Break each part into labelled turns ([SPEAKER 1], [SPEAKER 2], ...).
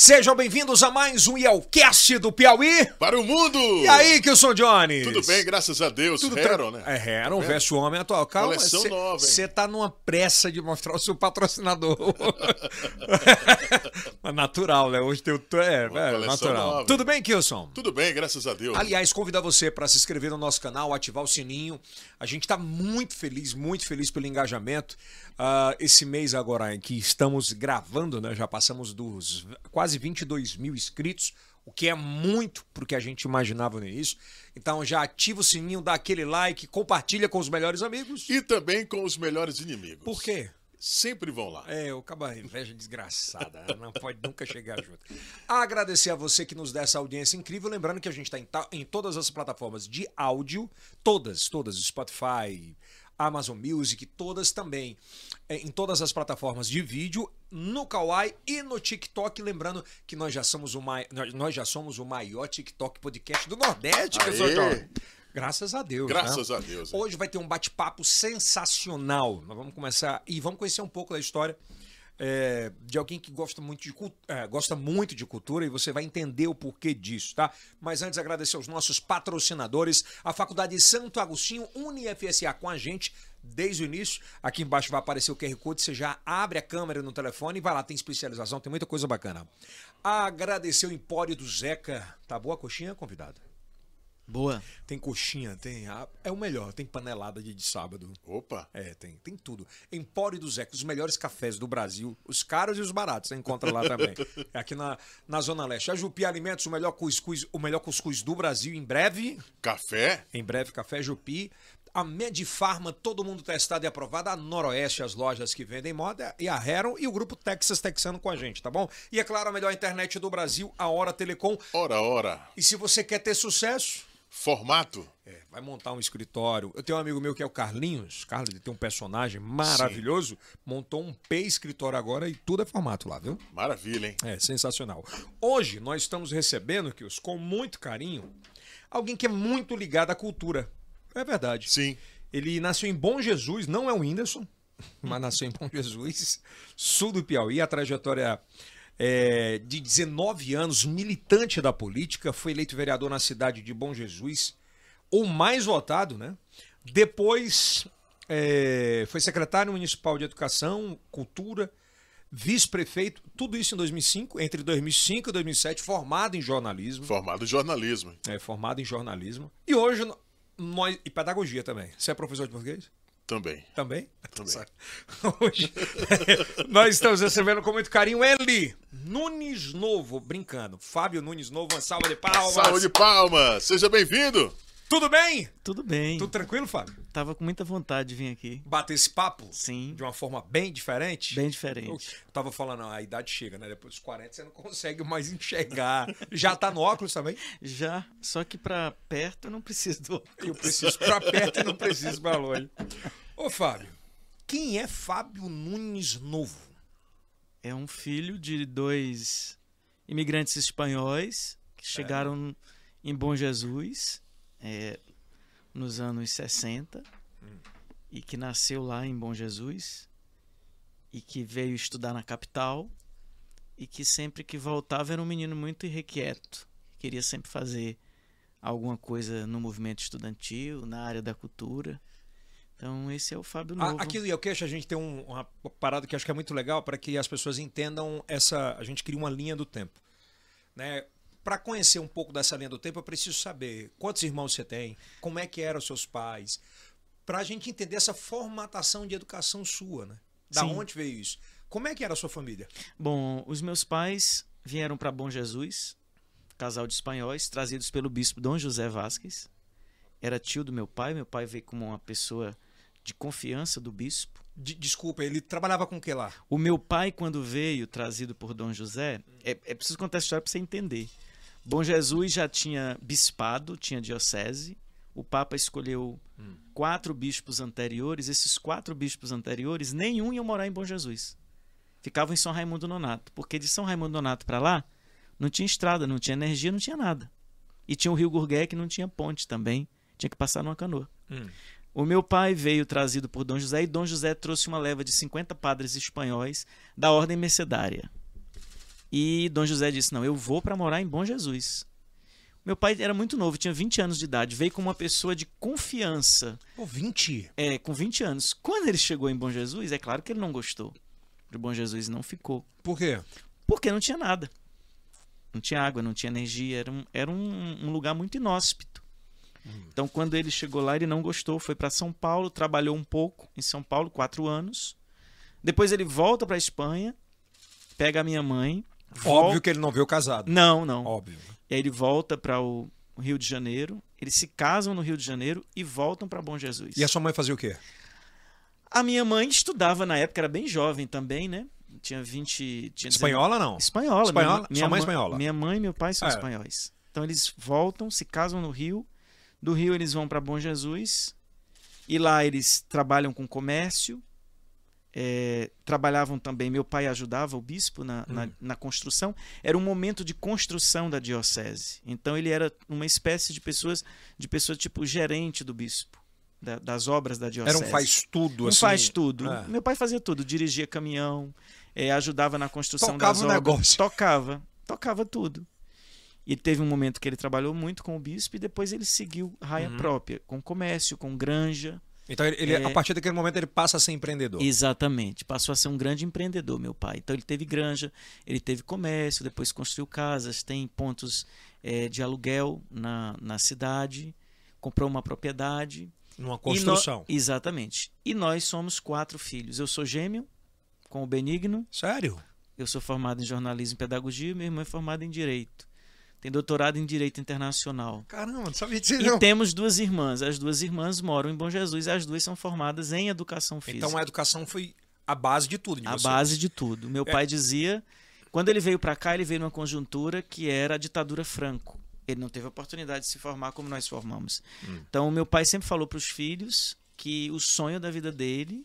[SPEAKER 1] Sejam bem-vindos a mais um Yelcast do Piauí.
[SPEAKER 2] Para o mundo!
[SPEAKER 1] E aí, Kilson Jones?
[SPEAKER 2] Tudo bem, graças a Deus. Tudo Heron, né?
[SPEAKER 1] É, Heron, tá veste homem atual. Calma,
[SPEAKER 2] Coleção nova, hein?
[SPEAKER 1] Você tá numa pressa de mostrar o seu patrocinador. Mas natural, né? Hoje tem o. t- É, é
[SPEAKER 2] coleção
[SPEAKER 1] natural.
[SPEAKER 2] nova.
[SPEAKER 1] Tudo bem, Kilson?
[SPEAKER 2] Tudo bem, graças a Deus.
[SPEAKER 1] Aliás, convidar você para se inscrever no nosso canal, ativar o sininho. A gente está muito feliz, muito feliz pelo engajamento. Ah, esse mês agora em que estamos gravando, né? Já passamos dos quase 22 mil inscritos, o que é muito pro que a gente imaginava no início. Então já ativa o sininho, dá aquele like, compartilha com os melhores amigos.
[SPEAKER 2] E também com os melhores inimigos.
[SPEAKER 1] Por quê?
[SPEAKER 2] Sempre vão lá.
[SPEAKER 1] É, o caba inveja desgraçada, ela não pode nunca chegar junto. Agradecer a você que nos dá essa audiência incrível, lembrando que a gente está em, ta- em todas as plataformas de áudio, todas, todas, Spotify, Amazon Music, todas também, é, em todas as plataformas de vídeo, no Kawai e no TikTok, lembrando que nós já somos o, mai- nós- nós já somos o maior TikTok podcast do Nordeste,
[SPEAKER 2] Aê!
[SPEAKER 1] pessoal. jovem. Graças a Deus. né?
[SPEAKER 2] Graças a Deus, é.
[SPEAKER 1] Hoje vai ter um bate-papo sensacional. Nós vamos começar e vamos conhecer um pouco da história é, de alguém que gosta muito de, cul- é, gosta muito de cultura e você vai entender o porquê disso, tá? Mas antes, agradecer aos nossos patrocinadores, a Faculdade Santo Agostinho, UniFSA com a gente. Desde o início, aqui embaixo vai aparecer o QR Code, você já abre a câmera no telefone e vai lá, tem especialização, tem muita coisa bacana. Agradecer o Empório do Zeca. Tá boa a coxinha, convidado?
[SPEAKER 3] Boa.
[SPEAKER 1] Tem coxinha, tem. a- É o melhor, tem panelada de, de sábado.
[SPEAKER 2] Opa.
[SPEAKER 1] É, tem, tem tudo. Empório do Zeca, os melhores cafés do Brasil, os caros e os baratos, você encontra lá também. É aqui na, na Zona Leste. A Jupi Alimentos, o melhor cuscuz, o melhor cuscuz do Brasil em breve.
[SPEAKER 2] Café?
[SPEAKER 1] Em breve, Café Jupi. A Medifarma, todo mundo testado e aprovado. A Noroeste, as lojas que vendem moda. E a Heron e o grupo Texas Texano com a gente, tá bom? E é claro, a melhor internet do Brasil, a Hora Telecom.
[SPEAKER 2] Ora, ora.
[SPEAKER 1] E se você quer ter sucesso,
[SPEAKER 2] Formato?
[SPEAKER 1] é, vai montar um escritório. Eu tenho um amigo meu que é o Carlinhos. Carlos, ele tem um personagem maravilhoso. Montou um P escritório agora e tudo é formato lá, viu?
[SPEAKER 2] Maravilha, hein?
[SPEAKER 1] É, sensacional. Hoje nós estamos recebendo, Kios, com muito carinho, alguém que é muito ligado à cultura. É verdade.
[SPEAKER 2] Sim.
[SPEAKER 1] Ele nasceu em Bom Jesus, não é o Whindersson, mas nasceu em Bom Jesus, sul do Piauí. A trajetória é, de 19 anos, militante da política, foi eleito vereador na cidade de Bom Jesus, o mais votado, né? Depois é, foi secretário municipal de Educação, Cultura, vice-prefeito, tudo isso em 2005, entre 2005 e 2007, formado em jornalismo.
[SPEAKER 2] Formado em jornalismo. hein?
[SPEAKER 1] É, formado em jornalismo. E hoje, no- nós, e pedagogia também. Você é professor de português?
[SPEAKER 2] Também.
[SPEAKER 1] Também?
[SPEAKER 2] Também.
[SPEAKER 1] Hoje, nós estamos recebendo com muito carinho ele, Nunes Novo, brincando. Fábio Nunes Novo, uma salva de palmas.
[SPEAKER 2] Saúde de palma. Seja bem-vindo.
[SPEAKER 1] Tudo bem?
[SPEAKER 3] Tudo bem.
[SPEAKER 1] Tudo tranquilo, Fábio?
[SPEAKER 3] Tava com muita vontade de vir aqui.
[SPEAKER 1] Bater esse papo?
[SPEAKER 3] Sim.
[SPEAKER 1] De uma forma bem diferente?
[SPEAKER 3] Bem diferente.
[SPEAKER 1] Eu tava falando, a idade chega, né? Depois dos 40 você não consegue mais enxergar. Já tá no óculos também?
[SPEAKER 3] Já, só que pra perto eu não preciso do óculos.
[SPEAKER 1] Eu preciso pra perto e não preciso pra longe. Ô, Fábio, quem é Fábio Nunes Novo?
[SPEAKER 3] É um filho de dois imigrantes espanhóis que chegaram em Bom Jesus é, nos anos 60
[SPEAKER 1] Hum.
[SPEAKER 3] e que nasceu lá em Bom Jesus e que veio estudar na capital e que sempre que voltava era um menino muito irrequieto. Queria sempre fazer alguma coisa no movimento estudantil, na área da cultura. Então esse é o Fábio
[SPEAKER 1] A-
[SPEAKER 3] Novo.
[SPEAKER 1] Aqui no Yelcast a gente tem um- uma parada que eu acho que é muito legal para que as pessoas entendam essa. A gente cria uma linha do tempo. Né? Para conhecer um pouco dessa linha do tempo, eu preciso saber quantos irmãos você tem, como é que eram os seus pais, para a gente entender essa formatação de educação sua, né? Da
[SPEAKER 3] Sim.
[SPEAKER 1] onde veio isso? Como é que era a sua família?
[SPEAKER 3] Bom, os meus pais vieram para Bom Jesus, casal de espanhóis, trazidos pelo bispo Dom José Vasquez. Era tio do meu pai, meu pai veio como uma pessoa de confiança do bispo.
[SPEAKER 1] De- desculpa, ele trabalhava com o que lá?
[SPEAKER 3] O meu pai, quando veio, trazido por Dom José, é, é preciso contar essa história para você entender. Bom Jesus já tinha bispado, tinha diocese. O Papa escolheu quatro bispos anteriores. Esses quatro bispos anteriores, nenhum ia morar em Bom Jesus. Ficavam em São Raimundo Nonato. Porque de São Raimundo Nonato para lá, não tinha estrada, não tinha energia, não tinha nada. E tinha o Rio Gurgué, que não tinha ponte também. Tinha que passar numa canoa.
[SPEAKER 1] Hum.
[SPEAKER 3] O meu pai veio trazido por Dom José e Dom José trouxe uma leva de 50 padres espanhóis da ordem mercedária. E Dom José disse: Não, eu vou para morar em Bom Jesus. Meu pai era muito novo, tinha 20 anos de idade, veio com uma pessoa de confiança,
[SPEAKER 1] Pô, 20.
[SPEAKER 3] é, com 20 anos. Quando ele chegou em Bom Jesus, é claro que ele não gostou de Bom Jesus não ficou,
[SPEAKER 1] Por quê?
[SPEAKER 3] porque não tinha nada. Não tinha água, não tinha energia, era um, era um, um lugar muito inóspito.
[SPEAKER 1] Hum.
[SPEAKER 3] Então, quando ele chegou lá, ele não gostou, foi para São Paulo, trabalhou um pouco em São Paulo, quatro anos. Depois ele volta para Espanha, pega a minha mãe. volta-
[SPEAKER 1] Óbvio que ele não veio casado.
[SPEAKER 3] Não, não.
[SPEAKER 1] Óbvio.
[SPEAKER 3] E aí ele volta para o Rio de Janeiro. Eles se casam no Rio de Janeiro e voltam para Bom Jesus.
[SPEAKER 1] E a sua mãe fazia o quê?
[SPEAKER 3] A minha mãe estudava na época, era bem jovem também, né? Tinha 20. Tinha 19
[SPEAKER 1] Espanhola, não?
[SPEAKER 3] Espanhola.
[SPEAKER 1] Espanhola? Sua
[SPEAKER 3] Minha, minha
[SPEAKER 1] mãe é
[SPEAKER 3] mãe-
[SPEAKER 1] espanhola?
[SPEAKER 3] Minha mãe e meu pai são
[SPEAKER 1] É.
[SPEAKER 3] espanhóis. Então eles voltam, se casam no Rio. Do Rio eles vão para Bom Jesus. E lá eles trabalham com comércio. É, trabalhavam também. Meu pai ajudava o bispo na, na,
[SPEAKER 1] Hum.
[SPEAKER 3] na construção. Era um momento de construção da diocese. Então ele era uma espécie de pessoas, de pessoa tipo gerente do bispo, da- das obras da
[SPEAKER 1] Era
[SPEAKER 3] diocese.
[SPEAKER 1] um faz tudo,
[SPEAKER 3] Um
[SPEAKER 1] assim.
[SPEAKER 3] faz tudo.
[SPEAKER 1] é.
[SPEAKER 3] Meu pai fazia tudo, dirigia caminhão, eh, ajudava na construção
[SPEAKER 1] Tocava
[SPEAKER 3] das
[SPEAKER 1] o
[SPEAKER 3] obras,
[SPEAKER 1] negócio.
[SPEAKER 3] tocava, tocava tudo. E teve um momento que ele trabalhou muito com o bispo e depois ele seguiu raia
[SPEAKER 1] Uhum.
[SPEAKER 3] própria, com comércio, com granja.
[SPEAKER 1] Então, ele, ele-
[SPEAKER 3] É.
[SPEAKER 1] a partir daquele momento, ele passa a ser empreendedor.
[SPEAKER 3] Exatamente, passou a ser um grande empreendedor, meu pai. Então ele teve granja, ele teve comércio, depois construiu casas, tem pontos eh, de aluguel na, na cidade, comprou uma propriedade.
[SPEAKER 1] Numa
[SPEAKER 3] E nó-
[SPEAKER 1] construção.
[SPEAKER 3] Exatamente. E nós somos quatro filhos. Eu sou gêmeo, com o Benigno.
[SPEAKER 1] Sério?
[SPEAKER 3] Eu sou formado em jornalismo e pedagogia. e Minha irmã é formada em direito. Tem doutorado em direito internacional.
[SPEAKER 1] Caramba, não sabia dizer,
[SPEAKER 3] E
[SPEAKER 1] não.
[SPEAKER 3] temos duas irmãs. As duas irmãs moram em Bom Jesus. As duas são formadas em educação física.
[SPEAKER 1] Então, a educação foi a base de tudo. de
[SPEAKER 3] a
[SPEAKER 1] você.
[SPEAKER 3] base de tudo. Meu pai dizia, quando ele veio pra cá, ele veio numa conjuntura que era a ditadura Franco. Ele não teve a oportunidade de se formar como nós formamos. Então, meu pai sempre falou pros filhos que o sonho da vida dele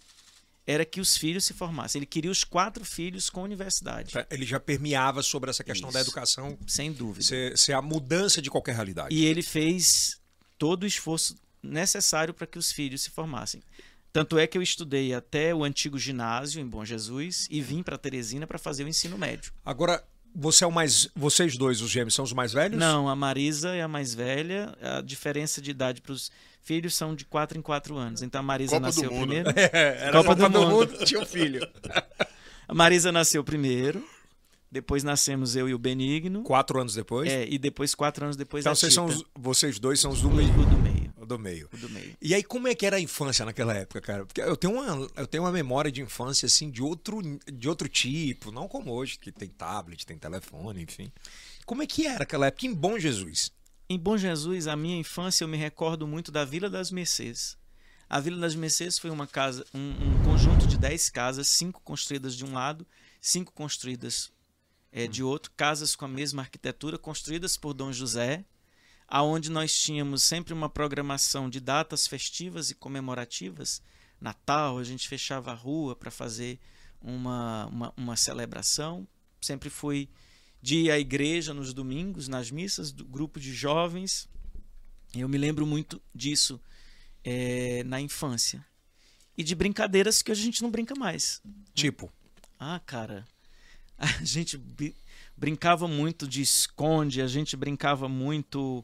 [SPEAKER 3] era que os filhos se formassem. Ele queria os quatro filhos com universidade,
[SPEAKER 1] Ele já permeava sobre essa questão da
[SPEAKER 3] Isso.
[SPEAKER 1] educação
[SPEAKER 3] sem dúvida.
[SPEAKER 1] ser, ser a mudança de qualquer realidade.
[SPEAKER 3] E ele fez todo o esforço necessário para que os filhos se formassem. Tanto é que eu estudei até o antigo ginásio em Bom Jesus e vim para Teresina para fazer o ensino médio.
[SPEAKER 1] Agora, você é o mais. Vocês dois, os gêmeos, são os mais velhos?
[SPEAKER 3] Não, a Marisa é a mais velha. A diferença de idade para os filhos são de 4 em 4 anos. Então a Marisa
[SPEAKER 2] Copa do
[SPEAKER 3] nasceu
[SPEAKER 2] Mundo.
[SPEAKER 3] primeiro.
[SPEAKER 1] É, era
[SPEAKER 3] Copa do Mundo.
[SPEAKER 1] tinha um filho.
[SPEAKER 3] A Marisa nasceu primeiro. Depois nascemos eu e o Benigno.
[SPEAKER 1] Quatro anos depois.
[SPEAKER 3] É, e depois, quatro anos depois,
[SPEAKER 1] então
[SPEAKER 3] a
[SPEAKER 1] vocês,
[SPEAKER 3] Tita.
[SPEAKER 1] são os- vocês dois são os do meio,
[SPEAKER 3] o do meio.
[SPEAKER 1] do meio.
[SPEAKER 3] O do meio.
[SPEAKER 1] E aí, como é que era a infância naquela época, cara? Porque eu tenho uma, eu tenho uma memória de infância, assim, de outro, de outro tipo, não como hoje, que tem tablet, tem telefone, enfim. Como é que era aquela época? Em Bom Jesus.
[SPEAKER 3] Em Bom Jesus, a minha infância, eu me recordo muito da Vila das Mercês. A Vila das Mercês foi uma casa, um, um conjunto de 10 casas, cinco construídas de um lado, cinco construídas eh, de outro, casas com a mesma arquitetura, construídas por Dom José, aonde nós tínhamos sempre uma programação de datas festivas e comemorativas. Natal, a gente fechava a rua para fazer uma, uma, uma celebração. Sempre fui de ir à igreja nos domingos, nas missas, do grupo de jovens. Eu me lembro muito disso eh, na infância. E de brincadeiras que hoje a gente não brinca mais.
[SPEAKER 1] Tipo,
[SPEAKER 3] Ah, cara, a gente bri- brincava muito de esconde, a gente brincava muito.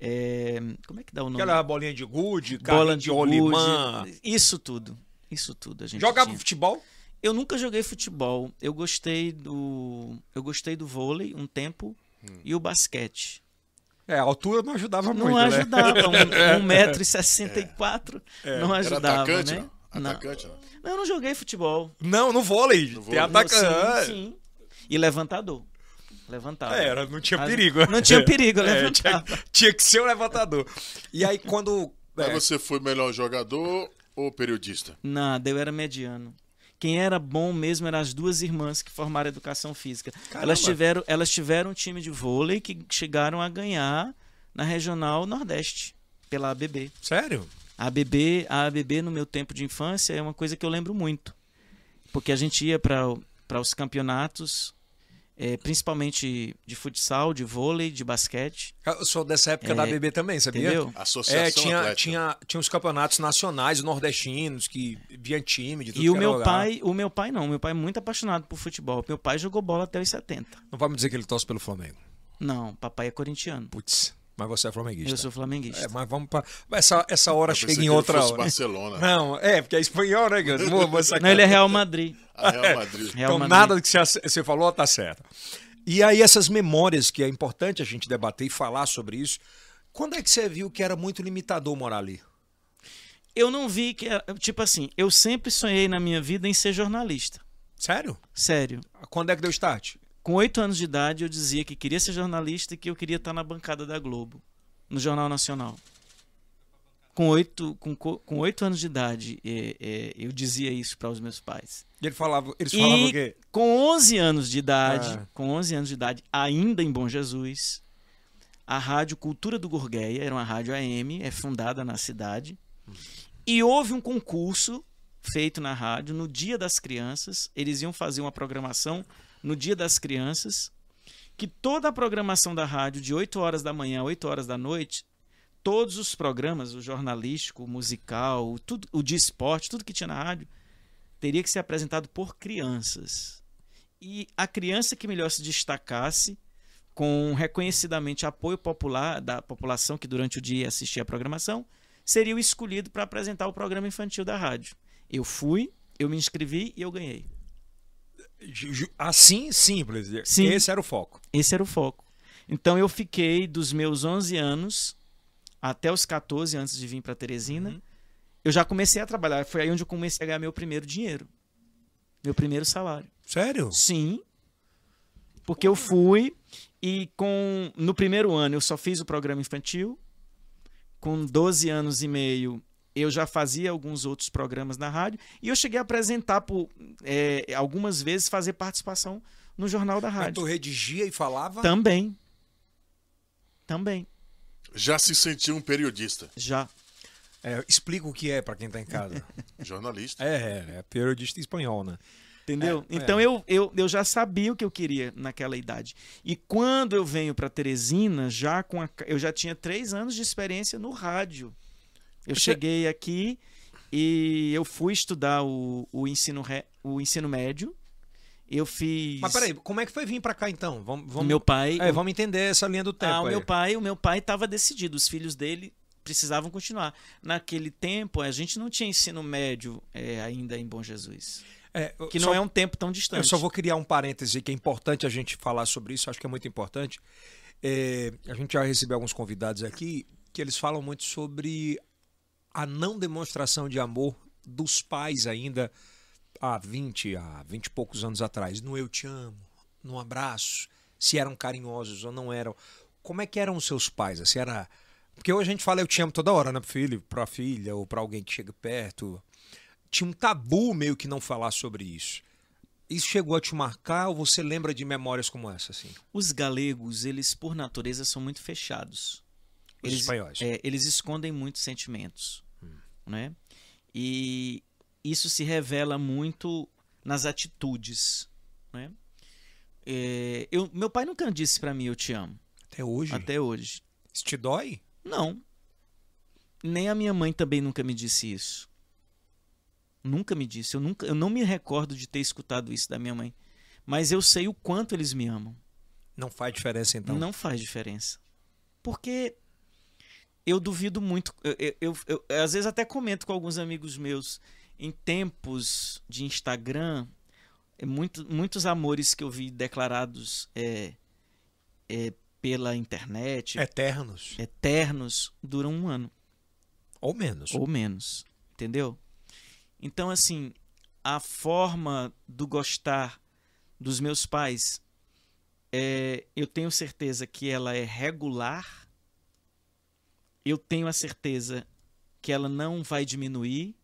[SPEAKER 3] eh, como é que dá o nome?
[SPEAKER 1] aquela bolinha de gude,
[SPEAKER 3] Bola
[SPEAKER 1] cara
[SPEAKER 3] de
[SPEAKER 1] de olimã.
[SPEAKER 3] gude, Isso tudo. Isso tudo a gente
[SPEAKER 1] Jogava
[SPEAKER 3] tinha.
[SPEAKER 1] futebol?
[SPEAKER 3] Eu nunca joguei futebol. Eu gostei do. Eu gostei do vôlei um tempo e o basquete.
[SPEAKER 1] É, a altura não ajudava
[SPEAKER 3] Não
[SPEAKER 1] muito, né?
[SPEAKER 3] ajudava. Um, um metro e sessenta e quatro
[SPEAKER 1] É.
[SPEAKER 3] não
[SPEAKER 2] Era
[SPEAKER 3] ajudava,
[SPEAKER 2] atacante,
[SPEAKER 3] né?
[SPEAKER 2] não?
[SPEAKER 3] Não.
[SPEAKER 2] Atacante, não.
[SPEAKER 3] Não, eu não joguei futebol.
[SPEAKER 1] Não, no vôlei.
[SPEAKER 2] No
[SPEAKER 1] Tem
[SPEAKER 2] vôlei.
[SPEAKER 1] atacante.
[SPEAKER 3] Sim, sim. E levantador. Levantava.
[SPEAKER 1] É, era, não tinha
[SPEAKER 3] Ah,
[SPEAKER 1] perigo.
[SPEAKER 3] Não tinha perigo, eu
[SPEAKER 1] É, tinha,
[SPEAKER 3] levantava.
[SPEAKER 1] tinha que ser um levantador. E aí, quando.
[SPEAKER 2] Mas
[SPEAKER 1] é,
[SPEAKER 2] você foi melhor jogador ou periodista?
[SPEAKER 3] Nada, eu era mediano. Quem era bom mesmo eram as duas irmãs que formaram educação física. Elas tiveram, elas tiveram um time de vôlei que chegaram a ganhar na regional Nordeste, pela ABB.
[SPEAKER 1] sério?
[SPEAKER 3] A ABB, a ABB no meu tempo de infância é uma coisa que eu lembro muito. Porque a gente ia para os campeonatos é, principalmente de futsal, de vôlei, de basquete.
[SPEAKER 1] Eu sou dessa época da BB também, sabia?
[SPEAKER 3] É, Entendeu?
[SPEAKER 2] Associação
[SPEAKER 1] É, tinha,
[SPEAKER 2] Atlética.
[SPEAKER 1] tinha, tinha os campeonatos nacionais nordestinos que vinha time de tudo
[SPEAKER 3] E o
[SPEAKER 1] que era
[SPEAKER 3] meu
[SPEAKER 1] lugar.
[SPEAKER 3] pai, o meu pai não, meu pai é muito apaixonado por futebol. Meu pai jogou bola até os 70.
[SPEAKER 1] Não vai me dizer que ele torce pelo Flamengo.
[SPEAKER 3] Não, papai é corintiano.
[SPEAKER 1] Putz, mas você é flamenguista.
[SPEAKER 3] Eu sou flamenguista.
[SPEAKER 1] É, mas vamos pra. Essa, essa hora
[SPEAKER 2] Eu pensei
[SPEAKER 1] chega
[SPEAKER 2] que
[SPEAKER 1] em
[SPEAKER 2] ele
[SPEAKER 1] outra
[SPEAKER 2] fosse
[SPEAKER 1] hora.
[SPEAKER 2] Barcelona.
[SPEAKER 1] Não, é, porque é espanhol, né, Gus? Vou- vou sacar.
[SPEAKER 3] Não, ele é Real Madrid.
[SPEAKER 2] A Real Madrid.
[SPEAKER 3] Real
[SPEAKER 1] então,
[SPEAKER 3] Madrid.
[SPEAKER 1] nada do que você ace- você falou tá certo. E aí, essas memórias que é importante a gente debater e falar sobre isso. Quando é que você viu que era muito limitador morar ali?
[SPEAKER 3] Eu não vi que. era- Tipo assim, eu sempre sonhei na minha vida em ser jornalista.
[SPEAKER 1] Sério?
[SPEAKER 3] Sério.
[SPEAKER 1] Quando é que deu start?
[SPEAKER 3] Com oito anos de idade, eu dizia que queria ser jornalista e que eu queria estar na bancada da Globo, no Jornal Nacional. Com oito, com, co- com oito anos de idade, é, é, eu dizia isso para os meus pais.
[SPEAKER 1] E ele falava, eles falavam o
[SPEAKER 3] E
[SPEAKER 1] quê?
[SPEAKER 3] com 11 anos de idade,
[SPEAKER 1] Ah.
[SPEAKER 3] com 11 anos de idade, ainda em Bom Jesus, a rádio Cultura do Gorgueia, era uma rádio AM, é fundada na cidade, e houve um concurso feito na rádio no Dia das Crianças, eles iam fazer uma programação no Dia das Crianças, que toda a programação da rádio, de 8 horas da manhã a 8 horas da noite, todos os programas, o jornalístico, o musical, o tudo, o de esporte, tudo que tinha na rádio, teria que ser apresentado por crianças. E a criança que melhor se destacasse, com reconhecidamente apoio popular da população que durante o dia assistia a programação, seria o escolhido para apresentar o programa infantil da rádio. Eu fui, eu me inscrevi e eu ganhei.
[SPEAKER 1] Ju- ju- Assim, simples.
[SPEAKER 3] Sim.
[SPEAKER 1] Esse era o foco.
[SPEAKER 3] Esse era o foco. Então eu fiquei dos meus 11 anos até os 14 antes de vir para Teresina. Eu já comecei a trabalhar, foi aí onde eu comecei a ganhar meu primeiro dinheiro. Meu primeiro salário.
[SPEAKER 1] Sério?
[SPEAKER 3] Sim. Porque eu fui e com no primeiro ano eu só fiz o programa infantil. Com 12 anos e meio eu já fazia alguns outros programas na rádio e eu cheguei a apresentar por eh, algumas vezes fazer participação no jornal da
[SPEAKER 1] Mas
[SPEAKER 3] rádio.
[SPEAKER 1] tu redigia e falava?
[SPEAKER 3] Então- Também. Também.
[SPEAKER 2] Já se sentiu um periodista.
[SPEAKER 3] Já.
[SPEAKER 1] É, explica o que é pra quem tá em casa.
[SPEAKER 2] Jornalista.
[SPEAKER 1] é, é, é periodista em espanhol, né?
[SPEAKER 3] Entendeu?
[SPEAKER 1] É,
[SPEAKER 3] então Eu, eu, eu já sabia o que eu queria naquela idade. E quando eu venho para Teresina, já com a ca- eu já tinha três anos de experiência no rádio. Eu
[SPEAKER 1] Você-
[SPEAKER 3] cheguei aqui e eu fui estudar o, o, ensino, ré- o ensino médio. Eu fiz.
[SPEAKER 1] Mas peraí, como é que foi vir pra cá então? Vamos,
[SPEAKER 3] o
[SPEAKER 1] vamos,
[SPEAKER 3] meu pai.
[SPEAKER 1] é, vamos entender essa linha do tempo.
[SPEAKER 3] Ah, o
[SPEAKER 1] aí.
[SPEAKER 3] meu pai, o meu pai estava decidido, os filhos dele precisavam continuar. Naquele tempo, a gente não tinha ensino médio é, ainda em Bom Jesus,
[SPEAKER 1] É, eu
[SPEAKER 3] que
[SPEAKER 1] só-
[SPEAKER 3] não é um tempo tão
[SPEAKER 1] Eu
[SPEAKER 3] distante.
[SPEAKER 1] só vou criar um parêntese que é importante a gente falar sobre isso, acho que é muito importante. É, a gente já recebeu alguns convidados aqui que eles falam muito sobre a não demonstração de amor dos pais ainda há 20, há 20 e poucos anos atrás. No eu te amo, no abraço, se eram carinhosos ou não eram. Como é que eram os seus pais? Assim, era... Porque hoje a gente fala eu te amo toda hora, né, pro filho, pra filha ou pra alguém que chega perto. Tinha um tabu meio que não falar sobre isso. Isso chegou a te marcar ou você lembra de memórias como essa, assim?
[SPEAKER 3] Os galegos, eles por natureza são muito fechados.
[SPEAKER 1] Os
[SPEAKER 3] Eles-
[SPEAKER 1] espanhóis. Hum.
[SPEAKER 3] É, eles escondem muitos sentimentos, né? E isso se revela muito nas atitudes, né? É, eu, meu pai nunca disse pra mim eu te amo
[SPEAKER 1] Até hoje.
[SPEAKER 3] até hoje.
[SPEAKER 1] Isso te dói?
[SPEAKER 3] Não. Nem a minha mãe também nunca me disse isso. Nunca me disse. Eu, nunca, eu não me recordo de ter escutado isso da minha mãe. Mas eu sei o quanto eles me amam.
[SPEAKER 1] Não faz diferença, então.
[SPEAKER 3] Não faz diferença. Porque eu duvido muito. Eu, eu- eu- eu- eu às vezes até comento com alguns amigos meus em tempos de Instagram. é muito- muitos amores que eu vi declarados é, é, pela internet,
[SPEAKER 1] Eternos.
[SPEAKER 3] eternos, duram um ano.
[SPEAKER 1] Ou menos.
[SPEAKER 3] Ou menos. Entendeu? Então, assim, a forma do gostar dos meus pais, é, eu tenho certeza que ela é regular. Eu tenho a certeza que ela não vai diminuir.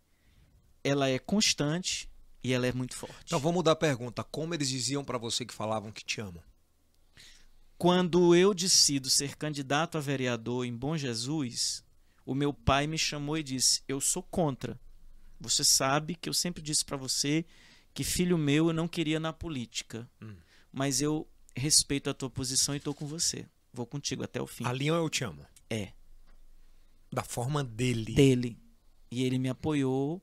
[SPEAKER 3] Ela é constante e ela é muito forte.
[SPEAKER 1] Então vou mudar a pergunta. Como eles diziam pra você que falavam que te amam?
[SPEAKER 3] Quando eu decido ser candidato a vereador em Bom Jesus, o meu pai me chamou e disse: Eu sou contra. Você sabe que eu
[SPEAKER 1] Hum.
[SPEAKER 3] sempre disse pra você que filho meu eu não queria na política, mas eu respeito a tua posição e tô com você. Vou contigo até o fim.
[SPEAKER 1] Ali eu te amo.
[SPEAKER 3] É.
[SPEAKER 1] Da forma dele.
[SPEAKER 3] Dele. E ele me apoiou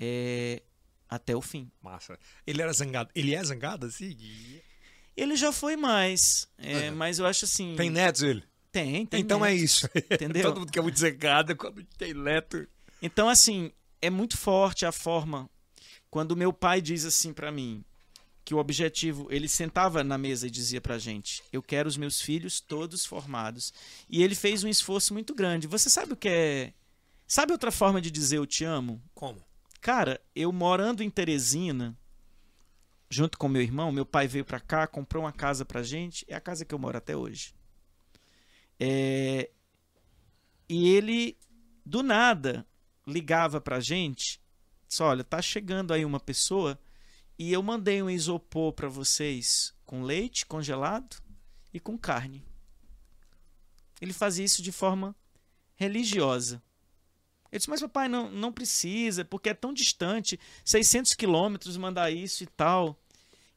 [SPEAKER 3] é, até o fim.
[SPEAKER 1] Massa. Ele era zangado. Ele é zangado assim?
[SPEAKER 3] Ele já foi mais, é, mas eu acho assim.
[SPEAKER 1] Tem netos ele?
[SPEAKER 3] Tem, tem
[SPEAKER 1] Então é
[SPEAKER 3] netos.
[SPEAKER 1] isso.
[SPEAKER 3] Entendeu?
[SPEAKER 1] Todo mundo que é muito zangado quando tem neto.
[SPEAKER 3] Então, assim, é muito forte a forma. Quando meu pai diz assim pra mim que o objetivo, ele sentava na mesa e dizia pra gente: "Eu quero os meus filhos todos formados". E ele fez um esforço muito grande. Você sabe o que é? Sabe outra forma de dizer eu te amo?
[SPEAKER 1] Como?
[SPEAKER 3] Cara, eu morando em Teresina, junto com meu irmão, meu pai veio pra cá, comprou uma casa pra gente, é a casa que eu moro até hoje. É, E ele, do nada, ligava pra gente, disse, olha, tá chegando aí uma pessoa e eu mandei um isopor pra vocês com leite congelado e com carne. Ele fazia isso de forma religiosa. Eu disse, mas papai, não, não precisa, porque é tão distante, 600 quilômetros mandar isso e tal.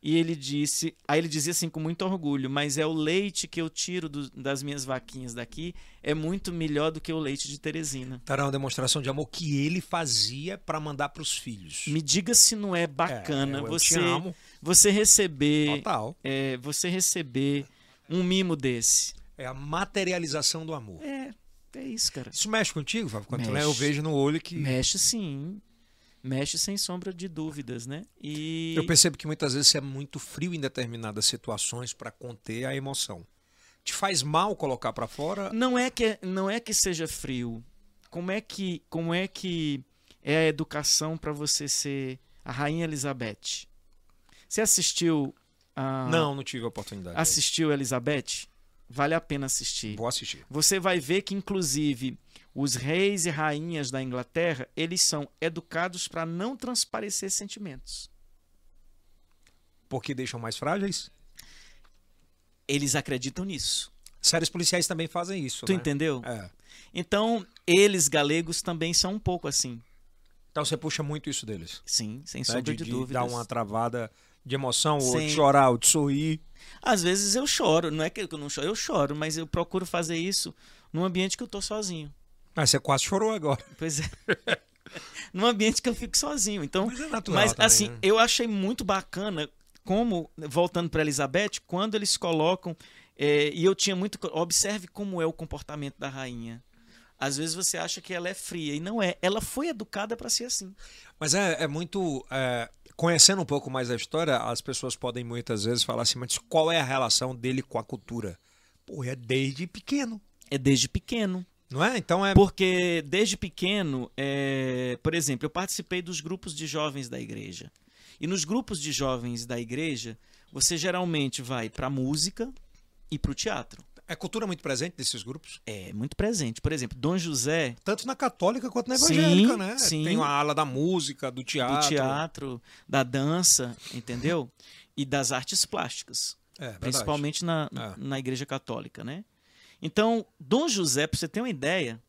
[SPEAKER 3] E ele disse, aí ele dizia assim com muito orgulho, mas é o leite que eu tiro do- das minhas vaquinhas daqui, é muito melhor do que o leite de Teresina.
[SPEAKER 1] Era uma demonstração de amor que ele fazia pra mandar pros filhos.
[SPEAKER 3] Me diga se não é
[SPEAKER 1] É,
[SPEAKER 3] bacana
[SPEAKER 1] eu
[SPEAKER 3] você,
[SPEAKER 1] te amo.
[SPEAKER 3] você receber,
[SPEAKER 1] Total.
[SPEAKER 3] é, você receber um mimo desse.
[SPEAKER 1] É a materialização do amor.
[SPEAKER 3] É, é isso, cara.
[SPEAKER 1] Isso mexe contigo, Fábio? Quando tu
[SPEAKER 3] Mexe.
[SPEAKER 1] lê, eu vejo no olho que.
[SPEAKER 3] Mexe sim. Mexe sem sombra de dúvidas, né? E
[SPEAKER 1] Eu percebo que muitas vezes você é muito frio em determinadas situações pra conter a emoção. Te faz mal colocar pra fora?
[SPEAKER 3] não é que não é que seja frio. Como é que como é que é a educação pra você ser a rainha Elizabeth? Você assistiu a
[SPEAKER 1] Não, não tive a oportunidade.
[SPEAKER 3] assistiu Elizabeth? Vale a pena assistir.
[SPEAKER 1] Vou assistir.
[SPEAKER 3] Você vai ver que inclusive os reis e rainhas da Inglaterra, eles são educados pra não transparecer sentimentos.
[SPEAKER 1] Porque deixam mais frágeis?
[SPEAKER 3] Eles acreditam nisso.
[SPEAKER 1] Séries policiais também fazem isso.
[SPEAKER 3] Tu
[SPEAKER 1] né?
[SPEAKER 3] entendeu?
[SPEAKER 1] É.
[SPEAKER 3] Então, eles galegos também são um pouco assim.
[SPEAKER 1] Então você puxa muito isso deles.
[SPEAKER 3] Sim, sem
[SPEAKER 1] né?
[SPEAKER 3] sombra
[SPEAKER 1] De,
[SPEAKER 3] de,
[SPEAKER 1] de
[SPEAKER 3] dúvidas.
[SPEAKER 1] dar uma travada de emoção, ou
[SPEAKER 3] Sim.
[SPEAKER 1] de chorar, ou de sorrir.
[SPEAKER 3] Às vezes eu choro, não é que eu não choro, eu choro, mas eu procuro fazer isso num ambiente que eu tô sozinho.
[SPEAKER 1] Ah, você quase chorou agora.
[SPEAKER 3] Pois é. num ambiente que eu fico sozinho. Então,
[SPEAKER 1] Mas é natural.
[SPEAKER 3] mas
[SPEAKER 1] também,
[SPEAKER 3] assim,
[SPEAKER 1] né?
[SPEAKER 3] eu achei muito bacana como voltando para Elizabeth, quando eles colocam é, e eu tinha muito co- observe como é o comportamento da rainha. Às vezes você acha que ela é fria e não é. Ela foi educada para ser assim.
[SPEAKER 1] Mas é, é muito. é, conhecendo um pouco mais a história, as pessoas podem muitas vezes falar assim, mas qual é a relação dele com a cultura? Pô, é desde pequeno,
[SPEAKER 3] É desde pequeno.
[SPEAKER 1] não é? Então é.
[SPEAKER 3] Porque desde pequeno, é, por exemplo, eu participei dos grupos de jovens da igreja. E nos grupos de jovens da igreja, você geralmente vai para música e para o teatro.
[SPEAKER 1] É cultura muito presente desses grupos.
[SPEAKER 3] É muito presente. Por exemplo, Dom José
[SPEAKER 1] Tanto na católica quanto na
[SPEAKER 3] Sim,
[SPEAKER 1] evangélica, né?
[SPEAKER 3] sim.
[SPEAKER 1] Tem uma ala da música, do teatro.
[SPEAKER 3] do teatro, da dança, entendeu? E das artes plásticas,
[SPEAKER 1] É, verdade.
[SPEAKER 3] principalmente na,
[SPEAKER 1] É.
[SPEAKER 3] na igreja católica, né? Então, Dom José, para você ter uma ideia,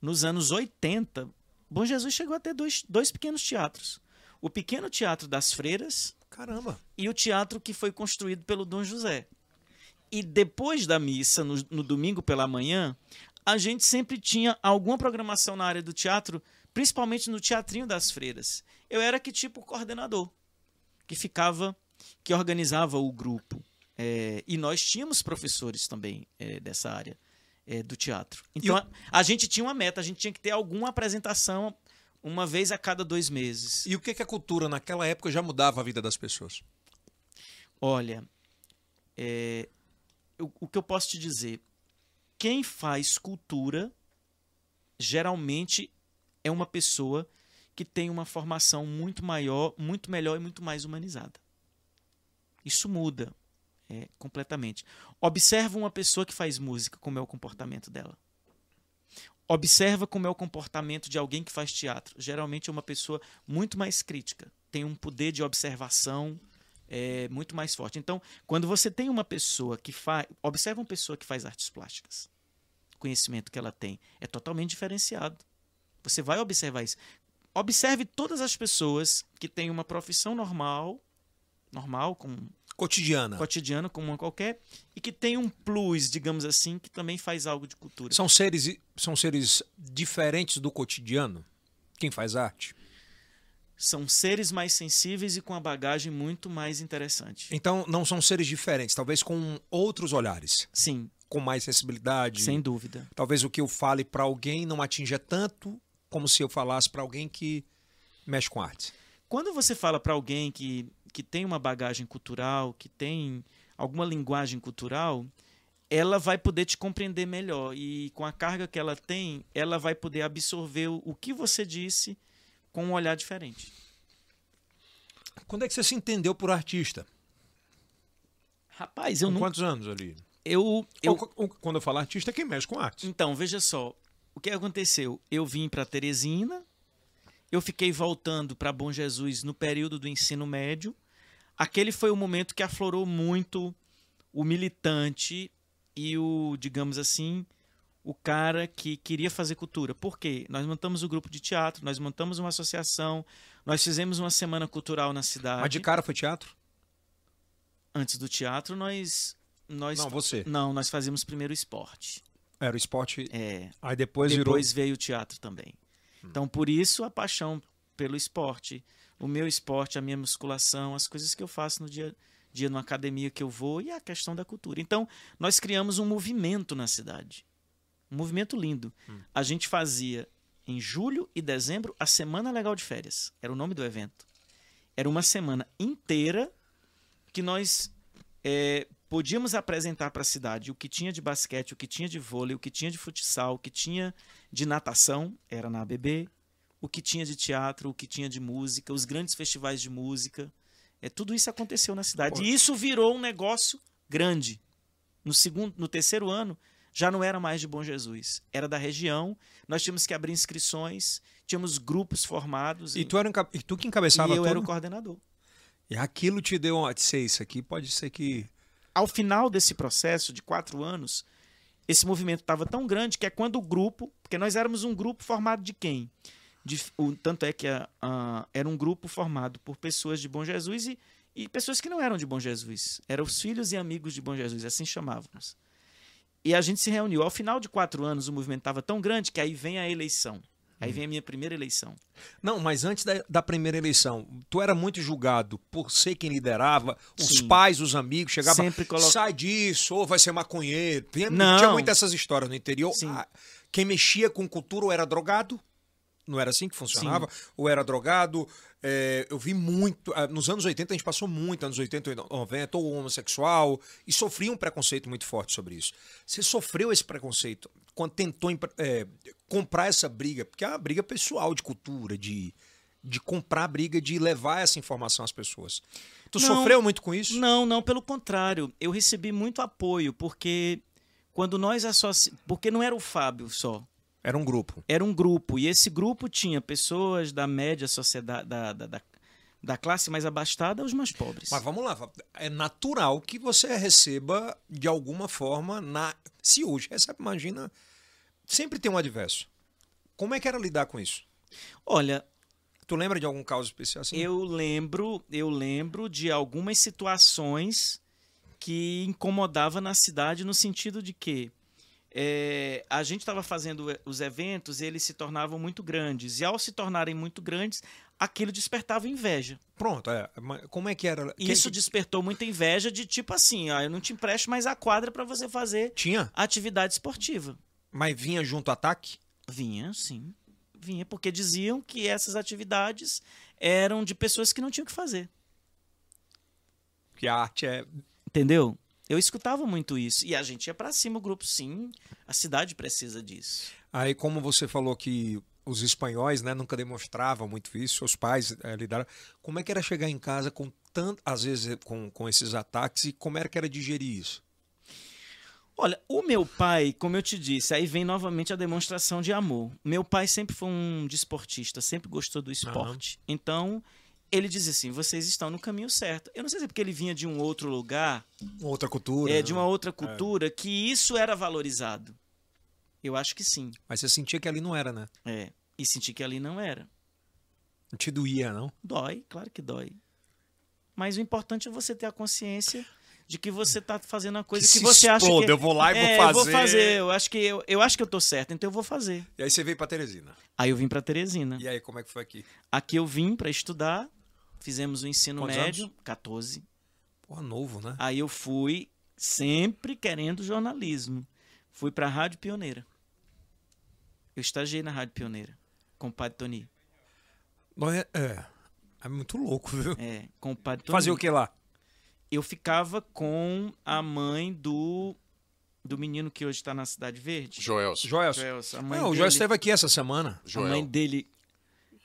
[SPEAKER 3] nos anos 80, Bom Jesus chegou a ter dois, dois pequenos teatros. O pequeno teatro das freiras
[SPEAKER 1] Caramba.
[SPEAKER 3] e o teatro que foi construído pelo Dom José. E depois da missa, no, no domingo pela manhã, a gente sempre tinha alguma programação na área do teatro, principalmente no Teatrinho das Freiras. Eu era que tipo coordenador, que ficava, que organizava o grupo. É, e nós tínhamos professores também é, dessa área é, do teatro. Então
[SPEAKER 1] o-
[SPEAKER 3] a, a gente tinha uma meta, a gente tinha que ter alguma apresentação uma vez a cada dois meses.
[SPEAKER 1] E o que, que a cultura naquela época já mudava a vida das pessoas?
[SPEAKER 3] Olha, é, eu- o que eu posso te dizer? Quem faz cultura geralmente é uma pessoa que tem uma formação muito maior, muito melhor e muito mais humanizada. Isso muda é, completamente. Observa uma pessoa que faz música, como é o comportamento dela. Observa como é o comportamento de alguém que faz teatro. Geralmente é uma pessoa muito mais crítica, tem um poder de observação é, muito mais forte. Então, quando você tem uma pessoa que faz. Observa uma pessoa que faz artes plásticas. O conhecimento que ela tem é totalmente diferenciado. Você vai observar isso. Observe todas as pessoas que têm uma profissão normal, normal, com um
[SPEAKER 1] cotidiana.
[SPEAKER 3] cotidiana como uma qualquer e que tem um plus, digamos assim, que também faz algo de cultura.
[SPEAKER 1] São seres, são seres diferentes do cotidiano? Quem faz arte?
[SPEAKER 3] São seres mais sensíveis e com a bagagem muito mais interessante.
[SPEAKER 1] Então, não são seres diferentes, talvez com outros olhares,
[SPEAKER 3] Sim,
[SPEAKER 1] com mais sensibilidade.
[SPEAKER 3] sem dúvida.
[SPEAKER 1] Talvez o que eu fale para alguém não atinja tanto como se eu falasse para alguém que mexe com arte.
[SPEAKER 3] Quando você fala para alguém que, que tem uma bagagem cultural, que tem alguma linguagem cultural, ela vai poder te compreender melhor e com a carga que ela tem, ela vai poder absorver o o que você disse com um olhar diferente.
[SPEAKER 1] Quando é que você se entendeu por artista?
[SPEAKER 3] Rapaz, eu
[SPEAKER 1] com
[SPEAKER 3] nunca.
[SPEAKER 1] quantos anos ali?
[SPEAKER 3] Eu, eu,
[SPEAKER 1] Ou- ou- quando eu falo artista, é quem mexe com arte.
[SPEAKER 3] Então, veja só, o que aconteceu? Eu vim para Teresina, eu fiquei voltando para Bom Jesus no período do ensino médio. Aquele foi o momento que aflorou muito o militante e o, digamos assim, o cara que queria fazer cultura. Por quê? Nós montamos o grupo de teatro, nós montamos uma associação, nós fizemos uma semana cultural na
[SPEAKER 1] Mas de
[SPEAKER 3] cidade.
[SPEAKER 1] cara foi teatro?
[SPEAKER 3] Antes do teatro, nós nós
[SPEAKER 1] Não, você.
[SPEAKER 3] não, nós fazíamos primeiro esporte.
[SPEAKER 1] Era o esporte,
[SPEAKER 3] É,
[SPEAKER 1] aí depois, virou. Hum.
[SPEAKER 3] depois veio o teatro também. Então, por isso, a paixão pelo esporte. O meu esporte, a minha musculação, as coisas que eu faço no dia dia numa academia que eu vou e a questão da cultura. Então, nós criamos um movimento na cidade. Um movimento lindo.
[SPEAKER 1] Hum.
[SPEAKER 3] A gente fazia em julho e dezembro a Semana Legal de Férias. Era o nome do evento. Era uma semana inteira que nós eh, podíamos apresentar para a cidade o que tinha de basquete, o que tinha de vôlei, o que tinha de futsal, o que tinha de natação, era na ABB, o que tinha de teatro, o que tinha de música, os grandes festivais de música. É, tudo isso aconteceu na cidade.
[SPEAKER 1] Pô.
[SPEAKER 3] E isso virou um negócio grande. No segundo, no terceiro ano, já não era mais de Bom Jesus, era da região. Nós tínhamos que abrir inscrições, tínhamos grupos formados
[SPEAKER 1] E tu, era, um enca- e tu que encabeçava
[SPEAKER 3] e eu
[SPEAKER 1] tudo?
[SPEAKER 3] era um o coordenador.
[SPEAKER 1] E aquilo te deu uma. Sei, isso aqui pode ser que.
[SPEAKER 3] ao final desse processo de quatro anos, esse movimento estava tão grande que é quando o grupo, porque nós éramos um grupo formado de quem? De- o- tanto é que a- a- era um grupo formado por pessoas de Bom Jesus e, e pessoas que não eram de Bom Jesus. Eram os filhos e amigos de Bom Jesus, assim chamávamos. E a gente se reuniu. Ao final de quatro anos, o movimento estava tão grande que aí vem a eleição. Aí vem a minha primeira eleição.
[SPEAKER 1] Não, mas antes da, da primeira eleição, tu era muito julgado por ser quem liderava, os
[SPEAKER 3] Sim.
[SPEAKER 1] pais, os amigos, chegava.
[SPEAKER 3] Sempre colo-
[SPEAKER 1] Sai disso, ou vai ser maconheiro. Tinha,
[SPEAKER 3] Não.
[SPEAKER 1] tinha muitas essas histórias no interior.
[SPEAKER 3] Sim.
[SPEAKER 1] Ah, quem mexia com cultura ou era drogado? Não era assim que funcionava? Ou era drogado? É, eu vi muito. ah, Nos anos 80, a gente passou muito, anos 80, e 90, ou homossexual, e sofria um preconceito muito forte sobre isso. Você sofreu esse preconceito quando tentou empre- é, comprar essa briga? Porque é uma briga pessoal de cultura, de, de comprar a briga, de levar essa informação às pessoas. Tu
[SPEAKER 3] Não.
[SPEAKER 1] sofreu muito com isso?
[SPEAKER 3] Não, não, pelo contrário. Eu recebi muito apoio, porque quando nós associamos. Porque não era o Fábio só,
[SPEAKER 1] Era um grupo.
[SPEAKER 3] era um grupo. E esse grupo tinha pessoas da média sociedade, da, da, da, da classe mais abastada aos mais pobres.
[SPEAKER 1] Mas vamos lá, é natural que você receba de alguma forma na se hoje recebe, imagina, sempre tem um adverso. Como é que era lidar com isso?
[SPEAKER 3] Olha,
[SPEAKER 1] Tu lembra de algum caso especial assim?
[SPEAKER 3] eu lembro, eu lembro de algumas situações que incomodava na cidade no sentido de que é, a gente estava fazendo e- os eventos, eles se tornavam muito grandes. E ao se tornarem muito grandes, aquilo despertava inveja.
[SPEAKER 1] Pronto, é, mas como é que era?
[SPEAKER 3] E isso
[SPEAKER 1] Quem-
[SPEAKER 3] despertou muita inveja de tipo assim, ó, eu não te empresto mais a quadra para você fazer
[SPEAKER 1] tinha,
[SPEAKER 3] atividade esportiva.
[SPEAKER 1] mas vinha junto ataque?
[SPEAKER 3] Vinha, sim. Vinha, porque diziam que essas atividades eram de pessoas que não tinham o que fazer.
[SPEAKER 1] Que a arte é
[SPEAKER 3] Entendeu? Eu escutava muito isso. E a gente ia pra cima, o grupo, sim. A cidade precisa disso.
[SPEAKER 1] Aí, como você falou que os espanhóis né, nunca demonstravam muito isso, os pais eh, lidaram. Como é que era chegar em casa com tanto, às vezes, eh, com, com esses ataques e como era que era digerir isso?
[SPEAKER 3] Olha, o meu pai, como eu te disse, aí vem novamente a demonstração de amor. Meu pai sempre foi um desportista, sempre gostou do esporte. Então, ele dizia assim: vocês estão no caminho certo. Eu não sei se é porque ele vinha de um outro lugar,
[SPEAKER 1] Outra cultura.
[SPEAKER 3] é,
[SPEAKER 1] né?
[SPEAKER 3] de uma outra cultura, que isso era valorizado. Eu acho que sim.
[SPEAKER 1] Mas você sentia que ali não era, né?
[SPEAKER 3] É. E senti que ali não era.
[SPEAKER 1] Não te doía, não?
[SPEAKER 3] Dói, claro que dói. Mas o importante é você ter a consciência de que você tá fazendo a coisa
[SPEAKER 1] Que
[SPEAKER 3] que,
[SPEAKER 1] se
[SPEAKER 3] você acha
[SPEAKER 1] exploda,
[SPEAKER 3] que
[SPEAKER 1] eu vou lá e vou
[SPEAKER 3] É, Eu vou
[SPEAKER 1] fazer.
[SPEAKER 3] fazer. Eu acho que eu, eu acho que eu tô certo, então eu vou fazer.
[SPEAKER 1] E aí você veio pra Teresina.
[SPEAKER 3] Aí eu vim pra Teresina.
[SPEAKER 1] E aí, como é que foi aqui?
[SPEAKER 3] Aqui eu vim pra estudar, fizemos o ensino
[SPEAKER 1] Quantos
[SPEAKER 3] médio, 14.
[SPEAKER 1] Porra, novo, né?
[SPEAKER 3] Aí eu fui sempre querendo jornalismo. Fui pra Rádio Pioneira. Eu estagiei na Rádio Pioneira com o Padre Tony.
[SPEAKER 1] Nós- É, é, é muito louco, viu?
[SPEAKER 3] É, com o Padre Tony.
[SPEAKER 1] Fazer o que lá?
[SPEAKER 3] Eu ficava com a mãe do do menino que hoje tá na Cidade Verde.
[SPEAKER 2] Joel.
[SPEAKER 1] Joelson.
[SPEAKER 3] Joelson, a mãe
[SPEAKER 1] Não, o
[SPEAKER 3] dele-
[SPEAKER 1] Joelson esteve aqui essa semana.
[SPEAKER 2] Joel.
[SPEAKER 3] A mãe dele.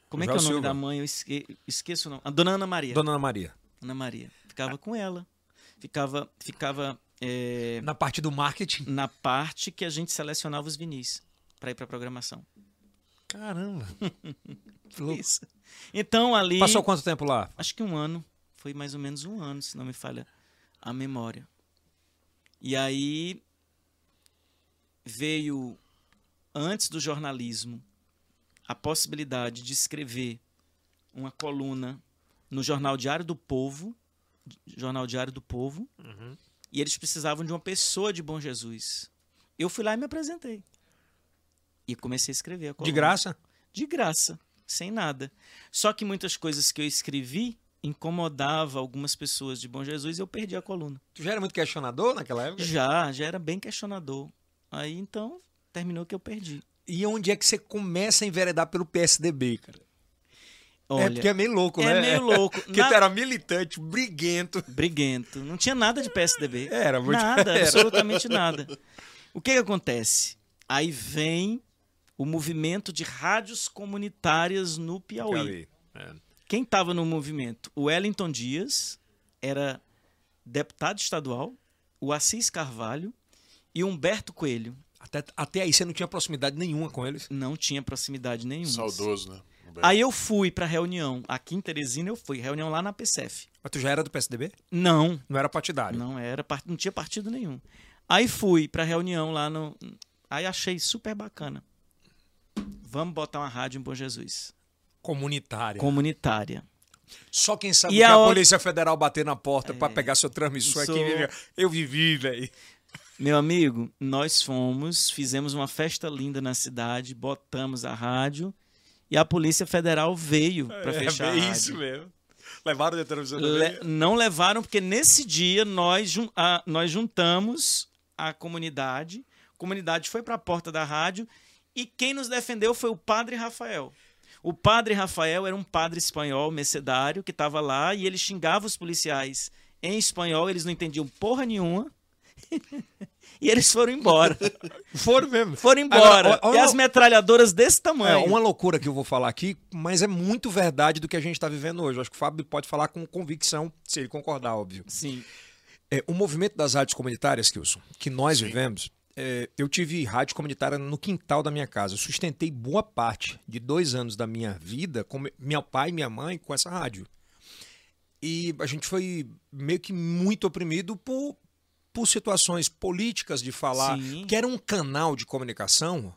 [SPEAKER 3] Como é que
[SPEAKER 1] Joel
[SPEAKER 3] é o nome
[SPEAKER 1] Silva.
[SPEAKER 3] da mãe? Eu esque- esqueço o nome. A dona Ana Maria.
[SPEAKER 1] Dona Ana Maria.
[SPEAKER 3] Ana Maria. Ficava com ela. Ficava, ficava é,
[SPEAKER 1] Na parte do marketing.
[SPEAKER 3] na parte que a gente selecionava os vinis pra ir pra programação.
[SPEAKER 1] Caramba. Que louco.
[SPEAKER 3] Isso. Então ali.
[SPEAKER 1] Passou quanto tempo lá?
[SPEAKER 3] Acho que um ano. Foi mais ou menos um ano, se não me falha a memória. E aí veio, antes do jornalismo, a possibilidade de escrever uma coluna no Jornal Diário do Povo. Jornal Diário do Povo. E eles precisavam de uma pessoa de Bom Jesus. Eu fui lá e me apresentei. E comecei a escrever a coluna
[SPEAKER 1] De graça?
[SPEAKER 3] de graça, sem nada. Só que muitas coisas que eu escrevi incomodava algumas pessoas de Bom Jesus e eu perdi a coluna.
[SPEAKER 1] Tu já era muito questionador naquela época?
[SPEAKER 3] Já, já era bem questionador. Aí então terminou que eu perdi.
[SPEAKER 1] E onde é que você começa a enveredar pelo PSDB, cara? é
[SPEAKER 3] Olha,
[SPEAKER 1] porque é meio louco, né?
[SPEAKER 3] é meio louco.
[SPEAKER 1] Porque
[SPEAKER 3] Na-
[SPEAKER 1] tu era militante, briguento.
[SPEAKER 3] Briguento. Não tinha nada de PSDB.
[SPEAKER 1] Era, muito...
[SPEAKER 3] Nada,
[SPEAKER 1] era.
[SPEAKER 3] absolutamente nada. O que, que acontece? Aí vem o movimento de rádios comunitárias no Piauí.
[SPEAKER 1] Piauí.
[SPEAKER 3] Quem estava no movimento? O Wellington Dias era deputado estadual, o Assis Carvalho e o Humberto Coelho.
[SPEAKER 1] Até, até aí você não tinha proximidade nenhuma com eles.
[SPEAKER 3] Não tinha proximidade nenhuma.
[SPEAKER 2] Saudoso, né?
[SPEAKER 3] Aí eu fui para reunião, aqui em Teresina eu fui, reunião lá na PCF.
[SPEAKER 1] Mas tu já era do PSDB?
[SPEAKER 3] Não,
[SPEAKER 1] Não era partidário.
[SPEAKER 3] não era, par- não tinha partido nenhum. Aí fui para reunião lá no Aí achei super bacana. Vamos botar uma rádio em Bom Jesus,
[SPEAKER 1] Comunitário.
[SPEAKER 3] comunitária.
[SPEAKER 1] Só quem sabe
[SPEAKER 3] E
[SPEAKER 1] que
[SPEAKER 3] a É,
[SPEAKER 1] a
[SPEAKER 3] outra-
[SPEAKER 1] Polícia Federal bater na porta pra pegar seu transmissor
[SPEAKER 3] Sou-
[SPEAKER 1] aqui. Eu vivi, velho.
[SPEAKER 3] Meu amigo, nós fomos, fizemos uma festa linda na cidade, botamos a rádio e a Polícia Federal veio para fechar
[SPEAKER 1] é,
[SPEAKER 3] a
[SPEAKER 1] bem
[SPEAKER 3] rádio.
[SPEAKER 1] isso mesmo. Levaram o transmissor
[SPEAKER 3] Le- não levaram porque nesse dia nós, jun- a- nós juntamos a comunidade, a comunidade foi para a porta da rádio e quem nos defendeu foi o Padre Rafael. O Padre Rafael era um padre espanhol, mercedário, que estava lá e ele xingava os policiais em espanhol, eles não entendiam porra nenhuma. e eles foram embora.
[SPEAKER 1] Foram mesmo.
[SPEAKER 3] Foram
[SPEAKER 1] Agora,
[SPEAKER 3] embora.
[SPEAKER 1] ó- ó-
[SPEAKER 3] e as metralhadoras desse
[SPEAKER 1] É
[SPEAKER 3] tamanho.
[SPEAKER 1] uma loucura que eu vou falar aqui, mas é muito verdade do que a gente está vivendo hoje. Eu Acho que o Fábio pode falar com convicção, se ele concordar, óbvio.
[SPEAKER 3] Sim.
[SPEAKER 1] É, o movimento das rádios comunitárias, Kilson, que nós vivemos, é, eu tive rádio comunitária no quintal da minha casa. Eu sustentei boa parte de dois anos da minha vida com me- meu pai e minha mãe com essa rádio. E a gente foi meio que muito oprimido por, por situações políticas de falar,
[SPEAKER 3] Sim.
[SPEAKER 1] que era um canal de comunicação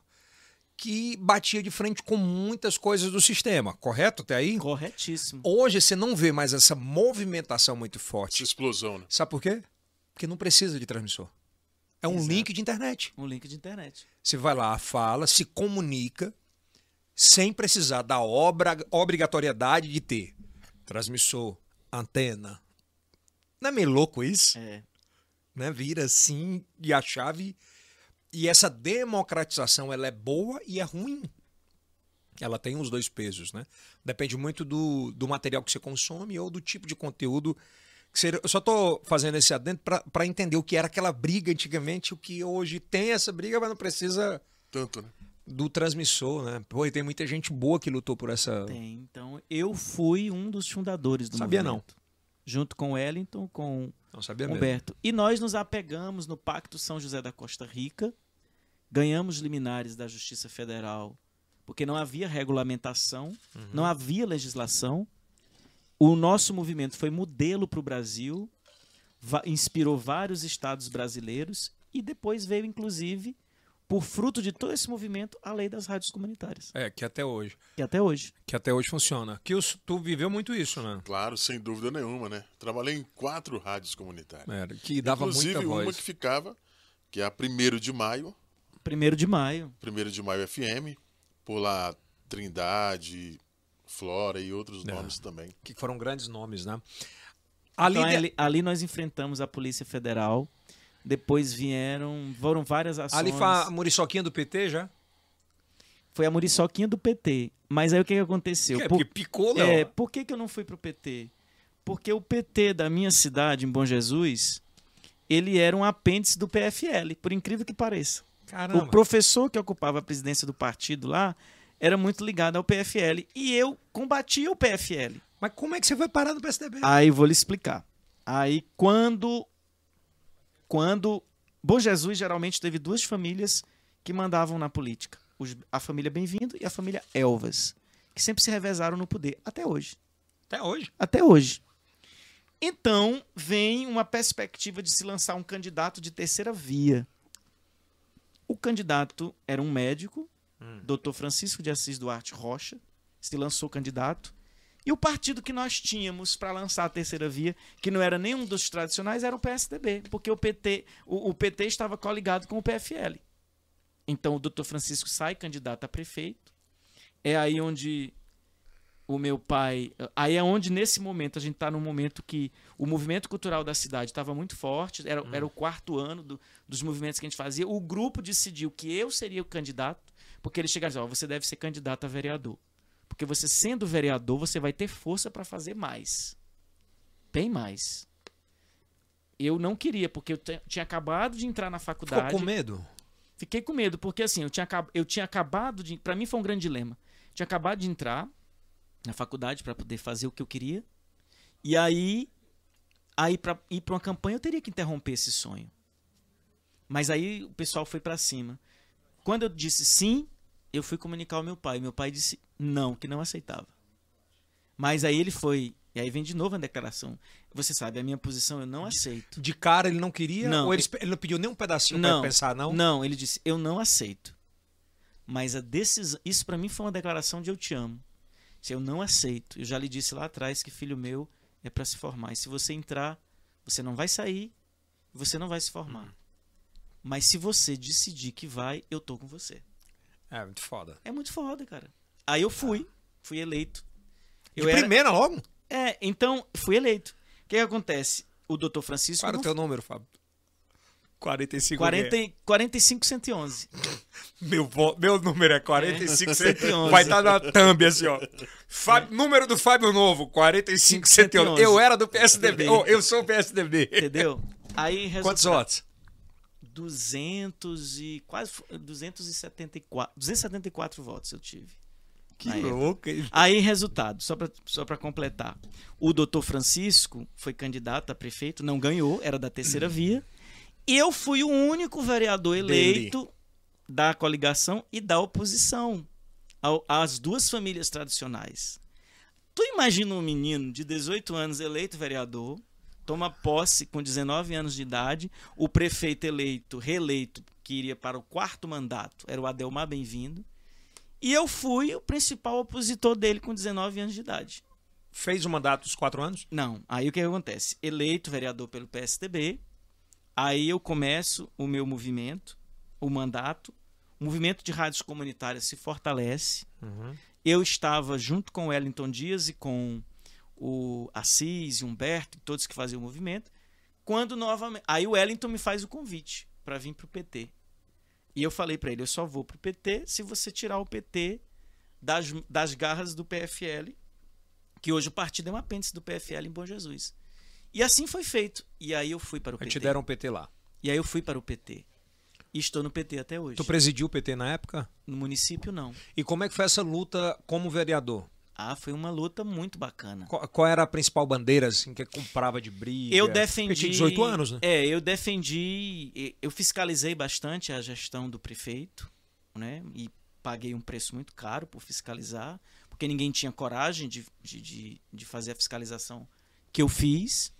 [SPEAKER 1] que batia de frente com muitas coisas do sistema, correto até aí?
[SPEAKER 3] Corretíssimo.
[SPEAKER 1] Hoje você não vê mais essa movimentação muito forte.
[SPEAKER 2] Essa explosão, né?
[SPEAKER 1] Sabe por quê? Porque não precisa de transmissor. É um
[SPEAKER 3] Exato.
[SPEAKER 1] link de internet.
[SPEAKER 3] Um link de internet.
[SPEAKER 1] Você vai lá, fala, se comunica, sem precisar da obra, obrigatoriedade de ter transmissor, antena. Não é meio louco isso?
[SPEAKER 3] É.
[SPEAKER 1] Né? Vira assim e a chave. E essa democratização, ela é boa e é ruim. Ela tem os dois pesos, né? Depende muito do, do material que você consome ou do tipo de conteúdo. Que você, eu só tô fazendo esse adendo para entender o que era aquela briga antigamente, o que hoje tem essa briga, mas não precisa
[SPEAKER 2] Tanto, né?
[SPEAKER 1] do transmissor, né? Pô, e tem muita gente boa que lutou por essa.
[SPEAKER 3] Tem. Então, eu fui um dos fundadores do
[SPEAKER 1] Sabia não.
[SPEAKER 3] movimento. Junto com o Wellington, com
[SPEAKER 1] Não sabia mesmo.
[SPEAKER 3] Humberto. E nós nos apegamos no Pacto São José da Costa Rica, ganhamos liminares da Justiça Federal, porque não havia regulamentação,
[SPEAKER 1] Uhum.
[SPEAKER 3] não havia legislação. O nosso movimento foi modelo para o Brasil, va- inspirou vários estados brasileiros e depois veio, inclusive, por fruto de todo esse movimento, a lei das rádios comunitárias,
[SPEAKER 1] É, que até hoje.
[SPEAKER 3] que até hoje.
[SPEAKER 1] Que até hoje funciona. Que os- tu viveu muito isso, né?
[SPEAKER 2] Claro, sem dúvida nenhuma, né? Trabalhei em quatro rádios
[SPEAKER 3] Né?
[SPEAKER 2] comunitárias.
[SPEAKER 1] Era, que dava
[SPEAKER 2] Inclusive,
[SPEAKER 1] muita
[SPEAKER 2] uma
[SPEAKER 1] voz.
[SPEAKER 2] que ficava, que é a 1 de maio,
[SPEAKER 3] Primeiro de maio,
[SPEAKER 2] 1 de maio FM, por lá Trindade, Flora e outros
[SPEAKER 1] É.
[SPEAKER 2] nomes também.
[SPEAKER 1] que foram grandes nomes, né? A
[SPEAKER 3] Então,
[SPEAKER 1] líder-
[SPEAKER 3] ali, ali nós enfrentamos a Polícia Federal. Depois vieram, foram várias ações.
[SPEAKER 1] ali foi a muriçoquinha do PT já?
[SPEAKER 3] Foi a muriçoquinha do PT. Mas aí o que, que aconteceu?
[SPEAKER 1] é,
[SPEAKER 3] Por-
[SPEAKER 1] porque picou, Léo.
[SPEAKER 3] é, por que, que eu não fui pro PT? Porque o PT da minha cidade, em Bom Jesus, ele era um apêndice do PFL, por incrível que pareça.
[SPEAKER 1] Caramba.
[SPEAKER 3] O professor que ocupava a presidência do partido lá era muito ligado ao PFL. E eu combatia o PFL.
[SPEAKER 1] Mas como é que você foi parar no PSDB?
[SPEAKER 3] Aí vou lhe explicar. Aí quando quando Bom Jesus geralmente teve duas famílias que mandavam na política, Os- a família Bem-vindo e a família Elvas, que sempre se revezaram no poder até hoje,
[SPEAKER 1] Até hoje.
[SPEAKER 3] até hoje. Então vem uma perspectiva de se lançar um candidato de terceira via. O candidato era um médico, Dr. Francisco de Assis Duarte Rocha, se lançou candidato. E o partido que nós tínhamos para lançar a terceira via, que não era nenhum dos tradicionais, era o PSDB, porque o PT, o, o PT estava coligado com o PFL. Então o Dr. Francisco sai candidato a prefeito. É aí onde o meu pai, aí é onde nesse momento a gente está num momento que o movimento cultural da cidade estava muito forte, era,
[SPEAKER 1] Hum.
[SPEAKER 3] era o quarto ano do- dos movimentos que a gente fazia. O grupo decidiu que eu seria o candidato, porque eles chegaram e disseram, ó, você deve ser candidato a vereador. Porque você sendo vereador, você vai ter força para fazer mais. Bem mais. Eu não queria, porque eu te- tinha acabado de entrar na faculdade.
[SPEAKER 1] Ficou com medo?
[SPEAKER 3] Fiquei com medo, porque assim, eu tinha, acab- eu tinha acabado de. Pra mim foi um grande dilema. Tinha acabado de entrar na faculdade pra poder fazer o que eu queria. E aí, aí para ir pra uma campanha, eu teria que interromper esse sonho. Mas aí o pessoal foi pra cima. Quando eu disse sim, eu fui comunicar ao meu pai. Meu pai disse não, que não aceitava. Mas aí ele foi. E aí vem de novo a declaração. Você sabe, a minha posição eu não aceito.
[SPEAKER 1] De cara ele não queria?
[SPEAKER 3] Não.
[SPEAKER 1] Ou ele, ele não pediu nem um pedacinho pra pensar, não?
[SPEAKER 3] Não, ele disse, eu não aceito. Mas a decisão. Isso pra mim foi uma declaração de eu te amo. Se eu não aceito. Eu já lhe disse lá atrás que filho meu é pra se formar. E se você entrar, você não vai sair, você não vai se formar. Mas se você decidir que vai, eu tô com você.
[SPEAKER 1] É, muito foda.
[SPEAKER 3] É muito foda, cara. Aí eu fui, fui eleito.
[SPEAKER 1] de
[SPEAKER 3] era-
[SPEAKER 1] primeira logo?
[SPEAKER 3] É, então, fui eleito. O que, que acontece? O doutor Francisco.
[SPEAKER 1] Qual era
[SPEAKER 3] não-
[SPEAKER 1] o teu número, Fábio? 45.
[SPEAKER 3] 40, e- 45111.
[SPEAKER 1] Meu, vo- meu número é 45. É.
[SPEAKER 3] 111.
[SPEAKER 1] Vai estar na thumb, assim, ó. Fábio- Número do Fábio Novo, 45, 71.
[SPEAKER 3] 111.
[SPEAKER 1] Eu era do PSDB. Ô, eu sou o PSDB.
[SPEAKER 3] Entendeu? Aí
[SPEAKER 1] Quantos
[SPEAKER 3] resultado-
[SPEAKER 1] votos?
[SPEAKER 3] 200 e quase 274, 274 votos eu tive.
[SPEAKER 1] Que
[SPEAKER 3] Aí.
[SPEAKER 1] louco.
[SPEAKER 3] Aí, resultado, só pra só pra completar. O doutor Francisco foi candidato a prefeito, não ganhou, era da terceira via. E eu fui o único vereador eleito da coligação e da oposição ao- às duas famílias tradicionais. Tu imagina um menino de 18 anos eleito vereador, toma posse com 19 anos de idade, o prefeito eleito, reeleito, que iria para o quarto mandato, era o Adelmar Bem-vindo, e eu fui o principal opositor dele com 19 anos de idade.
[SPEAKER 1] Fez o mandato dos quatro anos?
[SPEAKER 3] Não, aí o que acontece? Eleito vereador pelo PSDB, aí eu começo o meu movimento, o mandato, o movimento de rádios comunitárias se fortalece, eu estava junto com o Wellington Dias e com o Assis e Humberto, todos que faziam o movimento. Quando novamente. Aí o Wellington me faz o convite para vir para o PT. E eu falei para ele: eu só vou para o PT se você tirar o PT das, das garras do PFL, que hoje o partido é um apêndice do PFL em Bom Jesus. E assim foi feito. E aí eu fui para o
[SPEAKER 1] Aí
[SPEAKER 3] PT.
[SPEAKER 1] te deram o PT lá.
[SPEAKER 3] E aí eu fui para o PT. E estou no PT até hoje.
[SPEAKER 1] Tu presidiu o PT na época?
[SPEAKER 3] No município, não.
[SPEAKER 1] E como é que foi essa luta como vereador?
[SPEAKER 3] Ah, foi uma luta muito bacana.
[SPEAKER 1] Qual, qual era a principal bandeira assim que comprava de briga?
[SPEAKER 3] Eu
[SPEAKER 1] Porque
[SPEAKER 3] defendi.
[SPEAKER 1] tinha 18 anos, né?
[SPEAKER 3] É, eu defendi. e- Eu fiscalizei bastante a gestão do prefeito, né? E paguei um preço muito caro por fiscalizar, porque ninguém tinha coragem de, de, de, de fazer a fiscalização que eu fiz.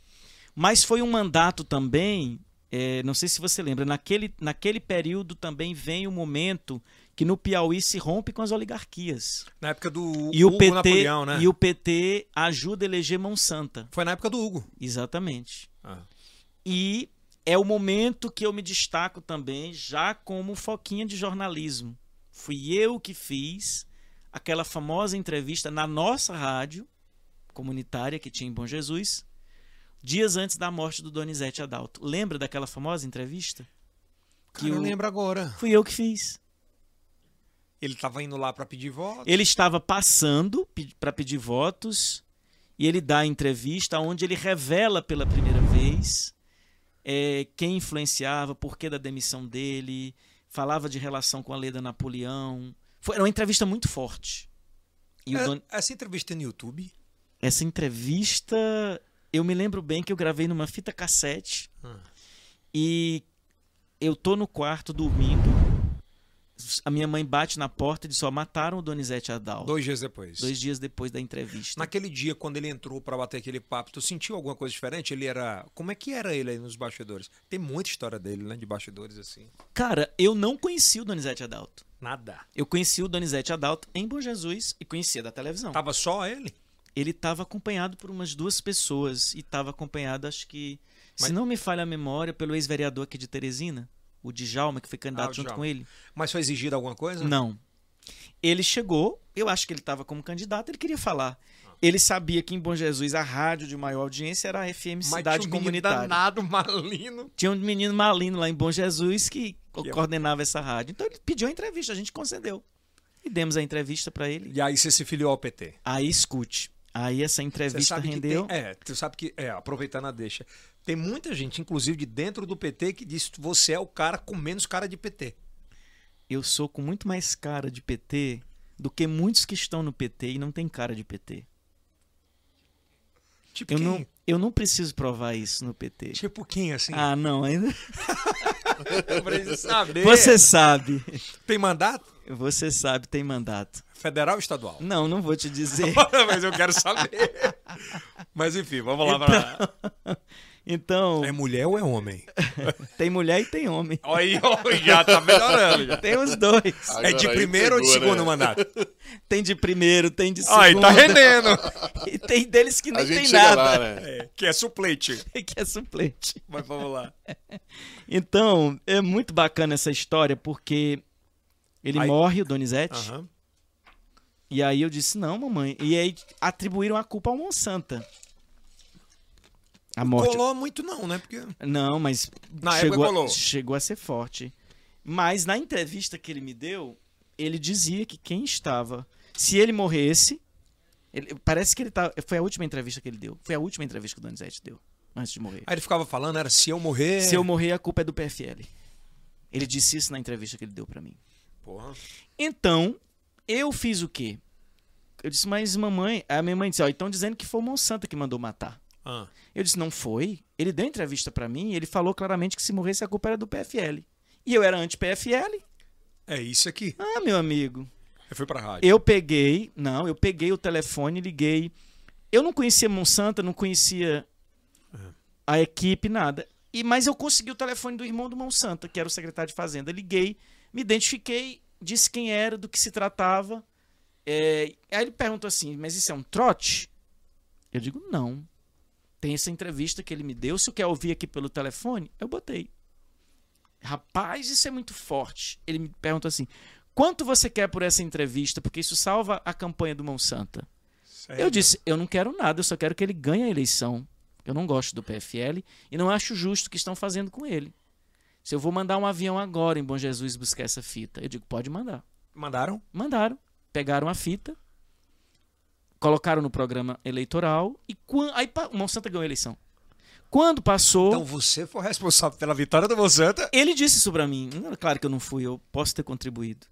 [SPEAKER 3] Mas foi um mandato também É, não sei se você lembra, naquele, naquele período também vem o momento que no Piauí se rompe com as oligarquias.
[SPEAKER 1] Na época do
[SPEAKER 3] E o,
[SPEAKER 1] Hugo
[SPEAKER 3] PT,
[SPEAKER 1] Napoleão, né?
[SPEAKER 3] e o PT ajuda a eleger Mão Santa.
[SPEAKER 1] Foi na época do Hugo.
[SPEAKER 3] Exatamente.
[SPEAKER 1] Ah.
[SPEAKER 3] E é o momento que eu me destaco também, já como foquinha de jornalismo. Fui eu que fiz aquela famosa entrevista na nossa rádio comunitária que tinha em Bom Jesus, dias antes da morte do Donizete Adalto. Lembra daquela famosa entrevista?
[SPEAKER 1] Cara, eu
[SPEAKER 3] o-
[SPEAKER 1] lembro agora.
[SPEAKER 3] Fui eu que fiz.
[SPEAKER 1] Ele tava indo lá pra pedir voto.
[SPEAKER 3] Ele estava passando para pedir votos e ele dá a entrevista onde ele revela pela primeira vez eh, quem influenciava, por que da demissão dele, falava de relação com a Leda Napoleão. Foi era uma entrevista muito forte. E o
[SPEAKER 1] É-
[SPEAKER 3] Don-
[SPEAKER 1] Essa entrevista é no YouTube?
[SPEAKER 3] essa entrevista eu me lembro bem que eu gravei numa fita cassete
[SPEAKER 1] Ah.
[SPEAKER 3] e eu tô no quarto dormindo. A minha mãe bate na porta e diz: Ó, mataram o Donizete Adalto.
[SPEAKER 1] Dois dias depois.
[SPEAKER 3] Dois dias depois da entrevista.
[SPEAKER 1] Naquele dia, quando ele entrou pra bater aquele papo, tu sentiu alguma coisa diferente? Ele era. Como é que era ele aí nos bastidores? Tem muita história dele, né? De bastidores assim.
[SPEAKER 3] Cara, eu não conheci o Donizete Adalto.
[SPEAKER 1] Nada.
[SPEAKER 3] Eu conheci o Donizete Adalto em Bom Jesus e conhecia da televisão.
[SPEAKER 1] Tava só ele?
[SPEAKER 3] Ele estava acompanhado por umas duas pessoas e estava acompanhado, acho que,
[SPEAKER 1] Mas-
[SPEAKER 3] se não me falha a memória, pelo ex-vereador aqui de Teresina, o Djalma, que foi candidato
[SPEAKER 1] Ah, o
[SPEAKER 3] junto
[SPEAKER 1] Djalma.
[SPEAKER 3] com ele.
[SPEAKER 1] Mas foi exigido alguma coisa?
[SPEAKER 3] Não. Ele chegou, eu acho que ele estava como candidato, ele queria falar.
[SPEAKER 1] Ah.
[SPEAKER 3] Ele sabia que em Bom Jesus a rádio de maior audiência era a FM
[SPEAKER 1] Mas
[SPEAKER 3] Cidade
[SPEAKER 1] tinha um menino
[SPEAKER 3] Comunitária.
[SPEAKER 1] danado, malino.
[SPEAKER 3] tinha um menino malino lá em Bom Jesus que co-
[SPEAKER 1] Que é-
[SPEAKER 3] coordenava essa rádio. Então ele pediu a entrevista, a gente concedeu. E demos a entrevista pra ele.
[SPEAKER 1] E aí você se filiou ao PT.
[SPEAKER 3] Aí escute. Aí essa
[SPEAKER 1] Você
[SPEAKER 3] entrevista
[SPEAKER 1] sabe
[SPEAKER 3] rendeu.
[SPEAKER 1] que tem, é, tu sabe que é, aproveitando a deixa. Tem muita gente, inclusive de dentro do PT, que diz que você é o cara com menos cara de PT.
[SPEAKER 3] Eu sou com muito mais cara de PT do que muitos que estão no PT e não tem cara de PT.
[SPEAKER 1] Tipo
[SPEAKER 3] Eu
[SPEAKER 1] quem?
[SPEAKER 3] não, eu não preciso provar isso no PT.
[SPEAKER 1] Tipo quem, assim?
[SPEAKER 3] Ah, não, ainda.
[SPEAKER 1] pra eles saberem.
[SPEAKER 3] Você sabe.
[SPEAKER 1] tem mandato?
[SPEAKER 3] Você sabe, tem mandato.
[SPEAKER 1] Federal ou estadual?
[SPEAKER 3] Não, não vou te dizer.
[SPEAKER 1] Mas eu quero saber. Mas enfim, vamos lá. pra-
[SPEAKER 3] Então,
[SPEAKER 1] É mulher ou é homem?
[SPEAKER 3] tem mulher e tem homem.
[SPEAKER 1] Aí, ó, já tá melhorando. já.
[SPEAKER 3] Tem os dois.
[SPEAKER 1] É de
[SPEAKER 2] Agora aí
[SPEAKER 1] primeiro ou de
[SPEAKER 2] pegou,
[SPEAKER 1] segundo
[SPEAKER 2] né?
[SPEAKER 1] mandato?
[SPEAKER 3] Tem de primeiro, tem de segundo.
[SPEAKER 1] Aí, tá rendendo.
[SPEAKER 3] E tem deles que
[SPEAKER 2] A
[SPEAKER 3] nem
[SPEAKER 2] gente
[SPEAKER 3] tem
[SPEAKER 2] chega
[SPEAKER 3] nada,
[SPEAKER 2] lá, né?
[SPEAKER 1] É, que é suplente.
[SPEAKER 3] que é suplente.
[SPEAKER 1] Mas vamos lá.
[SPEAKER 3] Então, é muito bacana essa história, porque ele
[SPEAKER 1] Aí-
[SPEAKER 3] morre, o Donizete,
[SPEAKER 1] Aham.
[SPEAKER 3] e aí eu disse, não, mamãe. E aí atribuíram a culpa ao Monsanta. A morte.
[SPEAKER 1] Colou muito não, né? Porque...
[SPEAKER 3] Não, mas
[SPEAKER 1] Na época
[SPEAKER 3] chegou,
[SPEAKER 1] colou.
[SPEAKER 3] a, chegou a ser forte. Mas na entrevista que ele me deu, ele dizia que quem estava... Se ele morresse... ele- parece que ele tá... Foi a última entrevista que ele deu. Foi a última entrevista que o Donizete deu, antes de morrer.
[SPEAKER 1] Aí ele ficava falando, era se eu morrer...
[SPEAKER 3] Se eu morrer, a culpa é do PFL. Ele disse isso na entrevista que ele deu pra mim.
[SPEAKER 1] Porra.
[SPEAKER 3] Então, eu fiz o quê? Eu disse, mas mamãe. A minha mãe disse, ó, então dizendo que foi o Monsanto que mandou matar.
[SPEAKER 1] Ah,
[SPEAKER 3] Eu disse, não foi. Ele deu entrevista pra mim e ele falou claramente que se morresse, a culpa era do PFL. E eu era anti-PFL.
[SPEAKER 1] é isso aqui.
[SPEAKER 3] Ah, meu amigo.
[SPEAKER 1] Eu fui pra rádio.
[SPEAKER 3] Eu peguei, não, eu peguei o telefone, liguei. Eu não conhecia Monsanto, não conhecia a equipe, nada. E mas eu consegui o telefone do irmão do Monsanto, que era o secretário de Fazenda. Liguei, me identifiquei, disse quem era, do que se tratava. É, aí ele perguntou assim: "Mas isso é um trote?" Eu digo: "Não. Tem essa entrevista que ele me deu, se eu quer ouvir aqui pelo telefone, eu botei." Rapaz, isso é muito forte. Ele me perguntou assim: Quanto você quer por essa entrevista? Porque isso salva a campanha do Monsanta.
[SPEAKER 1] Sério?
[SPEAKER 3] Eu disse, eu não quero nada, eu só quero que ele ganhe a eleição. Eu não gosto do PFL e não acho justo o que estão fazendo com ele. Se eu vou mandar um avião agora em Bom Jesus buscar essa fita, eu digo, pode mandar.
[SPEAKER 1] Mandaram?
[SPEAKER 3] Mandaram, pegaram a fita, colocaram no programa eleitoral e quan- aí pa- o Monsanta ganhou a eleição. Quando passou,
[SPEAKER 1] Então você foi responsável pela vitória do Monsanta.
[SPEAKER 3] ele disse isso pra mim. Claro que eu não fui, eu posso ter contribuído.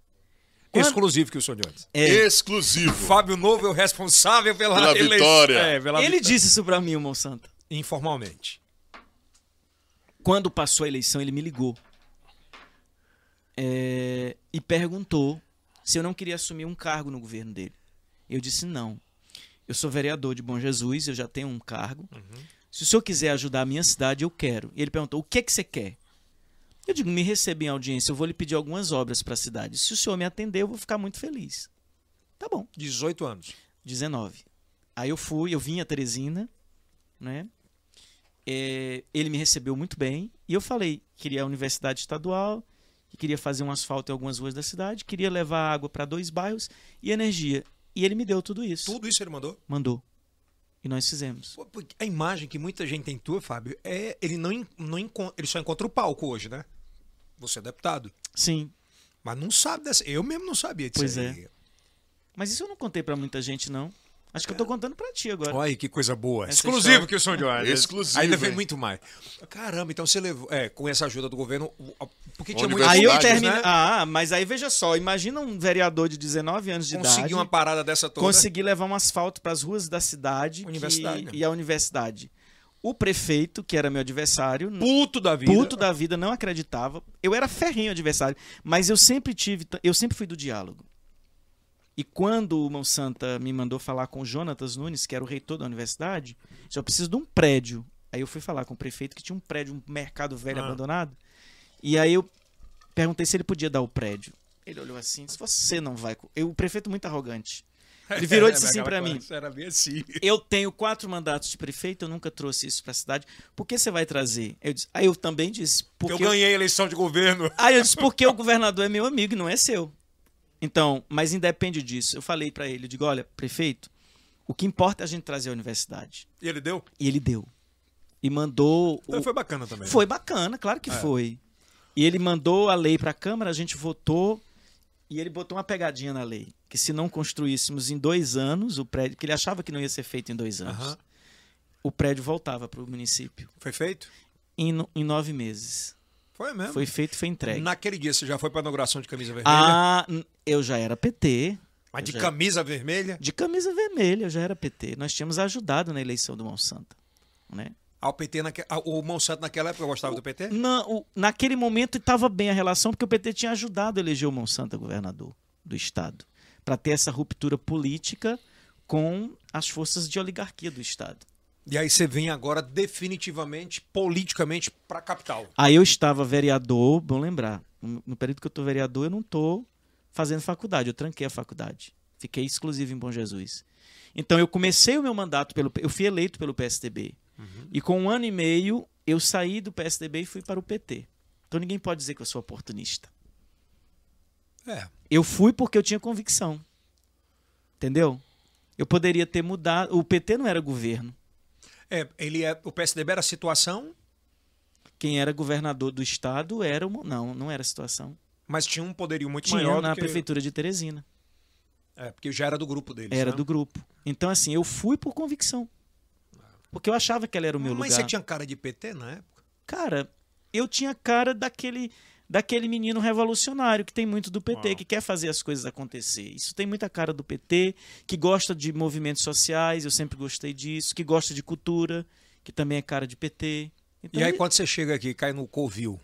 [SPEAKER 3] Quando-
[SPEAKER 1] Exclusivo que o senhor disse.
[SPEAKER 3] É.
[SPEAKER 2] Exclusivo.
[SPEAKER 1] Fábio Novo é o responsável pela,
[SPEAKER 2] Pela
[SPEAKER 1] eleição.
[SPEAKER 2] vitória.
[SPEAKER 1] É, pela
[SPEAKER 3] Ele
[SPEAKER 1] vitória.
[SPEAKER 3] disse isso pra mim, o Monsanta.
[SPEAKER 1] Informalmente.
[SPEAKER 3] quando passou a eleição, ele me ligou É, e perguntou se eu não queria assumir um cargo no governo dele. Eu disse não. Eu sou vereador de Bom Jesus, eu já tenho um cargo. se o senhor quiser ajudar a minha cidade, eu quero. E ele perguntou: o que é que você quer? Eu digo: me receba em audiência, eu vou lhe pedir algumas obras para a cidade. Se o senhor me atender, eu vou ficar muito feliz. Tá bom,
[SPEAKER 1] 18 anos.
[SPEAKER 3] 19. Aí eu fui, eu vim a Teresina, né? É, ele me recebeu muito bem e eu falei que queria a universidade estadual, que queria fazer um asfalto em algumas ruas da cidade, queria levar água para dois bairros e energia. E ele me deu tudo isso.
[SPEAKER 1] Tudo isso ele mandou?
[SPEAKER 3] Mandou. E nós fizemos.
[SPEAKER 1] Pô, porque A imagem que muita gente tem tua, Fábio, é ele não, en- não encontra, ele só encontra o palco hoje, né? Você é deputado,
[SPEAKER 3] Sim.
[SPEAKER 1] mas não sabe dessa. Eu mesmo não sabia disso.
[SPEAKER 3] Pois é.
[SPEAKER 1] aí.
[SPEAKER 3] Mas isso eu não contei para muita gente, não. Acho que eu tô contando para ti agora.
[SPEAKER 1] Olha aí que coisa boa.
[SPEAKER 3] Essa
[SPEAKER 1] Exclusivo
[SPEAKER 3] história- é
[SPEAKER 1] que o som de horas.
[SPEAKER 2] Exclusivo,
[SPEAKER 1] Ainda vem
[SPEAKER 2] hein?
[SPEAKER 1] muito mais. Caramba, então você levou, é, com essa ajuda do governo, o- a- porque
[SPEAKER 2] Uma
[SPEAKER 1] tinha muito
[SPEAKER 3] Aí eu
[SPEAKER 2] Verdade,
[SPEAKER 3] termino.
[SPEAKER 1] né?
[SPEAKER 3] Ah, mas aí veja só, imagina um vereador de 19 anos de idade
[SPEAKER 1] Conseguir uma parada dessa toda.
[SPEAKER 3] conseguir levar um asfalto para as ruas da cidade que-
[SPEAKER 1] Universidade, né?
[SPEAKER 3] e a universidade. O prefeito, que era meu adversário, n-
[SPEAKER 1] Puto da vida.
[SPEAKER 3] puto da vida, não acreditava. Eu era ferrinho adversário, mas eu sempre tive, t- eu sempre fui do diálogo. E quando o Mão Santa me mandou falar com o Jonatas Nunes, que era o reitor da universidade, disse, eu preciso de um prédio. Aí eu fui falar com o prefeito que tinha um prédio, um mercado velho
[SPEAKER 1] Ah.
[SPEAKER 3] abandonado. E aí eu perguntei se ele podia dar o prédio. Ele olhou assim, disse, você não vai. co-" Eu, o prefeito muito arrogante. Ele virou e disse assim pra mim,
[SPEAKER 1] É, Era bem assim.
[SPEAKER 3] eu tenho quatro mandatos de prefeito, eu nunca trouxe isso pra cidade. Por que você vai trazer? Eu disse, aí eu também disse, porque
[SPEAKER 1] eu ganhei a eleição de governo.
[SPEAKER 3] Aí eu disse, porque o governador é meu amigo, não é seu. Então, mas independe disso. Eu falei pra ele, eu digo, olha, prefeito, o que importa é a gente trazer a universidade.
[SPEAKER 1] E ele deu?
[SPEAKER 3] E ele deu. E mandou. o-
[SPEAKER 1] Foi bacana também. né?
[SPEAKER 3] Foi bacana, claro que foi. E ele mandou a lei pra Câmara, a gente votou e ele botou uma pegadinha na lei. Que se não construíssemos em dois anos o prédio, que ele achava que não ia ser feito em dois anos,
[SPEAKER 1] Aham.
[SPEAKER 3] o prédio voltava pro município.
[SPEAKER 1] Foi feito?
[SPEAKER 3] Em, no- em nove meses.
[SPEAKER 1] Foi mesmo.
[SPEAKER 3] Foi feito, foi entregue.
[SPEAKER 1] Naquele dia você já foi pra inauguração de camisa vermelha?
[SPEAKER 3] Ah, n- eu já era PT.
[SPEAKER 1] mas de
[SPEAKER 3] já-
[SPEAKER 1] camisa vermelha?
[SPEAKER 3] De camisa vermelha, eu já era PT. Nós tínhamos ajudado na eleição do Monsanto. Né?
[SPEAKER 1] Ao PT naque... ah, O Monsanto naquela época gostava do PT?
[SPEAKER 3] Na, o- naquele momento estava bem a relação, porque o PT tinha ajudado a eleger o Monsanto a governador do Estado. Para ter essa ruptura política com as forças de oligarquia do Estado.
[SPEAKER 1] E aí você vem agora definitivamente, politicamente, pra capital.
[SPEAKER 3] Aí eu estava vereador, bom lembrar, no no período que eu estou vereador, eu não estou fazendo faculdade, eu tranquei a faculdade. Fiquei exclusivo em Bom Jesus. Então eu comecei o meu mandato pelo. Eu fui eleito pelo PSDB. E com um ano e meio, eu saí do PSDB e fui para o PT. Então ninguém pode dizer que eu sou oportunista.
[SPEAKER 1] É.
[SPEAKER 3] Eu fui porque eu tinha convicção. Entendeu? Eu poderia ter mudado. O PT não era governo.
[SPEAKER 1] É, ele é, o PSDB era a situação,
[SPEAKER 3] Quem era governador do estado era o. Mo- Não, não era a situação.
[SPEAKER 1] mas tinha um poderio muito
[SPEAKER 3] Tinha
[SPEAKER 1] maior
[SPEAKER 3] na
[SPEAKER 1] do que...
[SPEAKER 3] prefeitura de Teresina.
[SPEAKER 1] É, porque já era do grupo deles,
[SPEAKER 3] Era
[SPEAKER 1] né?
[SPEAKER 3] do grupo. Então, assim, eu fui por convicção. Porque eu achava que ela era o meu
[SPEAKER 1] Mas
[SPEAKER 3] lugar.
[SPEAKER 1] você tinha cara de PT na época?
[SPEAKER 3] Cara, eu tinha cara daquele, daquele menino revolucionário que tem muito do PT,
[SPEAKER 1] Uau.
[SPEAKER 3] que quer fazer as coisas acontecer. Isso tem muita cara do PT, que gosta de movimentos sociais, eu sempre gostei disso, que gosta de cultura, que também é cara de PT. Então,
[SPEAKER 1] E aí quando você chega aqui, cai no Covil.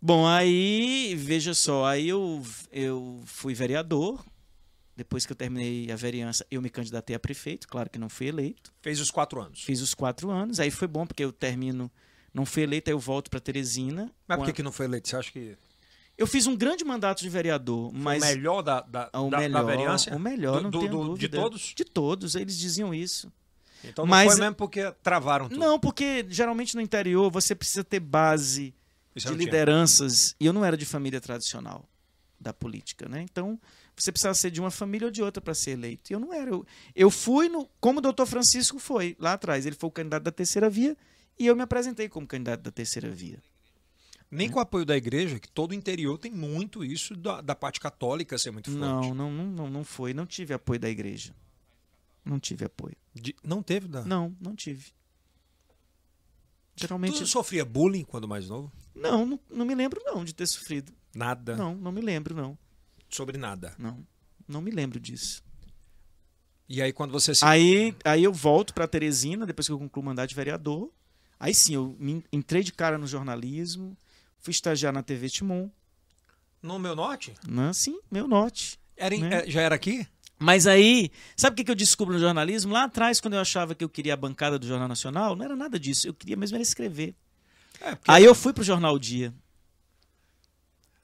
[SPEAKER 3] Bom, aí, veja só, aí eu, eu fui vereador. Depois que eu terminei a vereança, eu me candidatei a prefeito, claro que não fui eleito.
[SPEAKER 1] Fez os quatro anos.
[SPEAKER 3] Fiz os quatro anos, aí foi bom, porque eu termino, não fui eleito, aí eu volto para Teresina.
[SPEAKER 1] Mas por
[SPEAKER 3] Quando-
[SPEAKER 1] que, que não foi eleito? Você acha que
[SPEAKER 3] Eu fiz um grande mandato de vereador, mas é
[SPEAKER 1] o melhor da, da,
[SPEAKER 3] o
[SPEAKER 1] da,
[SPEAKER 3] melhor,
[SPEAKER 1] da vereança?
[SPEAKER 3] o melhor,
[SPEAKER 1] Do-
[SPEAKER 3] não
[SPEAKER 1] do-
[SPEAKER 3] tenho
[SPEAKER 1] do- de
[SPEAKER 3] dúvida.
[SPEAKER 1] todos?
[SPEAKER 3] De todos, eles diziam isso.
[SPEAKER 1] Então não
[SPEAKER 3] Mas-
[SPEAKER 1] foi mesmo porque travaram tudo.
[SPEAKER 3] Não, porque geralmente no interior você precisa ter base
[SPEAKER 1] Isso
[SPEAKER 3] de
[SPEAKER 1] não tinha.
[SPEAKER 3] lideranças, e eu não era de família tradicional da política, né? Então, você precisava ser de uma família ou de outra para ser eleito. E eu não era. Eu, eu fui no como o doutor Francisco foi lá atrás, ele foi o candidato da terceira via e eu me apresentei como candidato da terceira via.
[SPEAKER 1] Nem com o apoio da igreja, que todo o interior tem muito isso da, da parte católica ser muito forte.
[SPEAKER 3] Não, não, não, não, não foi. Não tive apoio da igreja. Não tive apoio.
[SPEAKER 1] De- não teve, Dan?
[SPEAKER 3] Não, não tive. Geralmente.
[SPEAKER 1] Tu sofria bullying quando mais novo?
[SPEAKER 3] Não, não, não me lembro não de ter sofrido.
[SPEAKER 1] Nada.
[SPEAKER 3] Não, não me lembro não.
[SPEAKER 1] Sobre nada.
[SPEAKER 3] Não, não me lembro disso.
[SPEAKER 1] E aí quando você se...
[SPEAKER 3] Aí, aí eu volto pra Teresina depois que eu concluo o mandato de vereador. Aí sim, eu me- entrei de cara no jornalismo, fui estagiar na TV Timon,
[SPEAKER 1] No meu norte?
[SPEAKER 3] né? Assim, meu norte.
[SPEAKER 1] Era em-
[SPEAKER 3] Né?
[SPEAKER 1] é, já era aqui?
[SPEAKER 3] Mas aí, sabe o que que eu descubro no jornalismo? Lá atrás, quando eu achava que eu queria a bancada do Jornal Nacional, não era nada disso. Eu queria mesmo era escrever.
[SPEAKER 1] É, porque-
[SPEAKER 3] Aí eu fui pro Jornal Dia.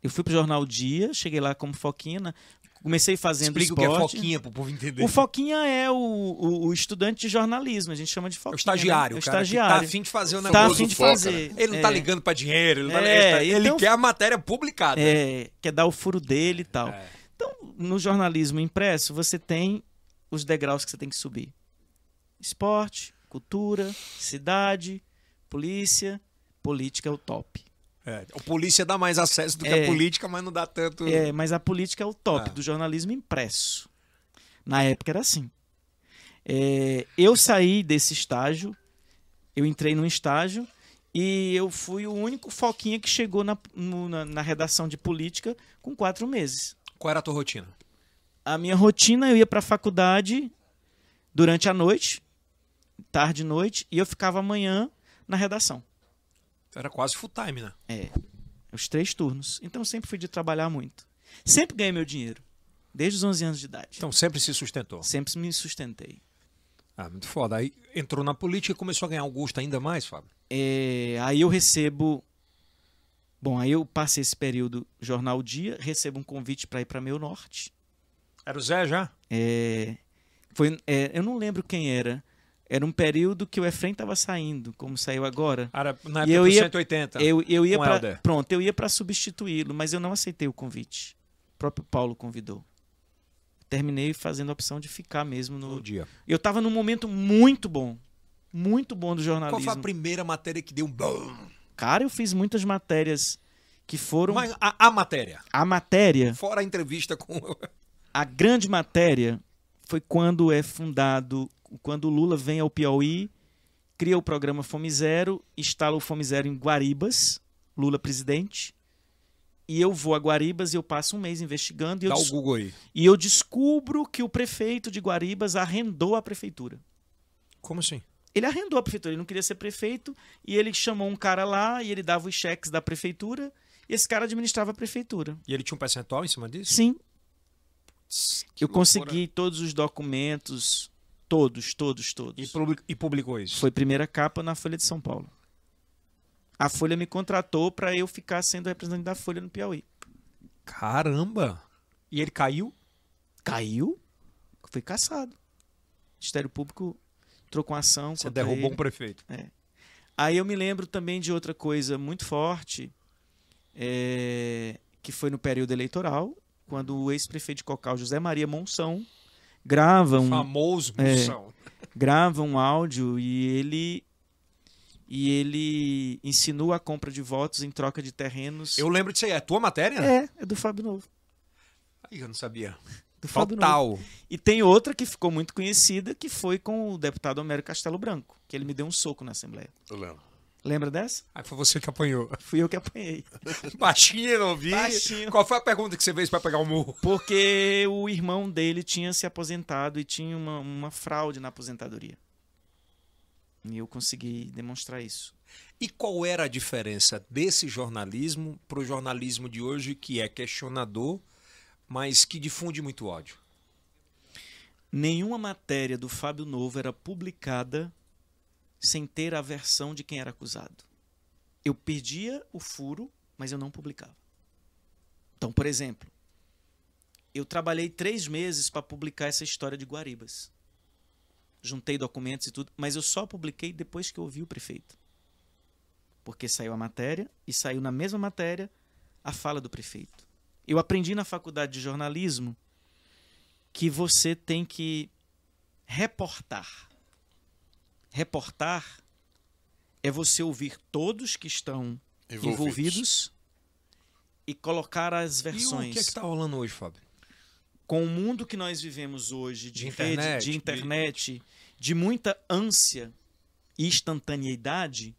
[SPEAKER 3] Eu fui pro Jornal Dia, cheguei lá como Foquina, comecei fazendo
[SPEAKER 1] Explica o que é
[SPEAKER 3] esporte.
[SPEAKER 1] foquinha pro povo entender.
[SPEAKER 3] O Foquinha é o, o- o estudante de jornalismo, a gente chama de
[SPEAKER 1] É
[SPEAKER 3] Foquinha.
[SPEAKER 1] o
[SPEAKER 3] né?
[SPEAKER 1] estagiário,
[SPEAKER 3] É
[SPEAKER 1] cara,
[SPEAKER 3] o
[SPEAKER 1] que tá
[SPEAKER 3] estagiário.
[SPEAKER 1] afim de fazer o
[SPEAKER 3] Tá
[SPEAKER 1] negócio.
[SPEAKER 3] afim de
[SPEAKER 2] Foca, né?
[SPEAKER 3] fazer.
[SPEAKER 1] Ele não tá
[SPEAKER 3] É.
[SPEAKER 1] ligando pra dinheiro, ele, não tá
[SPEAKER 3] É,
[SPEAKER 1] ligando- ele
[SPEAKER 3] então-
[SPEAKER 1] quer a matéria publicada.
[SPEAKER 3] É, quer dar o furo dele e tal.
[SPEAKER 1] É.
[SPEAKER 3] Então, no jornalismo impresso, você tem os degraus que você tem que subir: esporte, cultura, cidade, polícia, política é o top.
[SPEAKER 1] É, A polícia dá mais acesso do que a
[SPEAKER 3] É.
[SPEAKER 1] política, mas não dá tanto.
[SPEAKER 3] É, mas a política é o top
[SPEAKER 1] Hum. Ah.
[SPEAKER 3] do jornalismo impresso. Na época era assim. É, eu saí desse estágio, eu entrei num estágio e eu fui o único foquinha que chegou na, no- na- na redação de política com quatro meses.
[SPEAKER 1] Qual era a tua rotina?
[SPEAKER 3] a minha rotina, eu ia pra faculdade durante a noite, tarde e noite, e eu ficava amanhã na redação.
[SPEAKER 1] Era quase full time, né?
[SPEAKER 3] Os três turnos. Então eu sempre fui de trabalhar muito. Sempre ganhei meu dinheiro. Desde os 11 anos de idade.
[SPEAKER 1] Então sempre se sustentou.
[SPEAKER 3] Sempre me sustentei.
[SPEAKER 1] Ah, muito foda. Aí entrou na política e começou a ganhar o gosto ainda mais, Fábio.
[SPEAKER 3] É, aí eu recebo. Bom, aí eu passei esse período Jornal Dia, recebo um convite pra ir pra Meio Norte.
[SPEAKER 1] Era o Zé já?
[SPEAKER 3] Foi, é, eu não lembro quem era. Era um período que o Efrem tava saindo, como saiu agora.
[SPEAKER 1] Era na época
[SPEAKER 3] E eu
[SPEAKER 1] do
[SPEAKER 3] ia-
[SPEAKER 1] 180.
[SPEAKER 3] Eu, eu
[SPEAKER 1] Tá.
[SPEAKER 3] ia
[SPEAKER 1] Com
[SPEAKER 3] para
[SPEAKER 1] Helder.
[SPEAKER 3] pronto, eu ia para substituí-lo, mas eu não aceitei o convite. O próprio Paulo convidou. Terminei fazendo a opção de ficar mesmo
[SPEAKER 1] No
[SPEAKER 3] no.
[SPEAKER 1] dia.
[SPEAKER 3] Eu tava num momento muito bom, muito bom do
[SPEAKER 1] Qual foi a
[SPEAKER 3] jornalismo.
[SPEAKER 1] primeira matéria que deu um bom?
[SPEAKER 3] Cara, eu fiz muitas matérias que foram
[SPEAKER 1] Mas a, a matéria,
[SPEAKER 3] a matéria,
[SPEAKER 1] fora a entrevista com.
[SPEAKER 3] a grande matéria foi quando é fundado, quando o Lula vem ao Piauí, cria o programa Fome Zero, instala o Fome Zero em Guaribas, Lula presidente. E eu vou a Guaribas e eu passo um mês investigando e eu,
[SPEAKER 1] Dá o
[SPEAKER 3] des-
[SPEAKER 1] Google aí.
[SPEAKER 3] e eu descubro que o prefeito de Guaribas arrendou a prefeitura.
[SPEAKER 1] Como assim?
[SPEAKER 3] Ele arrendou a prefeitura, ele não queria ser prefeito e ele chamou um cara lá e ele dava os cheques da prefeitura e esse cara administrava a prefeitura.
[SPEAKER 1] E ele tinha um percentual em cima disso?
[SPEAKER 3] Sim,
[SPEAKER 1] Que
[SPEAKER 3] eu
[SPEAKER 1] loucura.
[SPEAKER 3] consegui todos os documentos, todos, todos, todos.
[SPEAKER 1] E, publi- e publicou isso.
[SPEAKER 3] Foi primeira capa na Folha de São Paulo. A Folha me contratou para eu ficar sendo representante da Folha no Piauí.
[SPEAKER 1] Caramba! E ele caiu?
[SPEAKER 3] Caiu? Foi caçado. O Ministério Público trocou uma ação.
[SPEAKER 1] Você
[SPEAKER 3] contra
[SPEAKER 1] derrubou
[SPEAKER 3] ele.
[SPEAKER 1] um prefeito.
[SPEAKER 3] Aí eu me lembro também de outra coisa muito forte, é, que foi no período eleitoral, quando o ex-prefeito de Cocal, José Maria Monção, grava um,
[SPEAKER 1] Famoso
[SPEAKER 3] É.
[SPEAKER 1] moção.
[SPEAKER 3] grava um áudio e ele e ele insinua a compra de votos em troca de terrenos.
[SPEAKER 1] Eu lembro disso aí. É tua matéria?
[SPEAKER 3] É, é do Fábio Novo.
[SPEAKER 1] Aí eu não sabia.
[SPEAKER 3] Do Fábio Novo.
[SPEAKER 1] Total.
[SPEAKER 3] E tem outra que ficou muito conhecida, que foi com o deputado Homero Castelo Branco, que ele me deu um soco na Assembleia.
[SPEAKER 2] Eu lembro.
[SPEAKER 3] Lembra dessa?
[SPEAKER 1] Aí foi você que apanhou.
[SPEAKER 3] Fui eu que apanhei.
[SPEAKER 1] Baixinho, não vi.
[SPEAKER 3] Baixinho.
[SPEAKER 1] Qual foi a pergunta que você fez pra pegar o murro?
[SPEAKER 3] Porque o irmão dele tinha se aposentado e tinha uma, uma fraude na aposentadoria. E eu consegui demonstrar isso.
[SPEAKER 1] E qual era a diferença desse jornalismo pro jornalismo de hoje que é questionador, mas que difunde muito ódio?
[SPEAKER 3] Nenhuma matéria do Fábio Novo era publicada sem ter a versão de quem era acusado. Eu perdia o furo, mas eu não publicava. Então, por exemplo, eu trabalhei três meses para publicar essa história de Guaribas. Juntei documentos e tudo, mas eu só publiquei depois que eu ouvi o prefeito. Porque saiu a matéria e saiu na mesma matéria a fala do prefeito. Eu aprendi na faculdade de jornalismo que você tem que reportar. Reportar é você ouvir todos que estão envolvidos, e colocar as
[SPEAKER 1] E o
[SPEAKER 3] versões
[SPEAKER 1] que é que tá rolando hoje, Fábio?
[SPEAKER 3] com o mundo que nós vivemos hoje de,
[SPEAKER 1] De
[SPEAKER 3] rede,
[SPEAKER 1] internet,
[SPEAKER 3] de internet, de muita ânsia e instantaneidade,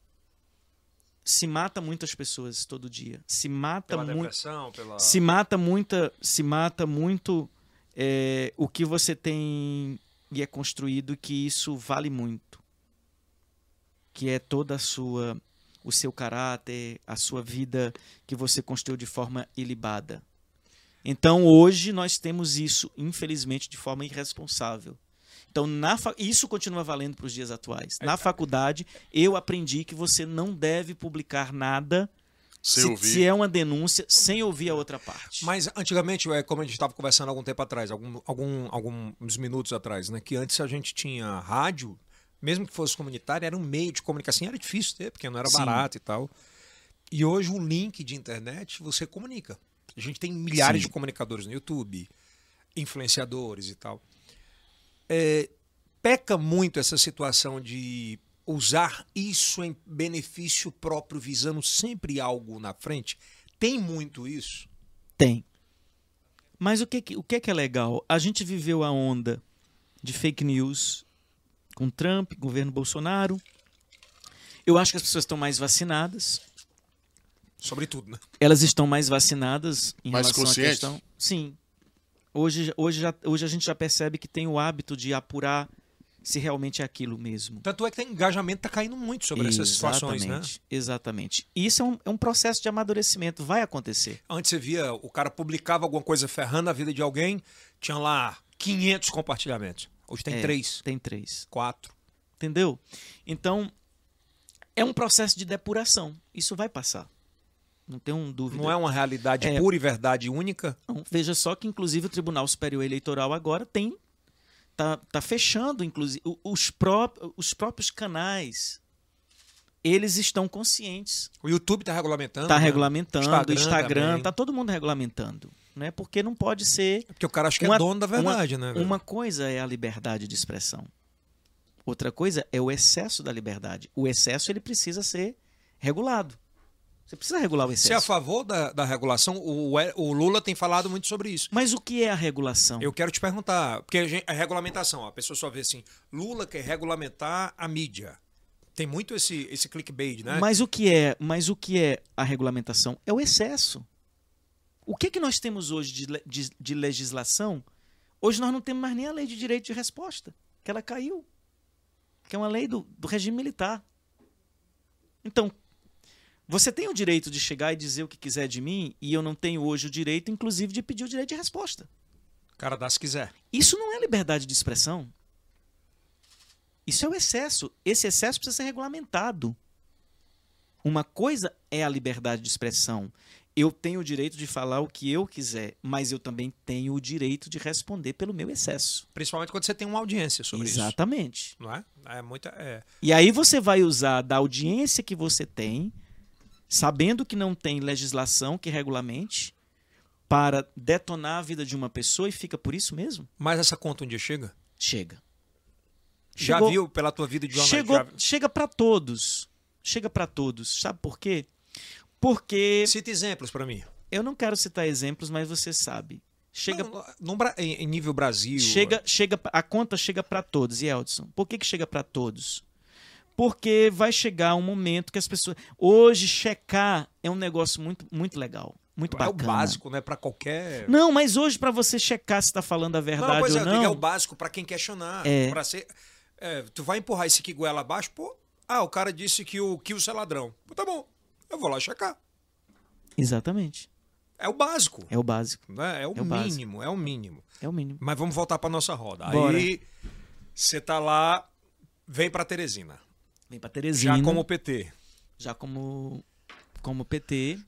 [SPEAKER 3] se mata muitas pessoas todo dia. Se mata
[SPEAKER 1] Pela
[SPEAKER 3] Tá muito
[SPEAKER 1] depressão, pela...
[SPEAKER 3] se mata muita se mata muito é, o que você tem e é construído e que isso vale muito que é toda a sua o seu caráter a sua vida que você construiu de forma ilibada Então hoje nós temos isso, infelizmente, de forma irresponsável. Então, na fa... isso continua valendo para os dias atuais. Na faculdade, eu aprendi que você não deve publicar nada
[SPEAKER 2] Sem
[SPEAKER 3] se,
[SPEAKER 2] ouvir.
[SPEAKER 3] se é uma denúncia sem ouvir a outra parte.
[SPEAKER 1] Mas antigamente, é, como a gente estava conversando há algum tempo atrás, algum, algum, alguns minutos atrás, né? Que antes a gente tinha rádio, mesmo que fosse comunitário, era um meio de comunicação. Era difícil ter, porque não era
[SPEAKER 3] Sim.
[SPEAKER 1] barato e tal. E hoje o link de internet você comunica. A gente tem milhares
[SPEAKER 3] Sim.
[SPEAKER 1] de comunicadores no YouTube, influenciadores e tal. É, peca muito essa situação de usar isso em benefício próprio, visando sempre algo na frente. Tem muito isso.
[SPEAKER 3] Tem. Mas o que, que- o que é que é legal? A gente viveu a onda de fake news com Trump, governo Bolsonaro. Eu acho que as pessoas estão mais vacinadas.
[SPEAKER 1] Sobretudo, né?
[SPEAKER 3] Elas estão mais vacinadas em
[SPEAKER 2] Mais
[SPEAKER 3] relação
[SPEAKER 2] conscientes?
[SPEAKER 3] à questão. Sim. Hoje, hoje, já- hoje a gente já percebe que tem o hábito de apurar se realmente é aquilo mesmo.
[SPEAKER 1] Tanto é que tem engajamento tá caindo muito sobre essas situações, né?
[SPEAKER 3] Exatamente, Exatamente. Isso é um, é um processo de amadurecimento, vai acontecer.
[SPEAKER 1] Antes você via, o cara publicava alguma coisa ferrando a vida de alguém, tinha lá 500 compartilhamentos. Hoje tem
[SPEAKER 3] É,
[SPEAKER 1] três,
[SPEAKER 3] Tem três.
[SPEAKER 1] quatro.
[SPEAKER 3] Entendeu? Então, é um processo de depuração. Isso vai passar. Não tem um dúvida.
[SPEAKER 1] Não é uma realidade
[SPEAKER 3] É.
[SPEAKER 1] pura e verdade única.
[SPEAKER 3] Não. Veja só que, inclusive, o Tribunal Superior Eleitoral agora tem. Tá, tá fechando, inclusive, o- os, pró- os próprios canais. Eles estão conscientes.
[SPEAKER 1] O YouTube tá regulamentando.
[SPEAKER 3] Está
[SPEAKER 1] né?
[SPEAKER 3] regulamentando,
[SPEAKER 1] Instagram
[SPEAKER 3] Instagram, Instagram
[SPEAKER 1] também.
[SPEAKER 3] tá todo mundo regulamentando. Né? Porque não pode ser
[SPEAKER 1] Porque o cara acha que é
[SPEAKER 3] Uma-
[SPEAKER 1] dono da verdade, né? velho?
[SPEAKER 3] Uma coisa é a liberdade de expressão. Outra coisa é o excesso da liberdade. O excesso ele precisa ser regulado. Você precisa regular o
[SPEAKER 1] Você é a
[SPEAKER 3] excesso.
[SPEAKER 1] favor da, da regulação? O, é, o Lula tem falado muito sobre isso.
[SPEAKER 3] Mas o que é a regulação?
[SPEAKER 1] Eu quero te perguntar, porque a, gen- a regulamentação, ó, a pessoa só vê assim, Lula quer regulamentar a mídia. Tem muito esse, esse clickbait, né?
[SPEAKER 3] Mas o que é? Mas o que é a regulamentação? É o excesso. O que que nós temos hoje de, le- de- de legislação? Hoje nós não temos mais nem a lei de direito de resposta, que ela caiu, que é uma lei do, do regime militar. Então, você tem o direito de chegar e dizer o que quiser de mim, e eu não tenho hoje o direito, inclusive, de pedir o direito de resposta.
[SPEAKER 1] O cara dá se quiser.
[SPEAKER 3] Isso não é liberdade de expressão. Isso é o excesso. Esse excesso precisa ser regulamentado. Uma coisa é a liberdade de expressão. Eu tenho o direito de falar o que eu quiser, mas eu também tenho o direito de responder pelo meu excesso.
[SPEAKER 1] Principalmente quando você tem uma audiência sobre isso.
[SPEAKER 3] Exatamente.
[SPEAKER 1] Não é? É muita. É.
[SPEAKER 3] E aí você vai usar da audiência que você tem, sabendo que não tem legislação que regulamente, para detonar a vida de uma pessoa e fica por isso mesmo?
[SPEAKER 1] Mas essa conta um dia chega?
[SPEAKER 3] Chega.
[SPEAKER 1] Já
[SPEAKER 3] Chegou-
[SPEAKER 1] viu pela tua vida de jornalista?
[SPEAKER 3] Chegou,
[SPEAKER 1] Já...
[SPEAKER 3] chega para todos. Chega para todos. Sabe por quê? Porque
[SPEAKER 1] Cita exemplos pra mim.
[SPEAKER 3] eu não quero citar exemplos, mas você sabe. Chega
[SPEAKER 1] Não, no Bra- em em nível Brasil. é,
[SPEAKER 3] chega chega a conta chega para todos, e Eldson. Por que que chega para todos? Porque vai chegar um momento que as pessoas hoje checar é um negócio muito muito legal, muito
[SPEAKER 1] É o
[SPEAKER 3] bacana.
[SPEAKER 1] básico, né? Pra qualquer.
[SPEAKER 3] Não, mas hoje para você checar se tá falando a verdade
[SPEAKER 1] pois é,
[SPEAKER 3] ou
[SPEAKER 1] eu digo,
[SPEAKER 3] não.
[SPEAKER 1] é o básico pra quem questionar.
[SPEAKER 3] É.
[SPEAKER 1] pra ser- é, tu vai empurrar esse aqui goela abaixo, pô. Ah, o cara disse que o que é ladrão. Pô, tá bom, eu vou lá checar.
[SPEAKER 3] Exatamente.
[SPEAKER 1] É o básico.
[SPEAKER 3] É o básico,
[SPEAKER 1] né? É o
[SPEAKER 3] É o básico.
[SPEAKER 1] mínimo, é o mínimo.
[SPEAKER 3] é o mínimo.
[SPEAKER 1] Mas vamos voltar pra nossa roda.
[SPEAKER 3] Bora.
[SPEAKER 1] Aí você tá lá, vem pra Teresina.
[SPEAKER 3] Vem para Teresina.
[SPEAKER 1] Já como PT.
[SPEAKER 3] já como como PT.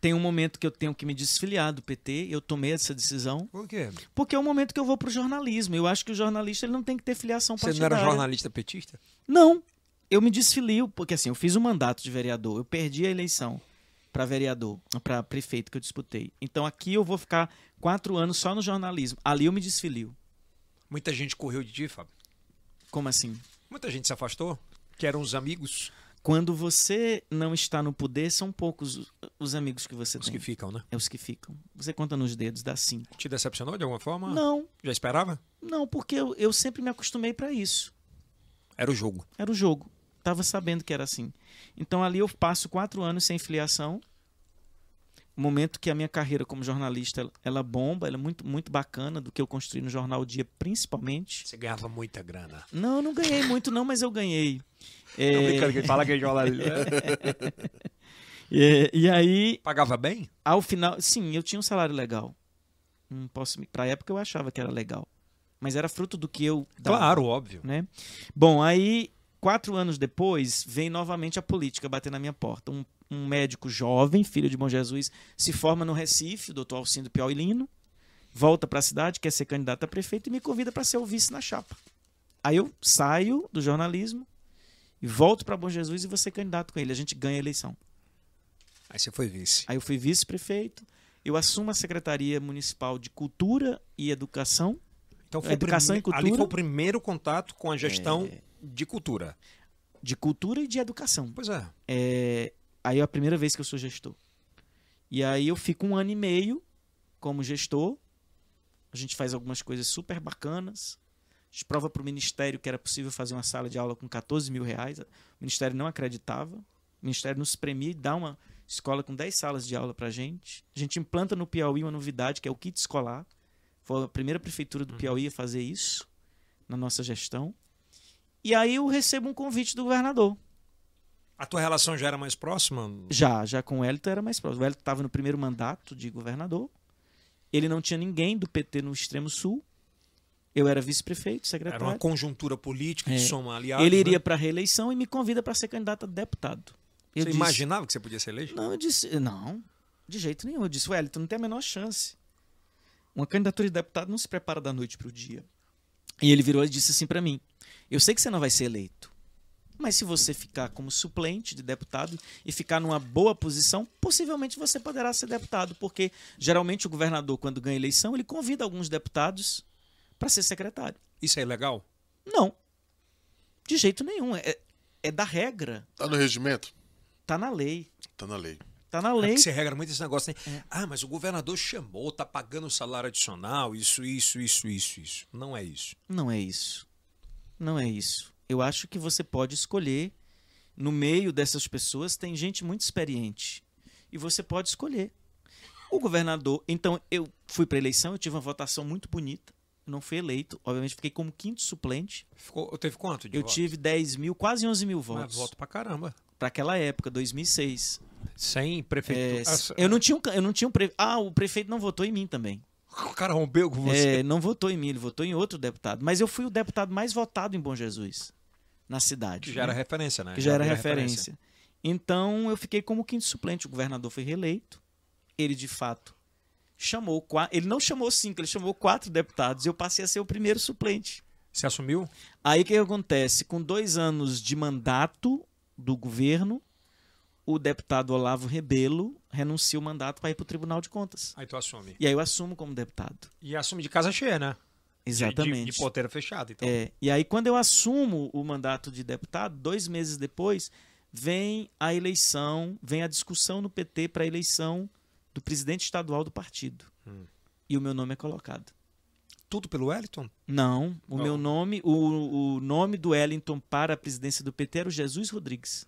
[SPEAKER 3] Tem um momento que eu tenho que me desfiliar do PT, eu tomei essa decisão,
[SPEAKER 1] Por quê?
[SPEAKER 3] porque é o momento que eu vou pro jornalismo. Eu acho que o jornalista ele não tem que ter filiação
[SPEAKER 1] Você não
[SPEAKER 3] partidária.
[SPEAKER 1] era jornalista petista?
[SPEAKER 3] Não, eu me desfilio, porque assim, eu fiz o mandato de vereador, eu perdi a eleição para vereador, para prefeito que eu disputei. Então aqui eu vou ficar quatro anos só no jornalismo. Ali eu me desfilio.
[SPEAKER 1] Muita gente correu de ti, Fábio.
[SPEAKER 3] Como assim?
[SPEAKER 1] Muita gente se afastou, que eram os amigos,
[SPEAKER 3] Quando você não está no poder, são poucos os- os amigos que você
[SPEAKER 1] os
[SPEAKER 3] tem.
[SPEAKER 1] que ficam, né?
[SPEAKER 3] É os que ficam. Você conta nos dedos, dá cinco.
[SPEAKER 1] Te decepcionou de alguma forma?
[SPEAKER 3] Não,
[SPEAKER 1] Já esperava?
[SPEAKER 3] não, porque eu, eu sempre me acostumei pra isso.
[SPEAKER 1] Era o jogo.
[SPEAKER 3] Era o jogo. Tava sabendo que era assim. Então ali eu passo quatro anos sem filiação. Momento que a minha carreira como jornalista ela- ela bomba, ela é muito, muito bacana do que eu construí no Jornal Dia, principalmente.
[SPEAKER 1] Você ganhava muita grana.
[SPEAKER 3] Não, eu não ganhei muito, não, mas eu ganhei.
[SPEAKER 1] Tô
[SPEAKER 3] É,
[SPEAKER 1] brincando, que ele fala que é jornalista.
[SPEAKER 3] é, e aí,
[SPEAKER 1] Pagava bem?
[SPEAKER 3] é, ao final, sim, eu tinha um salário legal. Não posso. me- Pra época eu achava que era legal. Mas era fruto do que eu. dava,
[SPEAKER 1] Claro, óbvio.
[SPEAKER 3] Né? Bom, aí, quatro anos depois, vem novamente a política bater na minha porta. Um, um médico jovem, filho de Bom Jesus, se forma no Recife, o doutor Alcindo Piaulino, volta pra cidade, quer ser candidato a prefeito e me convida pra ser o vice na chapa. Aí eu saio do jornalismo e volto pra Bom Jesus e vou ser candidato com ele. A gente ganha a eleição.
[SPEAKER 1] Aí você foi vice.
[SPEAKER 3] Aí eu fui vice-prefeito. Eu assumo a Secretaria Municipal de Cultura e Educação.
[SPEAKER 1] Então
[SPEAKER 3] a educação
[SPEAKER 1] o
[SPEAKER 3] e
[SPEAKER 1] prime- Ali
[SPEAKER 3] cultura-
[SPEAKER 1] foi o primeiro contato com a gestão de cultura.
[SPEAKER 3] De Cultura e de Educação.
[SPEAKER 1] Pois é.
[SPEAKER 3] É, aí é a primeira vez que eu sou gestor. E aí eu fico um ano e meio como gestor. A gente faz algumas coisas super bacanas. A gente prova para o Ministério que era possível fazer uma sala de aula com 14 mil reais. O Ministério não acreditava. O Ministério nos premia e dá uma escola com 10 salas de aula para gente. A gente implanta no Piauí uma novidade que é o kit escolar. Foi a primeira prefeitura do Piauí a fazer isso na nossa gestão. E aí eu recebo um convite do governador.
[SPEAKER 1] A tua relação já era mais próxima?
[SPEAKER 3] Já, já com o Hélito era mais próximo. O Hélito estava no primeiro mandato de governador. Ele não tinha ninguém do PT no extremo sul. Eu era vice-prefeito,
[SPEAKER 1] Era
[SPEAKER 3] secretário.
[SPEAKER 1] uma conjuntura política
[SPEAKER 3] Né, É.
[SPEAKER 1] de soma aliados.
[SPEAKER 3] Ele iria
[SPEAKER 1] Né?
[SPEAKER 3] para a reeleição e me convida para ser candidato a deputado. Eu
[SPEAKER 1] Você
[SPEAKER 3] disse-
[SPEAKER 1] imaginava que você podia ser eleito?
[SPEAKER 3] Não, eu disse, não, de jeito nenhum. Eu disse, Wellington, não tem a menor chance. Uma candidatura de deputado não se prepara da noite pro dia. E ele virou e disse assim para mim: Eu sei que você não vai ser eleito, mas se você ficar como suplente de deputado e ficar numa boa posição, possivelmente você poderá ser deputado, porque geralmente o governador, quando ganha eleição, ele convida alguns deputados para ser secretário.
[SPEAKER 1] Isso é ilegal?
[SPEAKER 3] Não, de jeito nenhum. É, é da regra,
[SPEAKER 2] Tá no regimento?
[SPEAKER 3] tá na lei.
[SPEAKER 2] Tá na lei.
[SPEAKER 3] Tá na
[SPEAKER 1] É
[SPEAKER 3] lei. É.
[SPEAKER 1] porque você regra muito esse negócio, né? Ah, mas o governador chamou, tá pagando salário adicional, isso, isso, isso, isso, isso. Não é isso.
[SPEAKER 3] Não é isso. Não é isso. Eu acho que você pode escolher. No meio dessas pessoas tem gente muito experiente. E você pode escolher. O governador. Então, eu fui para eleição, eu tive uma votação muito bonita. Eu não fui eleito. Obviamente, fiquei como quinto suplente.
[SPEAKER 1] Ficou, teve quanto de
[SPEAKER 3] Eu
[SPEAKER 1] voto?
[SPEAKER 3] tive 10 mil, quase 11 mil
[SPEAKER 1] Mas
[SPEAKER 3] votos.
[SPEAKER 1] voto pra caramba.
[SPEAKER 3] Para aquela época, 2006.
[SPEAKER 1] Sem
[SPEAKER 3] É,
[SPEAKER 1] prefeitura. Ah,
[SPEAKER 3] eu não tinha um. ca- Eu não tinha um pre... Ah, o prefeito não votou em mim também.
[SPEAKER 1] O cara rompeu com você.
[SPEAKER 3] É, não votou em mim, ele votou em outro deputado. Mas eu fui o deputado mais votado em Bom Jesus, na cidade.
[SPEAKER 1] Que já
[SPEAKER 3] né?
[SPEAKER 1] era referência, né?
[SPEAKER 3] que já era
[SPEAKER 1] vira
[SPEAKER 3] referência. Então eu fiquei como quinto suplente. O governador foi reeleito. Ele de fato chamou qua- ele não chamou cinco, ele chamou quatro deputados. Eu passei a ser o primeiro suplente.
[SPEAKER 1] Você assumiu?
[SPEAKER 3] Aí o que acontece? Com dois anos de mandato do governo, o deputado Olavo Rebelo renuncia o mandato para ir para o Tribunal de Contas.
[SPEAKER 1] Aí tu assume.
[SPEAKER 3] E aí eu assumo como deputado.
[SPEAKER 1] E assume de casa cheia, né? De-
[SPEAKER 3] Exatamente.
[SPEAKER 1] De, de porteira fechada, então.
[SPEAKER 3] É, e aí, quando eu assumo o mandato de deputado, dois meses depois, vem a eleição, vem a discussão no PT para a eleição do presidente estadual do partido. E o meu nome é colocado.
[SPEAKER 1] Tudo pelo Wellington?
[SPEAKER 3] Não, o
[SPEAKER 1] Não.
[SPEAKER 3] meu nome, o, o nome do Wellington para a presidência do PT era o Jesus Rodrigues,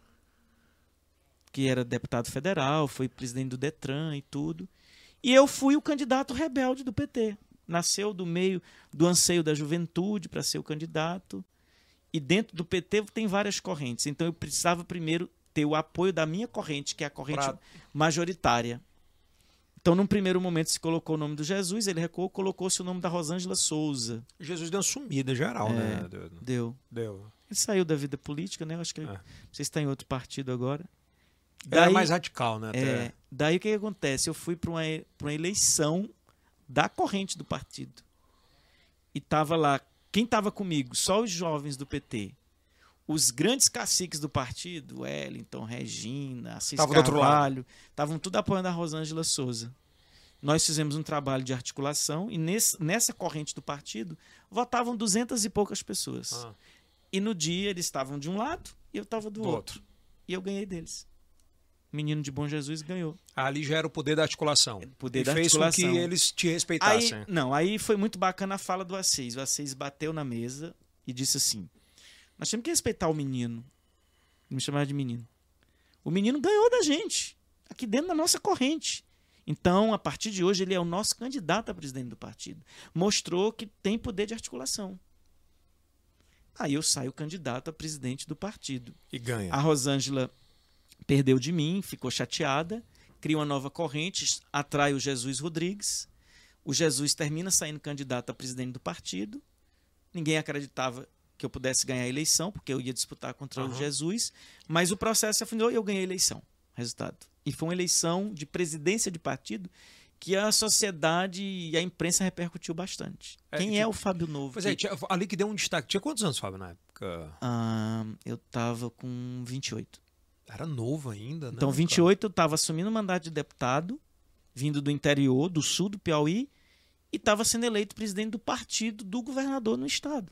[SPEAKER 3] que era deputado federal, foi presidente do Detran e tudo. E eu fui o candidato rebelde do PT. Nasceu do meio do anseio da juventude para ser o candidato. E dentro do PT tem várias correntes. Então eu precisava primeiro ter o apoio da minha corrente, que é a corrente
[SPEAKER 1] Pra-
[SPEAKER 3] majoritária. Então, num primeiro momento, se colocou o nome do Jesus, ele recuou, colocou-se o nome da Rosângela Souza.
[SPEAKER 1] Jesus deu uma sumida
[SPEAKER 3] É.
[SPEAKER 1] geral, né? Deu-
[SPEAKER 3] Deu.
[SPEAKER 1] Deu.
[SPEAKER 3] Ele saiu da vida política, né? Eu acho que ele,
[SPEAKER 1] É.
[SPEAKER 3] não sei se está em outro partido agora.
[SPEAKER 1] Daí, era mais radical, né?
[SPEAKER 3] é,
[SPEAKER 1] até.
[SPEAKER 3] daí o que, que acontece? Eu fui para uma, e- pra uma eleição da corrente do partido. E tava lá. Quem tava comigo? Só os jovens do PT. Os grandes caciques do partido, Wellington, Regina, Assis
[SPEAKER 1] Tava do outro lado.
[SPEAKER 3] Carvalho, estavam tudo apoiando a Rosângela Souza. Nós fizemos um trabalho de articulação e nesse- nessa corrente do partido votavam duzentas e poucas pessoas.
[SPEAKER 1] Ah.
[SPEAKER 3] E no dia eles estavam de um lado e eu estava do,
[SPEAKER 1] Do
[SPEAKER 3] outro. E eu ganhei deles. O menino de Bom Jesus ganhou.
[SPEAKER 1] Ali já era o poder da articulação.
[SPEAKER 3] poder
[SPEAKER 1] e
[SPEAKER 3] da
[SPEAKER 1] fez com
[SPEAKER 3] articulação.
[SPEAKER 1] que eles te
[SPEAKER 3] Aí,
[SPEAKER 1] respeitassem.
[SPEAKER 3] não, aí foi muito bacana a fala do Assis. O Assis bateu na mesa e disse assim: Nós temos que respeitar o menino. Ele Me chamava de menino. O menino ganhou da gente, aqui dentro da nossa corrente. Então, a partir de hoje, ele é o nosso candidato a presidente do partido. Mostrou que tem poder de articulação. Aí eu saio candidato a presidente do partido.
[SPEAKER 1] E ganha.
[SPEAKER 3] A Rosângela perdeu de mim, ficou chateada, cria uma nova corrente, atrai o Jesus Rodrigues. O Jesus termina saindo candidato a presidente do partido. Ninguém acreditava que eu pudesse ganhar a eleição, porque eu ia disputar contra o
[SPEAKER 1] Aham.
[SPEAKER 3] Jesus. Mas o processo se afinou e eu ganhei a eleição. Resultado. E foi uma eleição de presidência de partido que a sociedade e a imprensa repercutiu bastante.
[SPEAKER 1] É,
[SPEAKER 3] Quem
[SPEAKER 1] e
[SPEAKER 3] é
[SPEAKER 1] tu-
[SPEAKER 3] o Fábio Novo?
[SPEAKER 1] Pois é,
[SPEAKER 3] Que-
[SPEAKER 1] tinha- ali que deu um destaque. Tinha quantos anos, Fábio, na época?
[SPEAKER 3] Ah, eu tava com 28.
[SPEAKER 1] Era novo ainda, né?
[SPEAKER 3] Então,
[SPEAKER 1] cara?
[SPEAKER 3] 28, eu estava assumindo o mandato de deputado, vindo do interior, do sul do Piauí, e estava sendo eleito presidente do partido do governador no estado.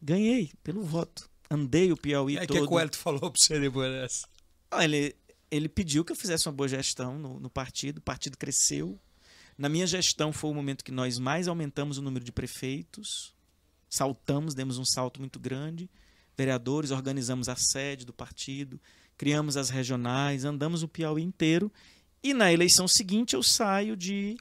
[SPEAKER 3] Ganhei pelo voto. Andei o Piauí
[SPEAKER 1] É que
[SPEAKER 3] todo.
[SPEAKER 1] é que o Hélio falou pra você depois dessa.
[SPEAKER 3] Ah, ele, ele pediu que eu fizesse uma boa gestão no, no partido, o partido cresceu. Na minha gestão foi o momento que nós mais aumentamos o número de prefeitos, saltamos, demos um salto muito grande, vereadores, organizamos a sede do partido, criamos as regionais, andamos o Piauí inteiro. E na eleição seguinte eu saio de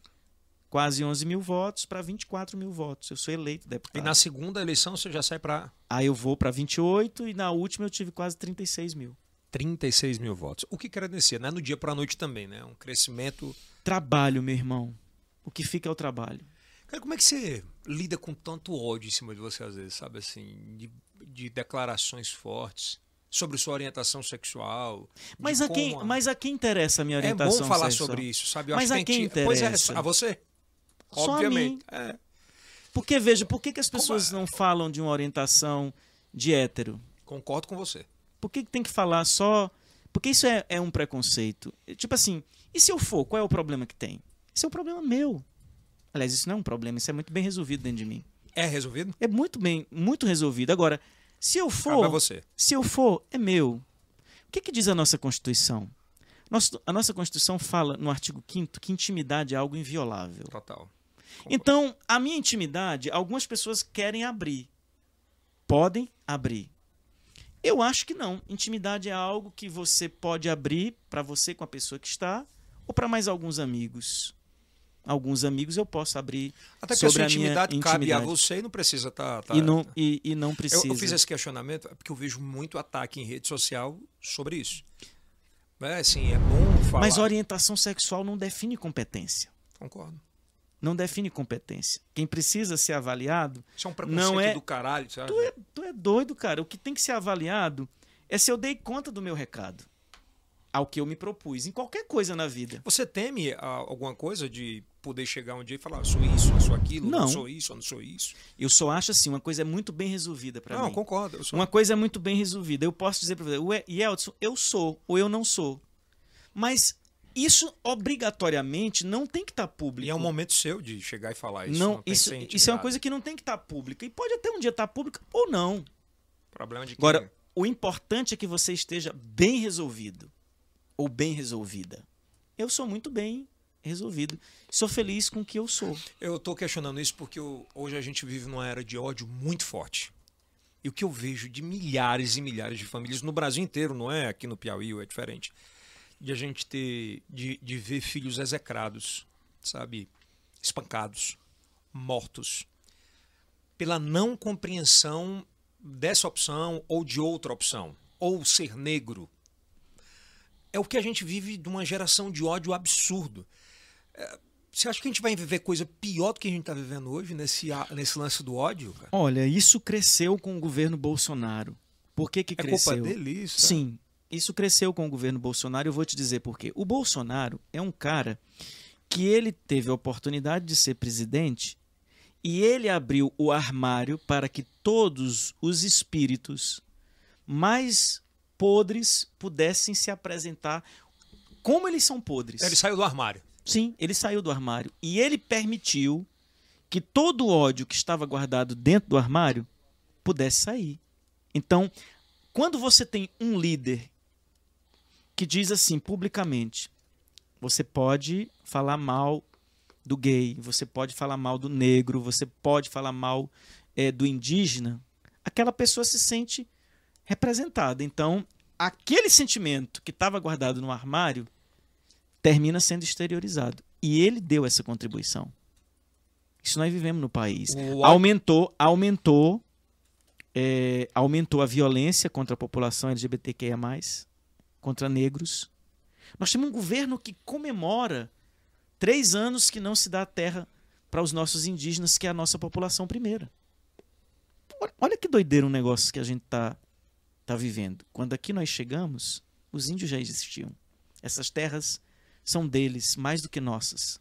[SPEAKER 3] quase 11 mil votos para 24 mil votos. Eu sou eleito
[SPEAKER 1] E
[SPEAKER 3] deputado.
[SPEAKER 1] na segunda eleição você já sai pra
[SPEAKER 3] Aí eu vou para 28 e na última eu tive quase 36 mil.
[SPEAKER 1] 36 mil votos. O que credencia, né? No dia pra noite também, né? Um crescimento.
[SPEAKER 3] Trabalho, meu irmão. O que fica é o trabalho.
[SPEAKER 1] Cara, como é que você lida com tanto ódio em cima de você, às vezes, sabe? Assim, de, de declarações fortes sobre sua orientação sexual. de
[SPEAKER 3] Mas a, quem,
[SPEAKER 1] como a-
[SPEAKER 3] mas a quem interessa a minha
[SPEAKER 1] É
[SPEAKER 3] orientação
[SPEAKER 1] bom falar
[SPEAKER 3] sexual?
[SPEAKER 1] sobre isso, sabe?
[SPEAKER 3] Mas
[SPEAKER 1] acho
[SPEAKER 3] a
[SPEAKER 1] que tem
[SPEAKER 3] quem
[SPEAKER 1] que- Pois é,
[SPEAKER 3] interessa?
[SPEAKER 1] a você.
[SPEAKER 3] Só a
[SPEAKER 1] Obviamente. É.
[SPEAKER 3] Porque, veja, por que, que as pessoas não falam de uma orientação de hétero?
[SPEAKER 1] Concordo com você.
[SPEAKER 3] Por que, que tem que falar só... Porque isso é, é um preconceito. Tipo assim, e se eu for, qual é o problema que tem? Isso é um problema meu. Aliás, isso não é um problema, isso é muito bem resolvido dentro de mim.
[SPEAKER 1] É resolvido?
[SPEAKER 3] É muito bem, muito resolvido. Agora, se eu
[SPEAKER 1] Cabe a
[SPEAKER 3] for...
[SPEAKER 1] você.
[SPEAKER 3] Se eu for, é meu. O que, que diz a nossa Constituição? Nosso- a nossa Constituição fala no artigo 5 que intimidade é algo inviolável.
[SPEAKER 1] Total. Concordo.
[SPEAKER 3] Então, a minha intimidade, algumas pessoas querem abrir. Podem abrir. Eu acho que não. Intimidade é algo que você pode abrir para você com a pessoa que está ou para mais alguns amigos. Alguns amigos eu posso abrir
[SPEAKER 1] Até que
[SPEAKER 3] sobre
[SPEAKER 1] a
[SPEAKER 3] a
[SPEAKER 1] sua
[SPEAKER 3] minha
[SPEAKER 1] intimidade cabe a
[SPEAKER 3] intimidade.
[SPEAKER 1] você e não precisa estar.
[SPEAKER 3] e, não, e, e não
[SPEAKER 1] Tá Eu,
[SPEAKER 3] precisa.
[SPEAKER 1] eu fiz esse questionamento é porque eu vejo muito ataque em rede social sobre isso. É, assim, é bom falar.
[SPEAKER 3] Mas orientação sexual não define competência.
[SPEAKER 1] Concordo.
[SPEAKER 3] não define competência. Quem precisa ser avaliado,
[SPEAKER 1] Isso é um preconceito
[SPEAKER 3] Não é-
[SPEAKER 1] do caralho, sabe?
[SPEAKER 3] tu é, tu é doido, cara. O que tem que ser avaliado é se eu dei conta do meu recado, ao que eu me propus, em qualquer coisa na vida.
[SPEAKER 1] Você teme ah, alguma coisa de poder chegar um dia e falar, eu sou isso, eu sou aquilo, eu
[SPEAKER 3] Não.
[SPEAKER 1] sou isso, eu não sou isso?
[SPEAKER 3] Eu só acho assim, uma coisa é muito bem resolvida pra
[SPEAKER 1] não,
[SPEAKER 3] mim.
[SPEAKER 1] concordo. Eu sou...
[SPEAKER 3] Uma coisa é muito bem resolvida. Eu posso dizer pra você, "Ué, Yeldson, eu sou ou eu não sou. Mas isso obrigatoriamente não tem que estar público.
[SPEAKER 1] E é um momento seu de chegar e falar isso.
[SPEAKER 3] não,
[SPEAKER 1] tem que
[SPEAKER 3] isso,
[SPEAKER 1] ser
[SPEAKER 3] isso é uma
[SPEAKER 1] intimidado.
[SPEAKER 3] coisa que não tem que estar pública. E pode até um dia estar pública ou não.
[SPEAKER 1] Problema de quem
[SPEAKER 3] Agora, o importante é que você esteja bem resolvido ou bem resolvida. Eu sou muito bem resolvido. Sou feliz com o que eu sou.
[SPEAKER 1] Eu tô questionando isso porque eu- hoje a gente vive numa era de ódio muito forte. E o que eu vejo de milhares e milhares de famílias no Brasil inteiro, não é aqui no Piauí, é diferente, de a gente ter, de, de ver filhos execrados, sabe? Espancados, mortos, pela não compreensão dessa opção ou de outra opção, ou ser negro. É o que a gente vive de uma geração de ódio absurdo. É, Você acha que a gente vai viver coisa pior do que a gente está vivendo hoje nesse, a- nesse lance do ódio, cara?
[SPEAKER 3] Olha, isso cresceu com o governo Bolsonaro. Por que, que
[SPEAKER 1] É
[SPEAKER 3] cresceu?
[SPEAKER 1] culpa dele isso? tá?
[SPEAKER 3] Sim, isso cresceu com o governo Bolsonaro. Eu vou te dizer por quê. O Bolsonaro é um cara que ele teve a oportunidade de ser presidente e ele abriu o armário para que todos os espíritos mais podres pudessem se apresentar. Como eles são podres?
[SPEAKER 1] Ele saiu do armário.
[SPEAKER 3] Sim, ele saiu do armário e ele permitiu que todo o ódio que estava guardado dentro do armário pudesse sair. Então, quando você tem um líder que diz assim publicamente, você pode falar mal do gay, você pode falar mal do negro, você pode falar mal eh, do indígena, aquela pessoa se sente representada. Então, aquele sentimento que estava guardado no armário termina sendo exteriorizado. E ele deu essa contribuição. Isso nós vivemos no país.
[SPEAKER 1] O ódio-
[SPEAKER 3] Aumentou, aumentou, é, aumentou a violência contra a população LGBTQIA+, contra negros. Nós temos um governo que comemora três anos que não se dá terra para os nossos indígenas, que é a nossa população primeira. Olha- Olha que doideira um negócio que a gente tá, tá vivendo. Quando aqui nós chegamos, os índios já existiam. Essas terras são deles mais do que nossas.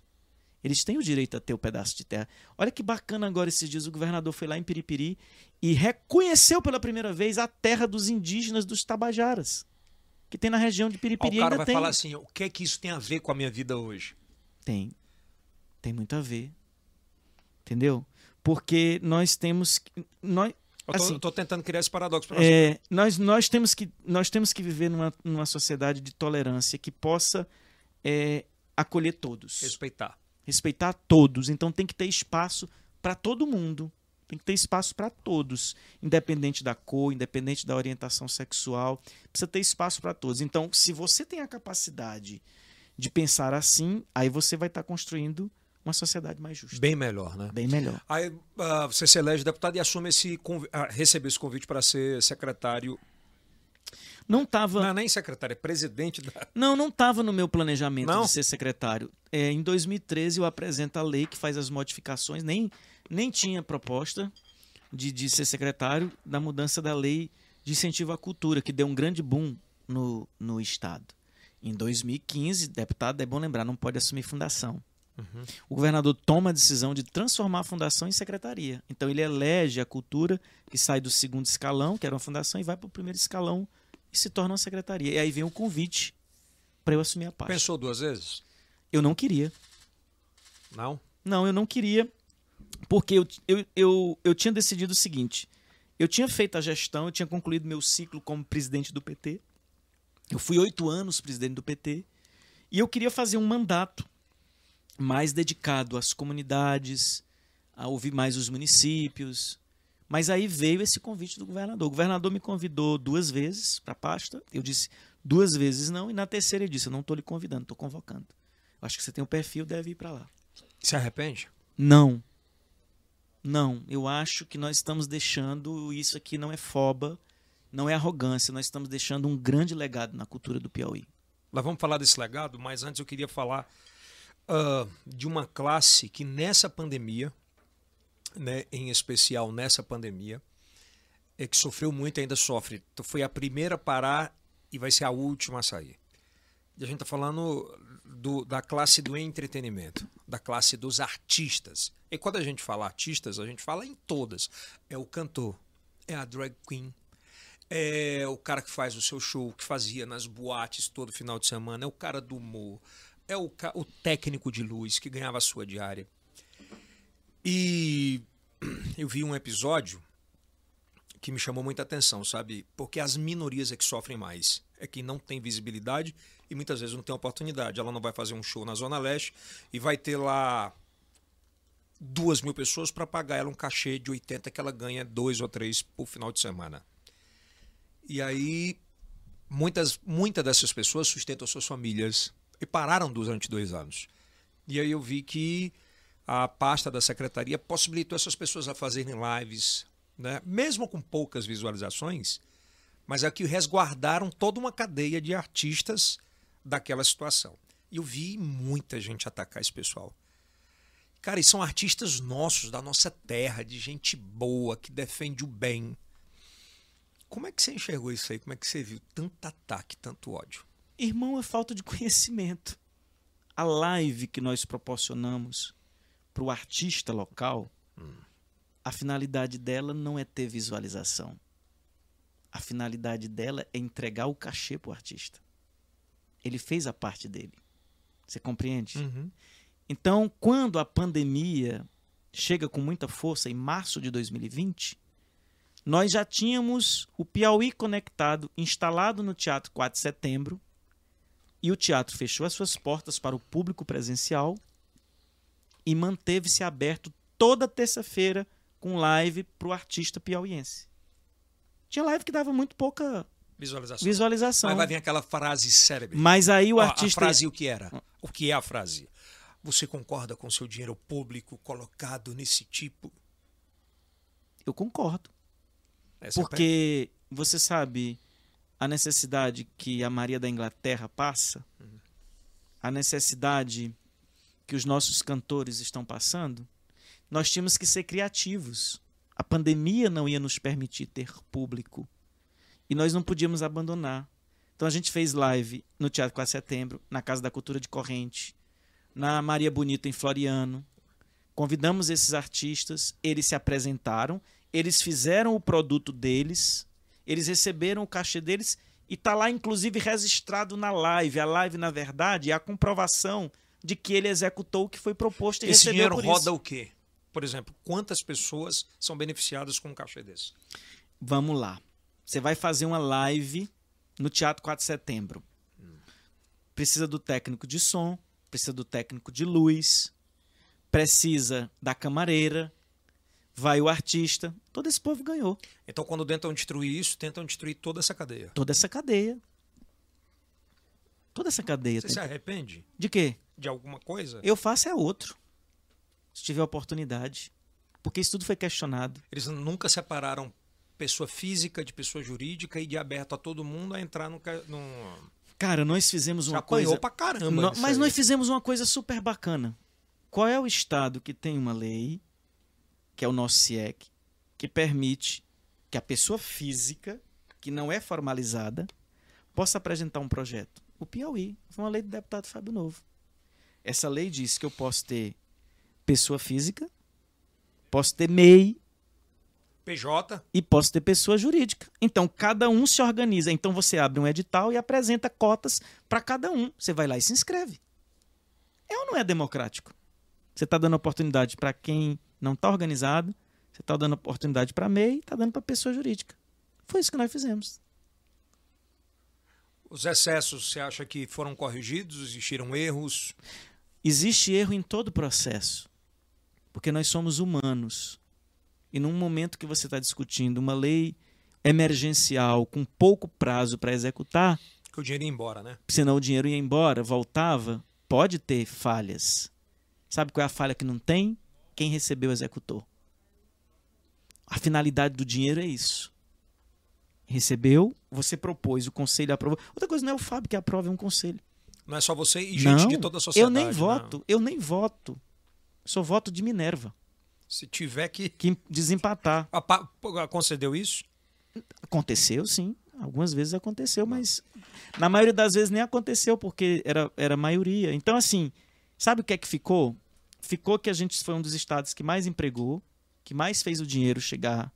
[SPEAKER 3] Eles têm o direito a ter o pedaço de terra. Olha que bacana agora esses dias o governador foi lá em Piripiri e reconheceu pela primeira vez a terra dos indígenas dos Tabajaras, que tem na região de
[SPEAKER 1] Ó,
[SPEAKER 3] Piripiri
[SPEAKER 1] o cara
[SPEAKER 3] ainda
[SPEAKER 1] vai
[SPEAKER 3] tem.
[SPEAKER 1] falar assim: o que é que isso tem a ver com a minha vida hoje?
[SPEAKER 3] Tem. Tem muito a ver. Entendeu? Porque nós temos que- nós,
[SPEAKER 1] Eu tô,
[SPEAKER 3] Assim,
[SPEAKER 1] eu tô tentando criar esse paradoxo pra você.
[SPEAKER 3] é, nós, nós, temos que, nós temos que viver numa, numa sociedade de tolerância que possa é, acolher todos,
[SPEAKER 1] Respeitar.
[SPEAKER 3] respeitar todos. Então tem que ter espaço para todo mundo. Tem que ter espaço para todos, independente da cor, independente da orientação sexual. Precisa ter espaço para todos. Então, se você tem a capacidade de pensar assim, aí você vai estar construindo uma sociedade mais justa,
[SPEAKER 1] Bem melhor, né?
[SPEAKER 3] bem melhor.
[SPEAKER 1] Aí ah, você se elege deputado e assume esse conv... ah, recebeu esse convite para ser secretário.
[SPEAKER 3] Não tava
[SPEAKER 1] Não, nem secretário, é presidente da.
[SPEAKER 3] Não, não estava no meu planejamento
[SPEAKER 1] Não?
[SPEAKER 3] de ser secretário. É, em 2013 eu apresento a lei que faz as modificações, nem, nem tinha proposta de, de ser secretário da mudança da lei de incentivo à cultura, que deu um grande boom no, no Estado. Em 2015, deputado, é bom lembrar, não pode assumir fundação. O governador toma a decisão de transformar a fundação em secretaria. Então ele elege a cultura, que sai do segundo escalão, que era uma fundação, e vai para o primeiro escalão e se torna uma secretaria. E aí vem o convite para eu assumir a pasta.
[SPEAKER 1] Pensou duas vezes?
[SPEAKER 3] Eu não queria.
[SPEAKER 1] Não?
[SPEAKER 3] Não, eu não queria, porque eu, eu, eu, eu tinha decidido o seguinte: eu tinha feito a gestão, eu tinha concluído meu ciclo como presidente do PT. Eu fui oito anos presidente do PT e eu queria fazer um mandato mais dedicado às comunidades, a ouvir mais os municípios. Mas aí veio esse convite do governador. O governador me convidou duas vezes para a pasta. Eu disse duas vezes não, e na terceira ele disse: Eu não estou lhe convidando, estou convocando. Eu acho que você tem um perfil, deve ir para lá.
[SPEAKER 1] Se arrepende?
[SPEAKER 3] Não. Não, eu acho que nós estamos deixando, isso aqui não é foba, não é arrogância, nós estamos deixando um grande legado na cultura do Piauí.
[SPEAKER 1] Nós vamos falar desse legado, mas antes eu queria falar ah, de uma classe que nessa pandemia, né, em especial nessa pandemia, é que sofreu muito e ainda sofre. Tu foi a primeira a parar e vai ser a última a sair. E a gente está falando do- da classe do entretenimento, da classe dos artistas. E quando a gente fala artistas, a gente fala em todas. É o cantor, é a drag queen, é o cara que faz o seu show, que fazia nas boates todo final de semana, é o cara do humor, é o, ca- o técnico de luz que ganhava a sua diária. E eu vi um episódio que me chamou muita atenção, sabe? Porque as minorias é que sofrem mais. É que não tem visibilidade e muitas vezes não tem oportunidade. Ela não vai fazer um show na Zona Leste e vai ter lá duas mil pessoas para pagar ela um cachê de 80 que ela ganha dois ou três por final de semana. E aí, muitas, muitas dessas pessoas sustentam suas famílias e pararam durante dois anos. E aí eu vi que a pasta da secretaria possibilitou essas pessoas a fazerem lives, né? mesmo com poucas visualizações, mas é que resguardaram toda uma cadeia de artistas daquela situação. E eu vi muita gente atacar esse pessoal. Cara, e são artistas nossos, da nossa terra, de gente boa, que defende o bem. Como é que você enxergou isso aí? Como é que você viu tanto ataque, tanto ódio?
[SPEAKER 3] Irmão, é falta de conhecimento. A live que nós proporcionamos para o artista local, a finalidade dela não é ter visualização. A finalidade dela é entregar o cachê para o artista. Ele fez a parte dele. Você compreende? Então, quando a pandemia chega com muita força, em março de 2020, nós já tínhamos o Piauí Conectado instalado no Teatro 4 de Setembro e o teatro fechou as suas portas para o público presencial e manteve-se aberto toda terça-feira com live para o artista piauiense. Tinha live que dava muito pouca
[SPEAKER 1] Visualização.
[SPEAKER 3] visualização.
[SPEAKER 1] Aí vai vir aquela frase cérebro.
[SPEAKER 3] Mas aí o
[SPEAKER 1] Ó,
[SPEAKER 3] artista.
[SPEAKER 1] A frase o que era? O que é a frase? Você concorda com seu dinheiro público colocado nesse tipo?
[SPEAKER 3] Eu concordo.
[SPEAKER 1] Essa é
[SPEAKER 3] Porque você sabe a necessidade que a Maria da Inglaterra passa, a necessidade que os nossos cantores estão passando, nós tínhamos que ser criativos. A pandemia não ia nos permitir ter público. E nós não podíamos abandonar. Então a gente fez live no Teatro 4 de Setembro, na Casa da Cultura de Corrente, na Maria Bonita em Floriano. Convidamos esses artistas, eles se apresentaram, eles fizeram o produto deles, eles receberam o cachê deles e tá lá inclusive registrado na live. A live, na verdade, é a comprovação de que ele executou o que foi proposto e
[SPEAKER 1] Esse
[SPEAKER 3] recebeu
[SPEAKER 1] dinheiro
[SPEAKER 3] por
[SPEAKER 1] roda
[SPEAKER 3] isso.
[SPEAKER 1] o quê? Por exemplo, quantas pessoas são beneficiadas com um cachê desse?
[SPEAKER 3] Vamos lá. Você vai fazer uma live no Teatro 4 de Setembro. Precisa do técnico de som, precisa do técnico de luz, precisa da camareira, vai o artista. Todo esse povo ganhou.
[SPEAKER 1] Então, quando tentam destruir isso, tentam destruir toda essa cadeia.
[SPEAKER 3] Toda essa cadeia. Toda essa cadeia.
[SPEAKER 1] Você
[SPEAKER 3] tem-
[SPEAKER 1] se arrepende
[SPEAKER 3] De quê?
[SPEAKER 1] de alguma coisa?
[SPEAKER 3] Eu faço é outro. Se tiver oportunidade. Porque isso tudo foi questionado.
[SPEAKER 1] Eles nunca separaram pessoa física de pessoa jurídica e de aberto a todo mundo a entrar no. ca- num-
[SPEAKER 3] Cara, nós fizemos
[SPEAKER 1] Já
[SPEAKER 3] uma
[SPEAKER 1] apanhou
[SPEAKER 3] coisa.
[SPEAKER 1] pra caramba. é
[SPEAKER 3] Nó-
[SPEAKER 1] nisso
[SPEAKER 3] mas
[SPEAKER 1] aí.
[SPEAKER 3] nós fizemos uma coisa super bacana. Qual é o estado que tem uma lei, que é o nosso CIEC, que permite que a pessoa física, que não é formalizada, possa apresentar um projeto? O Piauí. Foi uma lei do deputado Fábio Novo. Essa lei diz que eu posso ter pessoa física, posso ter MEI
[SPEAKER 1] PJ,
[SPEAKER 3] e posso ter pessoa jurídica. Então, cada um se organiza. Então, você abre um edital e apresenta cotas para cada um. Você vai lá e se inscreve. É ou não é democrático? Você está dando oportunidade para quem não está organizado, você está dando oportunidade para MEI, está dando para pessoa jurídica. Foi isso que nós fizemos.
[SPEAKER 1] os excessos, você acha que foram corrigidos? Existiram erros?
[SPEAKER 3] Existe erro em todo o processo, porque nós somos humanos. E num momento que você está discutindo uma lei emergencial com pouco prazo para executar,
[SPEAKER 1] Que o dinheiro ia embora, né?
[SPEAKER 3] senão o dinheiro ia embora, voltava, pode ter falhas. Sabe qual é a falha que não tem? Quem recebeu executou. A finalidade do dinheiro é isso. Recebeu, você propôs, o conselho aprovou. Outra coisa não é o Fábio que aprova, é um conselho.
[SPEAKER 1] Não é só você e gente
[SPEAKER 3] não,
[SPEAKER 1] de toda a sociedade.
[SPEAKER 3] eu nem
[SPEAKER 1] né?
[SPEAKER 3] voto, eu nem voto. Sou voto de Minerva,
[SPEAKER 1] Se tiver que.
[SPEAKER 3] que desempatar.
[SPEAKER 1] a pa- Concedeu isso?
[SPEAKER 3] Aconteceu, sim. Algumas vezes aconteceu, mas na maioria das vezes nem aconteceu, porque era, era maioria. Então, assim, sabe o que é que ficou? Ficou que a gente foi um dos estados que mais empregou, que mais fez o dinheiro chegar.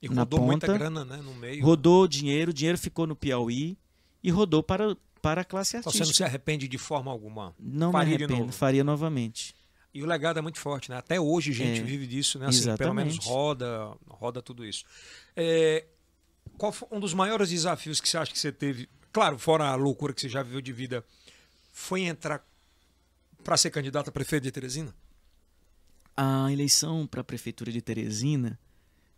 [SPEAKER 1] E
[SPEAKER 3] Na
[SPEAKER 1] rodou muita
[SPEAKER 3] ponta,
[SPEAKER 1] grana, né? No meio.
[SPEAKER 3] Rodou o dinheiro, o dinheiro ficou no Piauí e rodou para, para a classe
[SPEAKER 1] Então, você não
[SPEAKER 3] artística.
[SPEAKER 1] se arrepende de forma alguma.
[SPEAKER 3] Não me
[SPEAKER 1] faria de
[SPEAKER 3] arrependo,
[SPEAKER 1] novo.
[SPEAKER 3] faria novamente.
[SPEAKER 1] E o legado é muito forte, né? Até hoje a gente
[SPEAKER 3] É,
[SPEAKER 1] vive disso, né? Assim, pelo menos
[SPEAKER 3] exatamente.
[SPEAKER 1] roda, roda tudo isso. É, qual foi um dos maiores desafios que você acha que você teve? Claro, fora a loucura que você já viveu de vida, foi entrar para ser candidato a prefeito de Teresina?
[SPEAKER 3] A eleição para a prefeitura de Teresina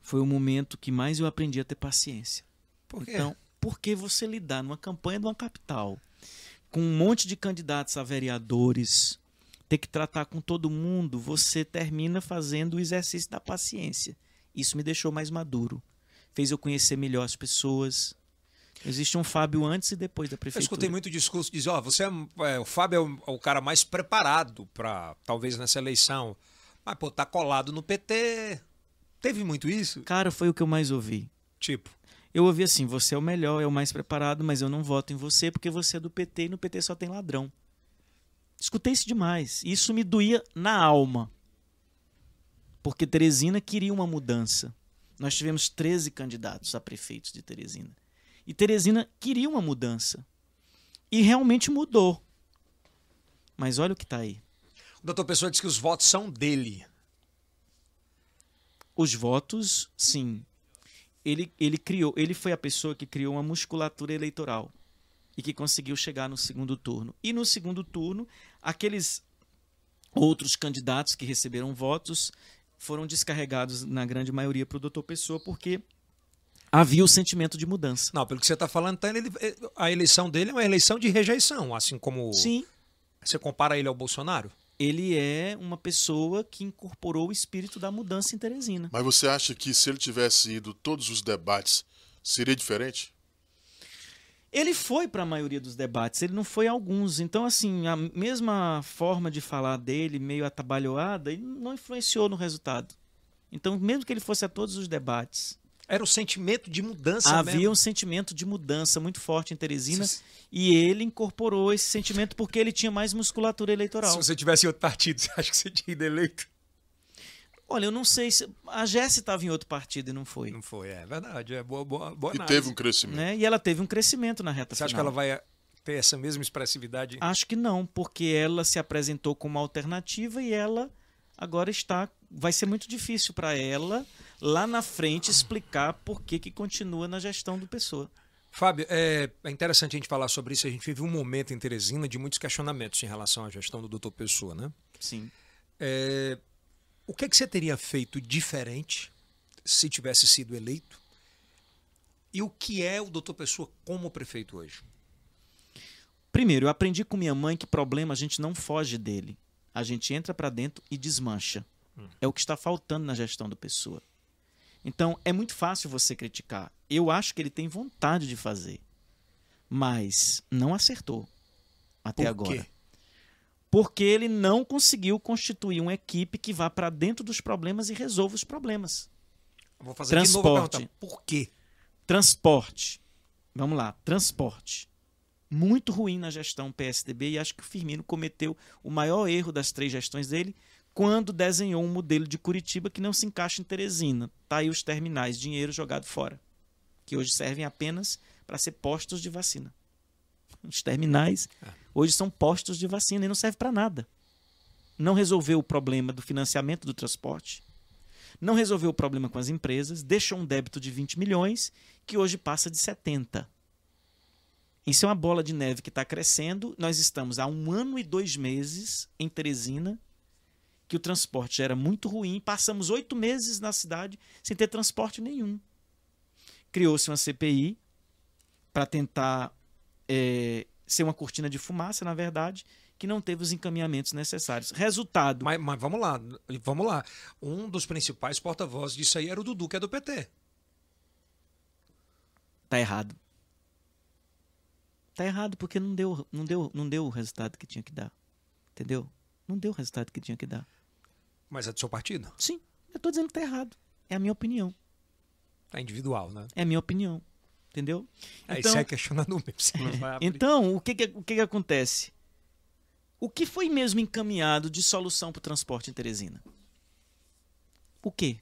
[SPEAKER 3] foi o momento que mais eu aprendi a ter paciência.
[SPEAKER 1] Por quê?
[SPEAKER 3] Então, por que você lidar numa campanha de uma capital com um monte de candidatos a vereadores, ter que tratar com todo mundo, você termina fazendo o exercício da paciência. Isso me deixou mais maduro. Fez eu conhecer melhor as pessoas. Existe um Fábio antes e depois da
[SPEAKER 1] eu
[SPEAKER 3] prefeitura.
[SPEAKER 1] escutei muito discurso dizer, ó, você é, é, o Fábio é o, é o cara mais preparado para talvez nessa eleição, mas pô, tá colado no PT. Teve muito isso?
[SPEAKER 3] Cara, foi o que eu mais ouvi.
[SPEAKER 1] Tipo,
[SPEAKER 3] Eu ouvi assim: você é o melhor, é o mais preparado, mas eu não voto em você porque você é do PT e no PT só tem ladrão. Escutei isso demais. e Isso me doía na alma. Porque Teresina queria uma mudança. Nós tivemos 13 candidatos a prefeitos de Teresina. E Teresina queria uma mudança. E realmente mudou. Mas olha o que está aí.
[SPEAKER 1] o doutor Pessoa disse que os votos são dele.
[SPEAKER 3] Os votos, sim. Ele, ele criou, ele foi a pessoa que criou uma musculatura eleitoral e que conseguiu chegar no segundo turno. E no segundo turno, aqueles outros candidatos que receberam votos foram descarregados na grande maioria para o doutor Pessoa porque havia o sentimento de mudança.
[SPEAKER 1] Não, pelo que você está falando, então ele- a eleição dele é uma eleição de rejeição, assim como
[SPEAKER 3] Sim,
[SPEAKER 1] você compara ele ao Bolsonaro.
[SPEAKER 3] ele é uma pessoa que incorporou o espírito da mudança em Teresina.
[SPEAKER 2] Mas você acha que se ele tivesse ido todos os debates, seria diferente?
[SPEAKER 3] Ele foi para a maioria dos debates, ele não foi a alguns. Então, assim, a mesma forma de falar dele, meio atabalhoada, ele não influenciou no resultado. Então, mesmo que ele fosse a todos os debates,
[SPEAKER 1] Era o sentimento de mudança
[SPEAKER 3] havia
[SPEAKER 1] mesmo.
[SPEAKER 3] um sentimento de mudança muito forte em Teresina
[SPEAKER 1] Se-
[SPEAKER 3] e ele incorporou esse sentimento porque ele tinha mais musculatura eleitoral.
[SPEAKER 1] Se você tivesse em outro partido, você acha que você tinha ido eleito?
[SPEAKER 3] Olha, eu não sei se. A Jesse estava em outro partido e não foi.
[SPEAKER 1] Não foi, é verdade. É boa, boa, boa
[SPEAKER 2] E
[SPEAKER 1] análise.
[SPEAKER 2] teve um crescimento.
[SPEAKER 3] Né? E ela teve um crescimento na reta
[SPEAKER 1] Você acha que
[SPEAKER 3] final.
[SPEAKER 1] ela vai ter essa mesma expressividade?
[SPEAKER 3] Acho que não, porque ela se apresentou como uma alternativa e ela agora está. Vai ser muito difícil para ela lá na frente explicar por que, que continua na gestão do pessoa.
[SPEAKER 1] Fábio, é, é interessante a gente falar sobre isso. A gente vive um momento em Teresina de muitos questionamentos em relação à gestão do doutor Pessoa, né?
[SPEAKER 3] Sim.
[SPEAKER 1] É, o que, é que você teria feito diferente se tivesse sido eleito? E o que é o doutor Pessoa como prefeito hoje?
[SPEAKER 3] Primeiro, eu aprendi com minha mãe que problema a gente não foge dele. A gente entra para dentro e desmancha.
[SPEAKER 1] Hum.
[SPEAKER 3] É o que está faltando na gestão do pessoa. Então, é muito fácil você criticar. Eu acho que ele tem vontade de fazer. Mas não acertou até
[SPEAKER 1] Por
[SPEAKER 3] agora.
[SPEAKER 1] quê?
[SPEAKER 3] Porque ele não conseguiu constituir uma equipe que vá para dentro dos problemas e resolva os problemas.
[SPEAKER 1] Vou fazer de novo a
[SPEAKER 3] Transporte.
[SPEAKER 1] pergunta. Por quê?
[SPEAKER 3] Transporte. Vamos lá, transporte. Muito ruim na gestão PSDB e acho que o Firmino cometeu o maior erro das três gestões dele quando desenhou um modelo de Curitiba que não se encaixa em Teresina. Tá aí os terminais, dinheiro jogado fora, que hoje servem apenas para ser postos de vacina. Os terminais hoje são postos de vacina e não serve para nada. Não resolveu o problema do financiamento do transporte, não resolveu o problema com as empresas, deixou um débito de 20 milhões que hoje passa de 70. Isso é uma bola de neve que está crescendo. Nós estamos há um ano e dois meses em Teresina, que o transporte já era muito ruim. Passamos oito meses na cidade sem ter transporte nenhum. Criou-se uma CPI para tentar eh, ser uma cortina de fumaça, na verdade, que não teve os encaminhamentos necessários. Resultado:
[SPEAKER 1] Mas, mas vamos lá, vamos lá. Um dos principais porta-vozes disso aí era o Dudu, que é do PT.
[SPEAKER 3] Tá errado. Tá errado porque não deu, não deu, não deu o resultado que tinha que dar. Entendeu? Não deu o resultado que tinha que dar.
[SPEAKER 1] Mas é do seu partido?
[SPEAKER 3] Sim, eu tô dizendo que tá errado. É a minha opinião.
[SPEAKER 1] É individual, né?
[SPEAKER 3] É a minha opinião. Entendeu?
[SPEAKER 1] Aí
[SPEAKER 3] Então-
[SPEAKER 1] você é questionando mesmo. Você não vai abrir.
[SPEAKER 3] Então, o que que, o que que acontece? O que foi mesmo encaminhado de solução para o transporte em Teresina? O quê?